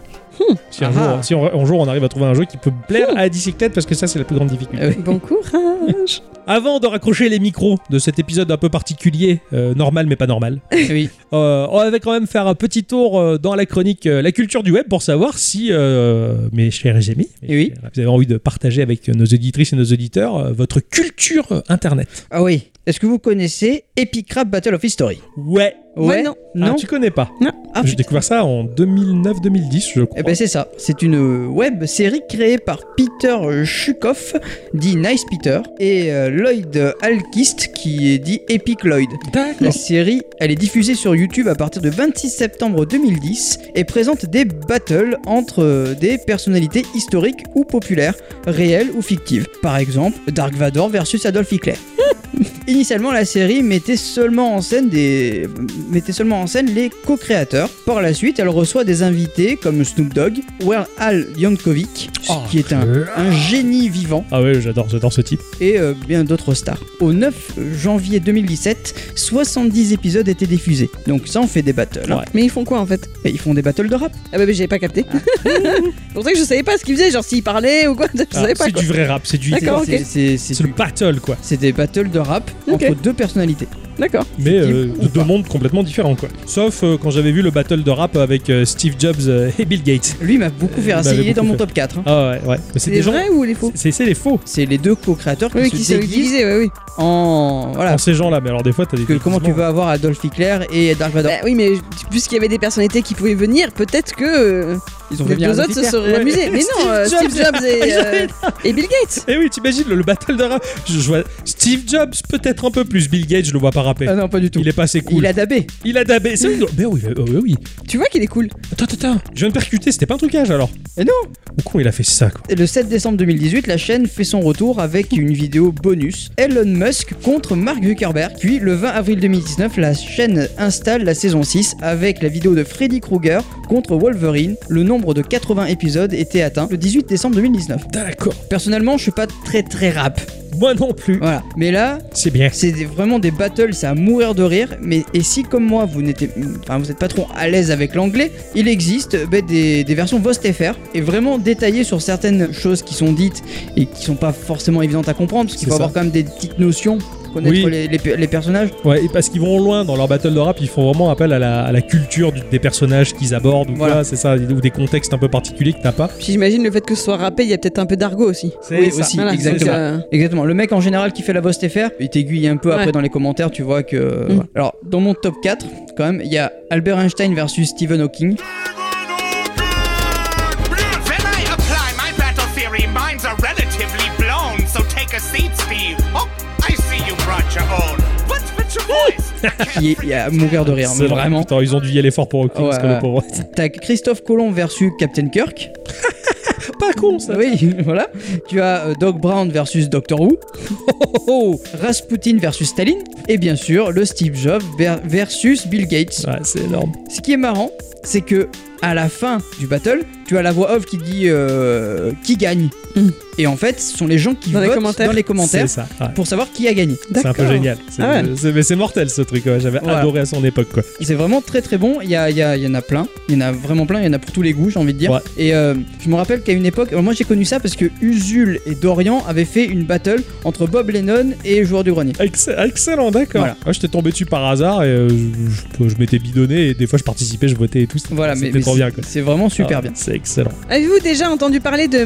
Speaker 2: Si, un
Speaker 1: Ah ah. Hmm.
Speaker 2: jour, si on, un jour on arrive à trouver un jeu qui peut plaire à Dicyclette parce que ça c'est la plus grande difficulté.
Speaker 1: Ah oui.
Speaker 4: Bon courage
Speaker 2: Avant de raccrocher les micros de cet épisode un peu particulier, euh, normal mais pas normal,
Speaker 1: Eh oui.
Speaker 2: euh, on va quand même faire un petit tour euh, dans la chronique euh, La culture du web pour savoir si, euh, mes chers amis, mes
Speaker 1: Et Eh oui.
Speaker 2: chers- vous avez envie de partager avec nos auditrices et nos auditeurs euh, votre culture euh, internet.
Speaker 1: Ah oui. Est-ce que vous connaissez Epic Rap Battle of History
Speaker 2: Ouais.
Speaker 4: Moi, non.
Speaker 2: Ah,
Speaker 1: Non
Speaker 2: tu connais pas.
Speaker 1: Ah,
Speaker 2: J'ai découvert ça en 2009-2010, je crois.
Speaker 1: Eh ben c'est ça, c'est une euh, web série créée par Peter Shukoff, dit Nice Peter, et euh, Lloyd Alkist, qui est dit Epic Lloyd. La
Speaker 2: D'accord.
Speaker 1: série, elle est diffusée sur YouTube à partir de 26 septembre 2010 et présente des battles entre euh, des personnalités historiques ou populaires, réelles ou fictives. Par exemple, Dark Vador versus Adolf Hitler. Initialement, la série mettait seulement en scène des mettait seulement en scène les co-créateurs. Par la suite, elle reçoit des invités comme Snoop Dogg, Werner Al Yankovic,
Speaker 2: Oh,
Speaker 1: ce qui est un- un génie vivant
Speaker 2: Ah ouais, j'adore, j'adore ce type.
Speaker 1: et euh, bien d'autres stars. Au 9 janvier 2017, 70 épisodes étaient diffusés. Donc ça, on fait des battles. hein.
Speaker 2: Ouais.
Speaker 4: Mais ils font quoi en fait
Speaker 1: Et ils font des battles de rap.
Speaker 4: Ah bah mais j'avais pas capté. C'est pour ça que je savais pas ce qu'ils faisaient, genre s'ils parlaient ou quoi, je
Speaker 2: Ah,
Speaker 4: savais pas
Speaker 2: c'est
Speaker 4: quoi.
Speaker 2: du vrai rap, c'est du.
Speaker 4: D'accord,
Speaker 1: C'est-
Speaker 4: ok.
Speaker 1: c'est- C'est
Speaker 2: C'est
Speaker 1: c'est
Speaker 2: le battle quoi,
Speaker 1: c'est des battles de rap
Speaker 4: Ok.
Speaker 1: entre deux personnalités.
Speaker 4: D'accord.
Speaker 2: mais euh,
Speaker 1: ou
Speaker 2: de deux mondes complètement différents quoi. Sauf euh, quand j'avais vu le battle de rap avec euh, Steve Jobs euh, et Bill Gates.
Speaker 1: Lui il m'a beaucoup fait
Speaker 2: Il
Speaker 1: rire.
Speaker 2: m'avait
Speaker 1: Il est dans
Speaker 2: beaucoup
Speaker 1: mon
Speaker 2: fait.
Speaker 1: top 4. hein.
Speaker 2: Ah ouais, ouais. Mais c'est
Speaker 4: C'est
Speaker 2: des
Speaker 4: les
Speaker 2: gens.
Speaker 4: vrais ou les faux
Speaker 2: c'est- C'est les faux.
Speaker 1: C'est les deux co-créateurs qui
Speaker 4: Oui,
Speaker 1: se
Speaker 4: qui sont
Speaker 1: déguisent
Speaker 4: utilisés, oui, oui.
Speaker 1: en voilà.
Speaker 2: En ces gens là, mais alors des fois t'as des.
Speaker 1: Ah. que comment tu
Speaker 2: déguisements.
Speaker 1: vas avoir Adolf Hitler et Dark Vador
Speaker 4: Bah oui, mais puisqu'il y avait des personnalités qui pouvaient venir, peut-être que euh,
Speaker 1: Ils ont fait
Speaker 4: les
Speaker 1: venir
Speaker 4: deux
Speaker 1: Adolf
Speaker 4: autres se
Speaker 1: Hitler.
Speaker 4: seraient
Speaker 2: Ouais.
Speaker 4: amusés. Mais
Speaker 2: Steve
Speaker 4: non, euh, Steve,
Speaker 2: Jobs.
Speaker 4: Jobs et, euh, et Bill Gates.
Speaker 2: Eh oui, t'imagines le, le battle de rap. Je, je vois Steve Jobs peut-être un peu plus, Bill Gates je le vois pas rapper.
Speaker 1: Ah non, pas du tout.
Speaker 2: il est pas assez cool.
Speaker 1: Il a dabé.
Speaker 2: Il a dabé. C'est vrai, Ben oui, oui, oui.
Speaker 4: Tu vois qu'il est cool.
Speaker 2: Attends, attends, attends. Je viens de percuter, c'était pas un trucage alors.
Speaker 1: Et non
Speaker 2: Au con, il a fait ça quoi.
Speaker 1: Et Le 7 décembre 2018, la chaîne fait son retour avec une vidéo bonus Elon Musk contre Mark Zuckerberg. Puis le 20 avril 2019, la chaîne installe la saison 6 avec la vidéo de Freddy Krueger contre Wolverine. Le nombre de 80 épisodes était atteint le 18 décembre 2019.
Speaker 2: D'accord.
Speaker 1: Personnellement, je suis pas très très rap.
Speaker 2: Moi non plus.
Speaker 1: Voilà. Mais là,
Speaker 2: C'est bien.
Speaker 1: c'est des- vraiment des battles, c'est à mourir de rire. Mais et si comme moi, vous n'êtes enfin, vous êtes pas trop à l'aise avec l'anglais, il existe euh, ben, des, des versions VostFR et vraiment détaillées sur certaines choses qui sont dites et qui sont pas forcément évidentes à comprendre parce qu'il
Speaker 2: C'est
Speaker 1: faut
Speaker 2: ça.
Speaker 1: avoir quand même des petites notions connaître
Speaker 2: Oui.
Speaker 1: les, les- les personnages.
Speaker 2: Ouais, et parce qu'ils vont loin dans leur battle de rap, ils font vraiment appel à la, à la culture du- des personnages qu'ils abordent ou
Speaker 1: Voilà.
Speaker 2: quoi, c'est ça, ou des contextes un peu particuliers que t'as pas.
Speaker 4: Puis j'imagine le fait que ce soit rappé, il y a peut-être un peu d'argot aussi.
Speaker 2: C'est
Speaker 1: Oui,
Speaker 2: ça.
Speaker 1: aussi,
Speaker 4: Voilà,
Speaker 1: exactement.
Speaker 4: donc, euh,
Speaker 1: Exactement. Le mec en général qui fait la voix TFR, il t'aiguille un peu après
Speaker 4: Ouais.
Speaker 1: dans les commentaires, tu vois que.
Speaker 4: Mm.
Speaker 1: Alors, dans mon top 4, quand même, il y a Albert Einstein versus Stephen Hawking.
Speaker 9: When I apply my battle theory, minds are relatively blown. So take a seat, Steve. Oh, I see you brought your own. What's with your voice?
Speaker 1: Qui est, il y a à mourir de rire,
Speaker 2: C'est
Speaker 1: mais
Speaker 2: vrai,
Speaker 1: vraiment.
Speaker 2: putain, ils ont dû y aller fort pour Hawkins,
Speaker 1: Ouais,
Speaker 2: parce que
Speaker 1: ouais.
Speaker 2: le pauvre.
Speaker 1: T'as Christophe Colomb versus Captain Kirk.
Speaker 2: Pas con ça
Speaker 1: Oui, voilà. Tu as euh, Doc Brown versus Doctor Who. Oh, oh, oh. Rasputin versus Staline. Et bien sûr, le Steve Jobs ver- versus Bill Gates.
Speaker 2: Ouais, c'est énorme.
Speaker 1: Ce qui est marrant, c'est que à la fin du battle, tu as la voix off qui dit euh, qui gagne.
Speaker 4: Mm.
Speaker 1: Et en fait, ce sont les gens qui
Speaker 4: Dans les
Speaker 1: votent
Speaker 4: commentaires.
Speaker 1: dans les commentaires
Speaker 2: C'est ça. ouais.
Speaker 1: pour savoir qui a gagné.
Speaker 2: C'est un peu
Speaker 4: D'accord.
Speaker 2: génial. C'est-
Speaker 4: Ah ouais.
Speaker 2: c'est- mais c'est mortel ce truc, ouais. j'avais
Speaker 1: Voilà.
Speaker 2: adoré à son époque quoi.
Speaker 1: C'est vraiment très très bon. Il y, a- il y a- il y en a plein. Il y en a vraiment plein. Il y en a pour tous les goûts, j'ai envie de dire.
Speaker 2: Ouais.
Speaker 1: Et euh, je me rappelle qu'à une époque, alors moi j'ai connu ça parce que Usul et Dorian avaient fait une battle entre Bob Lennon et Joueur du Grenier.
Speaker 2: Ex- excellent, d'accord.
Speaker 1: Voilà.
Speaker 2: Ouais, je t'ai tombé dessus par hasard et euh, je, je- je m'étais bidonné et des fois je participais, je votais et tout. C'était-
Speaker 1: Voilà, mais,
Speaker 2: c'était
Speaker 1: mais
Speaker 2: trop
Speaker 1: c'est-
Speaker 2: bien quoi.
Speaker 1: c'est vraiment super
Speaker 2: Ah,
Speaker 1: bien.
Speaker 2: C'est excellent.
Speaker 4: Avez-vous déjà entendu parler de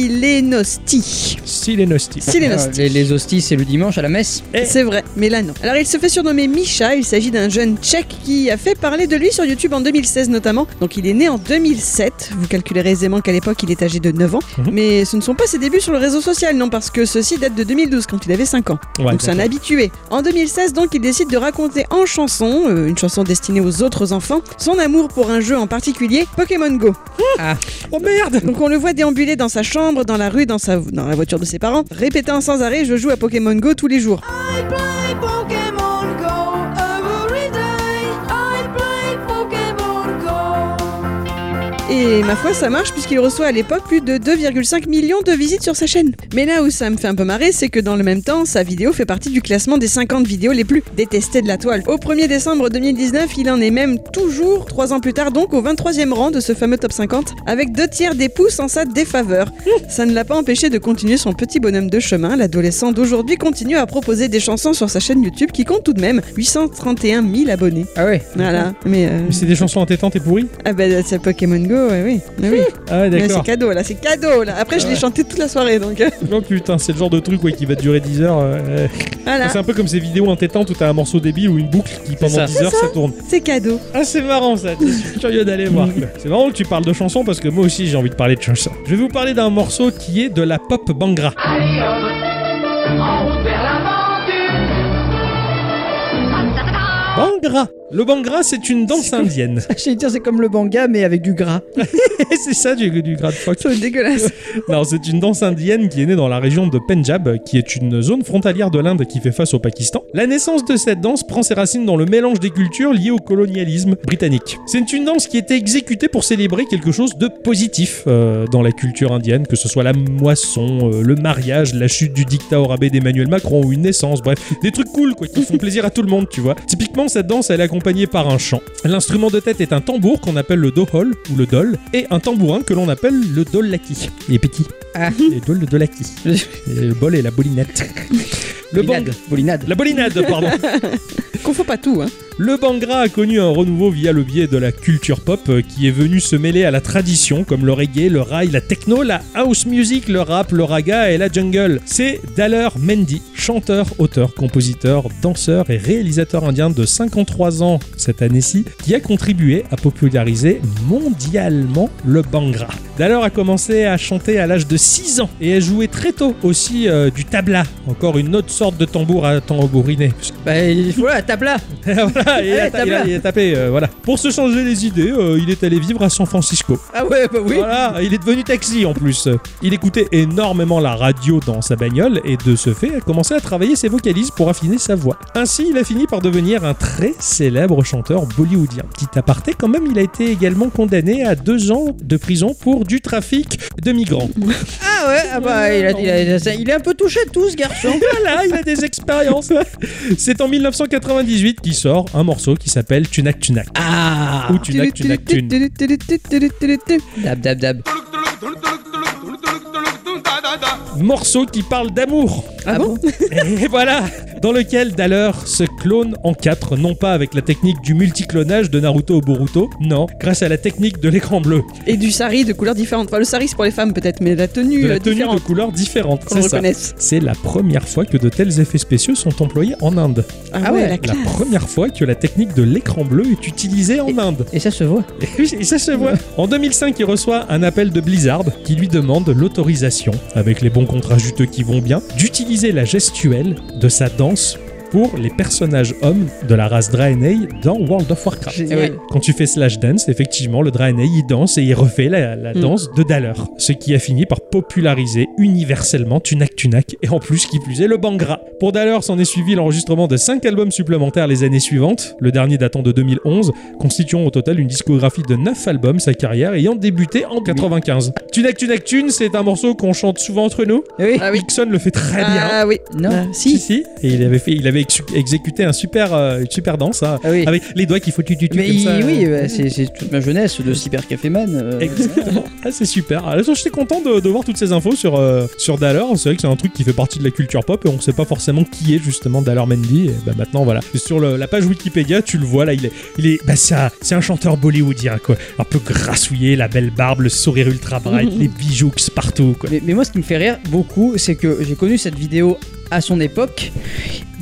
Speaker 4: Michovici-Lenosti
Speaker 2: Silenosti.
Speaker 1: Alors,
Speaker 4: Silenosti.
Speaker 1: Ah, les, les hosties, c'est le dimanche à la messe.
Speaker 2: Eh.
Speaker 4: C'est vrai, mais là non. Alors il se fait surnommer Misha, il s'agit d'un jeune tchèque qui a fait parler de lui sur YouTube en 2016 notamment. Donc il est né en 2007, vous calculerez aisément qu'à l'époque il est âgé de 9 ans,
Speaker 2: Mhm.
Speaker 4: mais ce ne sont pas ses débuts sur le réseau social non parce que ceci date de 2012 quand il avait 5 ans.
Speaker 2: Ouais,
Speaker 4: donc c'est un
Speaker 2: d'accord.
Speaker 4: habitué. En 2016 donc il décide de raconter en chanson, euh, une chanson destinée aux autres enfants, son amour pour un jeu en particulier, Pokémon Go. Ah.
Speaker 2: Oh merde
Speaker 4: Donc on le voit déambuler dans sa chambre, dans la rue, dans, sa, dans la voiture de ses parents, répétant sans arrêt je joue à Pokémon Go tous les jours. Et ma foi, ça marche puisqu'il reçoit à l'époque plus de 2,5 millions de visites sur sa chaîne. Mais là où ça me fait un peu marrer, c'est que dans le même temps, sa vidéo fait partie du classement des 50 vidéos les plus détestées de la toile. Au 1er décembre 2019, il en est même toujours, 3 ans plus tard donc, au 23e rang de ce fameux top 50, avec deux tiers des pouces en sa défaveur. Ça ne l'a pas empêché de continuer son petit bonhomme de chemin. L'adolescent d'aujourd'hui continue à proposer des chansons sur sa chaîne YouTube qui compte tout de même 831 000 abonnés.
Speaker 1: Ah ouais.
Speaker 4: Voilà. Mais, euh,
Speaker 2: Mais c'est des chansons entêtantes et pourries
Speaker 4: ah bah c'est Pokémon Go, ouais, oui. Ah oui.
Speaker 2: Ah ouais,
Speaker 4: Mais c'est
Speaker 2: d'accord.
Speaker 4: cadeau là, c'est cadeau là. Après, je l'ai chanté toute la soirée donc. euh,
Speaker 2: Oh putain, c'est le genre de truc ouais, qui va durer 10 heures. euh,
Speaker 4: voilà,
Speaker 2: C'est un peu comme ces vidéos entêtantes où t'as un morceau débile ou une boucle qui pendant
Speaker 1: ça.
Speaker 2: 10 heures ça tourne.
Speaker 4: c'est cadeau.
Speaker 2: Ah c'est marrant ça, je suis curieux d'aller voir. quoi. C'est marrant que tu parles de chansons parce que moi aussi j'ai envie de parler de chansons. Je vais vous parler d'un morceau qui est de la pop bangra. Bangra Le bangra c'est une danse indienne.
Speaker 1: J'allais dire, c'est comme le banga, mais avec du gras.
Speaker 2: c'est ça du, du gras de fox.
Speaker 4: C'est dégueulasse.
Speaker 2: Non, c'est une danse indienne qui est née dans la région de Punjab, qui est une zone frontalière de l'Inde qui fait face au Pakistan. La naissance de cette danse prend ses racines dans le mélange des cultures liées au colonialisme britannique. C'est une danse qui était exécutée pour célébrer quelque chose de positif euh, dans la culture indienne, que ce soit la moisson, euh, le mariage, la chute du dictat au rabais d'Emmanuel Macron ou une naissance, bref, des trucs cool quoi, qui font plaisir à tout le monde, tu vois. Typiquement, cette danse, elle est accompagnée par un chant. L'instrument de tête est un tambour qu'on appelle le dohol ou le dol, et un tambourin que l'on appelle le dolaki. Il est petit.
Speaker 1: Ah.
Speaker 2: Les dols de Dolaki.
Speaker 1: Le-
Speaker 2: Et le bol et la bolinette. Le bang...
Speaker 1: Bolinade. Bolinade.
Speaker 2: La bolinade, pardon.
Speaker 4: Confond pas tout, hein.
Speaker 2: Le Bangra a connu un renouveau via le biais de la culture pop euh, qui est venue se mêler à la tradition comme le reggae, le rail, la techno, la house music, le rap, le raga et la jungle. C'est Daler Mendy, chanteur, auteur, compositeur, danseur et réalisateur indien de 53 ans cette année-ci, qui a contribué à populariser mondialement le Bangra. Daler a commencé à chanter à l'âge de 6 ans et a joué très tôt aussi euh, du tabla, encore une autre sorte de tambour à tambouriner,
Speaker 1: Bah, il faut la table là.
Speaker 2: voilà, il, a,
Speaker 1: Ouais,
Speaker 2: ta- il a-
Speaker 1: tape-la.
Speaker 2: il a tapé, euh, voilà. Pour se changer les idées, euh, il est allé vivre à San Francisco.
Speaker 1: Ah ouais, bah oui.
Speaker 2: Voilà, il est devenu taxi en plus. Il écoutait énormément la radio dans sa bagnole et de ce fait a commencé à travailler ses vocalises pour affiner sa voix. Ainsi, il a fini par devenir un très célèbre chanteur bollywoodien. Petit aparté, quand même, il a été également condamné à deux ans de prison pour du trafic de migrants.
Speaker 1: Ah ouais, ah bah, il, a, il, a- il a- il est un peu touché à tout ce garçon.
Speaker 2: Voilà, il a des expériences. C'est en 1998 qu'il sort un morceau qui s'appelle Tunak Tunak. Ah Ou Tunak Tunak Tun.
Speaker 4: Tudu-tudu-tudu-tudu-tudu-tudu.
Speaker 1: dab, dab, dab.
Speaker 2: morceau qui parle d'amour.
Speaker 4: Ah, bon,
Speaker 2: Et voilà Dans lequel Daler se clone en quatre, non pas avec la technique du multiclonage de Naruto au Boruto, non, grâce à la technique de l'écran bleu,
Speaker 4: Et du sari de couleurs différentes. Enfin, le sari c'est pour les femmes peut-être, mais la tenue,
Speaker 2: de
Speaker 4: euh,
Speaker 2: la tenue de
Speaker 4: différente.
Speaker 2: couleurs différentes.
Speaker 4: qu'on
Speaker 2: C'est
Speaker 4: le
Speaker 2: ça.
Speaker 4: reconnaisse.
Speaker 2: C'est la première fois que de tels effets spéciaux sont employés en Inde.
Speaker 4: Ah ouais, la
Speaker 2: La
Speaker 4: classe.
Speaker 2: première fois que la technique de l'écran bleu est utilisée en Inde.
Speaker 1: Et ça se voit.
Speaker 2: Et oui, et ça se voit. En 2005, il reçoit un appel de Blizzard qui lui demande l'autorisation, avec les bons contrats juteux qui vont bien, d'utiliser la gestuelle de sa danse pour les personnages hommes de la race Draenei dans World of Warcraft.
Speaker 4: Génial.
Speaker 1: Eh oui.
Speaker 2: Quand tu fais slash dance, effectivement, le Draenei, il danse et il refait la, la
Speaker 1: Mm.
Speaker 2: danse de Daler. Ce qui a fini par populariser universellement Tunak Tunak et en plus, qui plus est, le Bangra. Pour Daler, s'en est suivi l'enregistrement de 5 albums supplémentaires les années suivantes, le dernier datant de 2011, constituant au total une discographie de 9 albums, sa carrière ayant débuté en 95. Tunak Tunak Tune, c'est un morceau qu'on chante souvent entre nous.
Speaker 1: Eh oui. Euh,
Speaker 4: Ah oui.
Speaker 2: Nixon le fait très bien.
Speaker 4: Ah oui.
Speaker 1: Non.
Speaker 4: Ah,
Speaker 2: Si,
Speaker 4: si.
Speaker 2: si. Et il avait, fait, il avait exu- exécuté un super, euh, une super danse, hein,
Speaker 1: Ah oui.
Speaker 2: avec les doigts qu'il faut tu tu tu
Speaker 1: Mais
Speaker 2: comme
Speaker 1: il-
Speaker 2: ça.
Speaker 1: oui, bah, c'est c'est toute ma jeunesse de Cyber Caféman. euh,
Speaker 2: Exactement. Ah, c'est super. Alors, je suis content de, de voir toutes ces infos sur, euh, sur Daler. C'est vrai que c'est un truc qui fait partie de la culture pop et on ne sait pas forcément qui est justement Daler Mendy. Et bah, maintenant, voilà. Et Sur le- la page Wikipédia, tu le vois là, il est. Il est bah, c'est un, c'est un chanteur bollywoodien, quoi. Un peu grassouillé, la belle barbe, le sourire ultra bright, les bijoux partout, quoi.
Speaker 1: Mais, mais moi, ce qui me fait rire beaucoup, c'est que j'ai connu cette vidéo à son époque,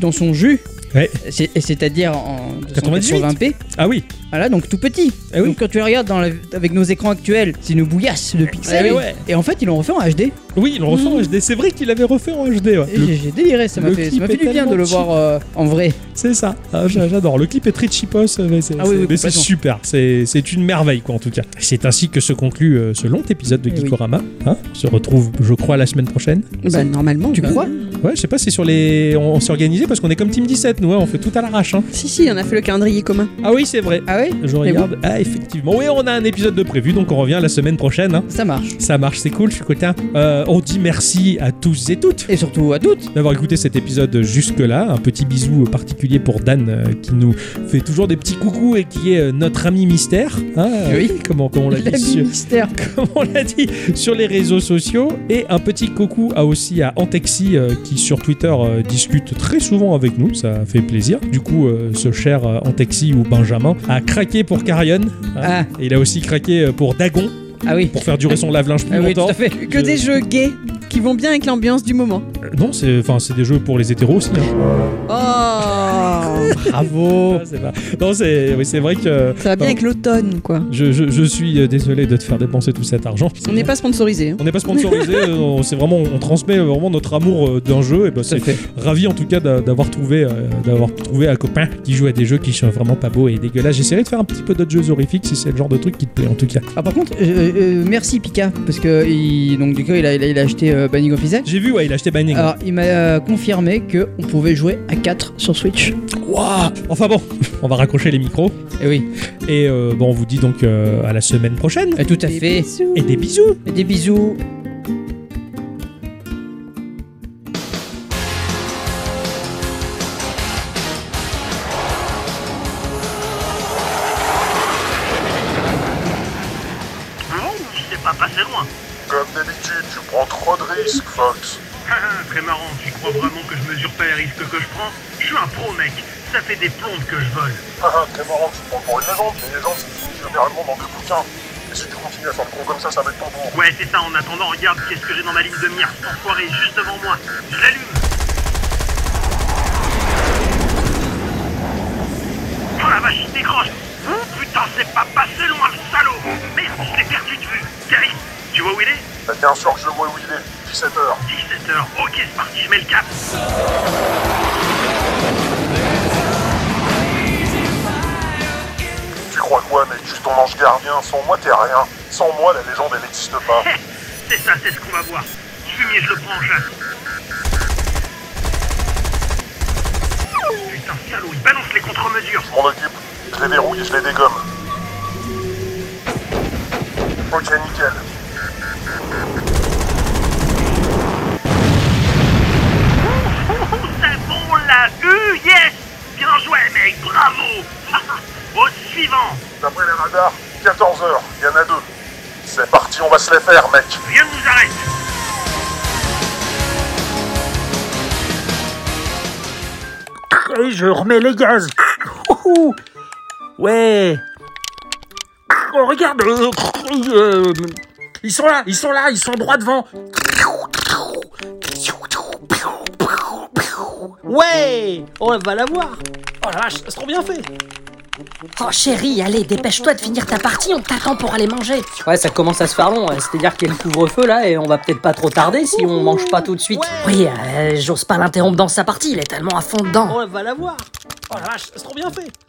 Speaker 1: dans son jus,
Speaker 2: Ouais.
Speaker 1: C'est- et c'est-à-dire en
Speaker 2: 98.
Speaker 1: 280p.
Speaker 2: Ah oui.
Speaker 1: Voilà, donc tout petit.
Speaker 2: Ah oui.
Speaker 1: Donc quand tu regardes dans la- avec nos écrans actuels, c'est une bouillasse de pixels.
Speaker 2: Ah ouais.
Speaker 1: Et en fait, ils l'ont refait en HD.
Speaker 2: Oui, il le refait en HD. C'est vrai qu'il avait refait en HD. ouais.
Speaker 1: Et
Speaker 2: Le
Speaker 1: J'ai j'ai déliré, ça m'a
Speaker 2: le
Speaker 1: fait, ça
Speaker 2: clip
Speaker 1: m'a fait
Speaker 2: est
Speaker 1: du bien de le
Speaker 2: tellement
Speaker 1: voir euh, en vrai.
Speaker 2: C'est ça. Ah, j'a- J'adore. Le clip est très cheapos, euh, mais c'est
Speaker 1: Ah oui, oui,
Speaker 2: mais c'est
Speaker 1: complètement.
Speaker 2: super. C'est c'est une merveille, quoi, en tout cas. C'est ainsi que se conclut euh, ce long épisode de
Speaker 1: Eh oui.
Speaker 2: Geekorama. Hein on se retrouve, je crois, la semaine prochaine.
Speaker 4: Bah, normalement.
Speaker 1: Tu
Speaker 4: bah,
Speaker 1: crois
Speaker 2: Ouais, je sais pas si sur les. On, on s'est organisé parce qu'on est comme Team 17, nous, hein, on fait tout à l'arrache. hein.
Speaker 4: Si, si, on a fait le calendrier commun.
Speaker 2: Ah oui, c'est vrai.
Speaker 1: Ah ouais
Speaker 2: Je regarde. Ah, effectivement. Oui, on a un épisode de prévu, donc on revient la semaine prochaine. hein.
Speaker 1: Ça marche.
Speaker 2: Ça marche, c'est cool, je suis content. Euh, on dit merci à tous et toutes.
Speaker 1: Et surtout à toutes.
Speaker 2: d'avoir écouté cet épisode jusque-là. Un petit bisou particulier pour Dan euh, qui nous fait toujours des petits coucous et qui est euh, notre ami mystère. hein, euh,
Speaker 1: Oui.
Speaker 2: Comment, comment on l'a dit
Speaker 1: L'ami
Speaker 2: sur-
Speaker 1: mystère.
Speaker 2: comme on l'a dit, sur les réseaux sociaux. Et un petit coucou à aussi à Antexi euh, qui sur Twitter euh, discute très souvent avec nous, ça fait plaisir. Du coup, euh, ce cher euh, Antexi ou Benjamin a craqué pour Carion. hein.
Speaker 1: Ah.
Speaker 2: Et il a aussi craqué euh, pour Dagon
Speaker 1: Ah oui.
Speaker 2: pour faire durer son lave-linge plus
Speaker 1: Ah oui, tout
Speaker 2: longtemps.
Speaker 1: à fait.
Speaker 4: Que des jeux gays qui vont bien avec l'ambiance du moment.
Speaker 2: Euh, Non, c'est enfin, c'est des jeux pour les hétéros aussi. hein.
Speaker 4: Oh
Speaker 2: Bravo Ah, c'est pas- Non, c'est oui, c'est vrai que...
Speaker 4: Ça va bien
Speaker 2: Pardon.
Speaker 4: avec l'automne, quoi.
Speaker 2: Je, je- je suis euh, désolé de te faire dépenser tout cet argent.
Speaker 4: On n'est pas sponsorisé. hein.
Speaker 2: On n'est pas sponsorisé, euh, on- c'est vraiment, on transmet vraiment notre amour euh, d'un jeu. Et ben
Speaker 1: Tout à
Speaker 2: c'est
Speaker 1: fait.
Speaker 2: ravi en tout cas d'a- d'avoir trouvé, euh, d'avoir trouvé un copain qui joue à des jeux qui sont vraiment pas beaux et dégueulasses. J'essaierai de faire un petit peu d'autres jeux horrifiques si c'est le genre de truc qui te plaît en tout cas.
Speaker 1: Ah par contre, euh, euh, merci Pika parce que il, donc du coup il a, il a- il a acheté euh, Banning of Isaac.
Speaker 2: J'ai vu, ouais, il a acheté Binding.
Speaker 1: Alors il m'a euh, confirmé que on pouvait jouer à 4 sur Switch.
Speaker 2: Ouah enfin bon, on va raccrocher les micros
Speaker 1: Et oui,
Speaker 2: et euh, bon, on vous dit donc euh, à la semaine prochaine
Speaker 1: euh, tout à
Speaker 4: Des
Speaker 1: fait.
Speaker 4: bisous.
Speaker 2: et des bisous.
Speaker 1: Et Des bisous.
Speaker 8: Comme d'habitude, tu prends trop de risques, Fox.
Speaker 9: Très marrant, tu crois vraiment que je mesure pas les risques que je prends Je suis un pro, mec. Ça fait des plombes que je vole.
Speaker 8: Haha, Ah, T'es marrant, tu te prends pour une légende, mais les légendes, ça finit généralement dans deux bouquins. Et si tu continues à faire le con comme ça, ça va être ton tour.
Speaker 9: Ouais, c'est ça, en attendant, regarde qu'est-ce que j'ai dans ma ligne de mire. Cet enfoiré est juste devant moi. Je l'allume. Oh la vache, il décroche. Putain, c'est pas passé loin, le salaud. Merde, je l'ai perdu de vue. Gary, tu vois où il est
Speaker 8: Bah, bien sûr que je vois où il est, 17h.
Speaker 9: 17h, ok c'est parti, je mets le cap
Speaker 8: Tu crois quoi, mec Je suis ton ange gardien, sans moi t'es rien. Sans moi, la légende, elle n'existe pas.
Speaker 9: Hé, C'est ça, c'est ce qu'on va voir. Fumier, je le prends en chasse. Putain, salaud, il balance les contre-mesures
Speaker 8: Je m'en occupe, je les verrouille et je les dégomme. Ok, nickel.
Speaker 9: C'est bon, on l'a eu, yes Bien joué, mec, bravo Au suivant
Speaker 8: D'après les radars, 14h, il y en a deux. C'est parti, on va se les faire, mec.
Speaker 9: Rien ne nous arrête
Speaker 10: Et je remets les gaz. Ouhou. Ouais. Oh, regarde. euh, euh, ils sont là, ils sont là, ils sont droit devant. Ouais. On va la voir. Oh la vache, c'est trop bien fait.
Speaker 11: Oh chérie, allez, dépêche-toi de finir ta partie, on t'attend pour aller manger.
Speaker 12: Ouais, ça commence à se faire long. ouais. C'est-à-dire qu'il y a le couvre-feu là et on va peut-être pas trop tarder si on mange pas tout de suite.
Speaker 11: Oui, euh, j'ose pas l'interrompre dans sa partie, il est tellement à fond dedans.
Speaker 12: va la voir. Oh la vache, c'est trop bien fait.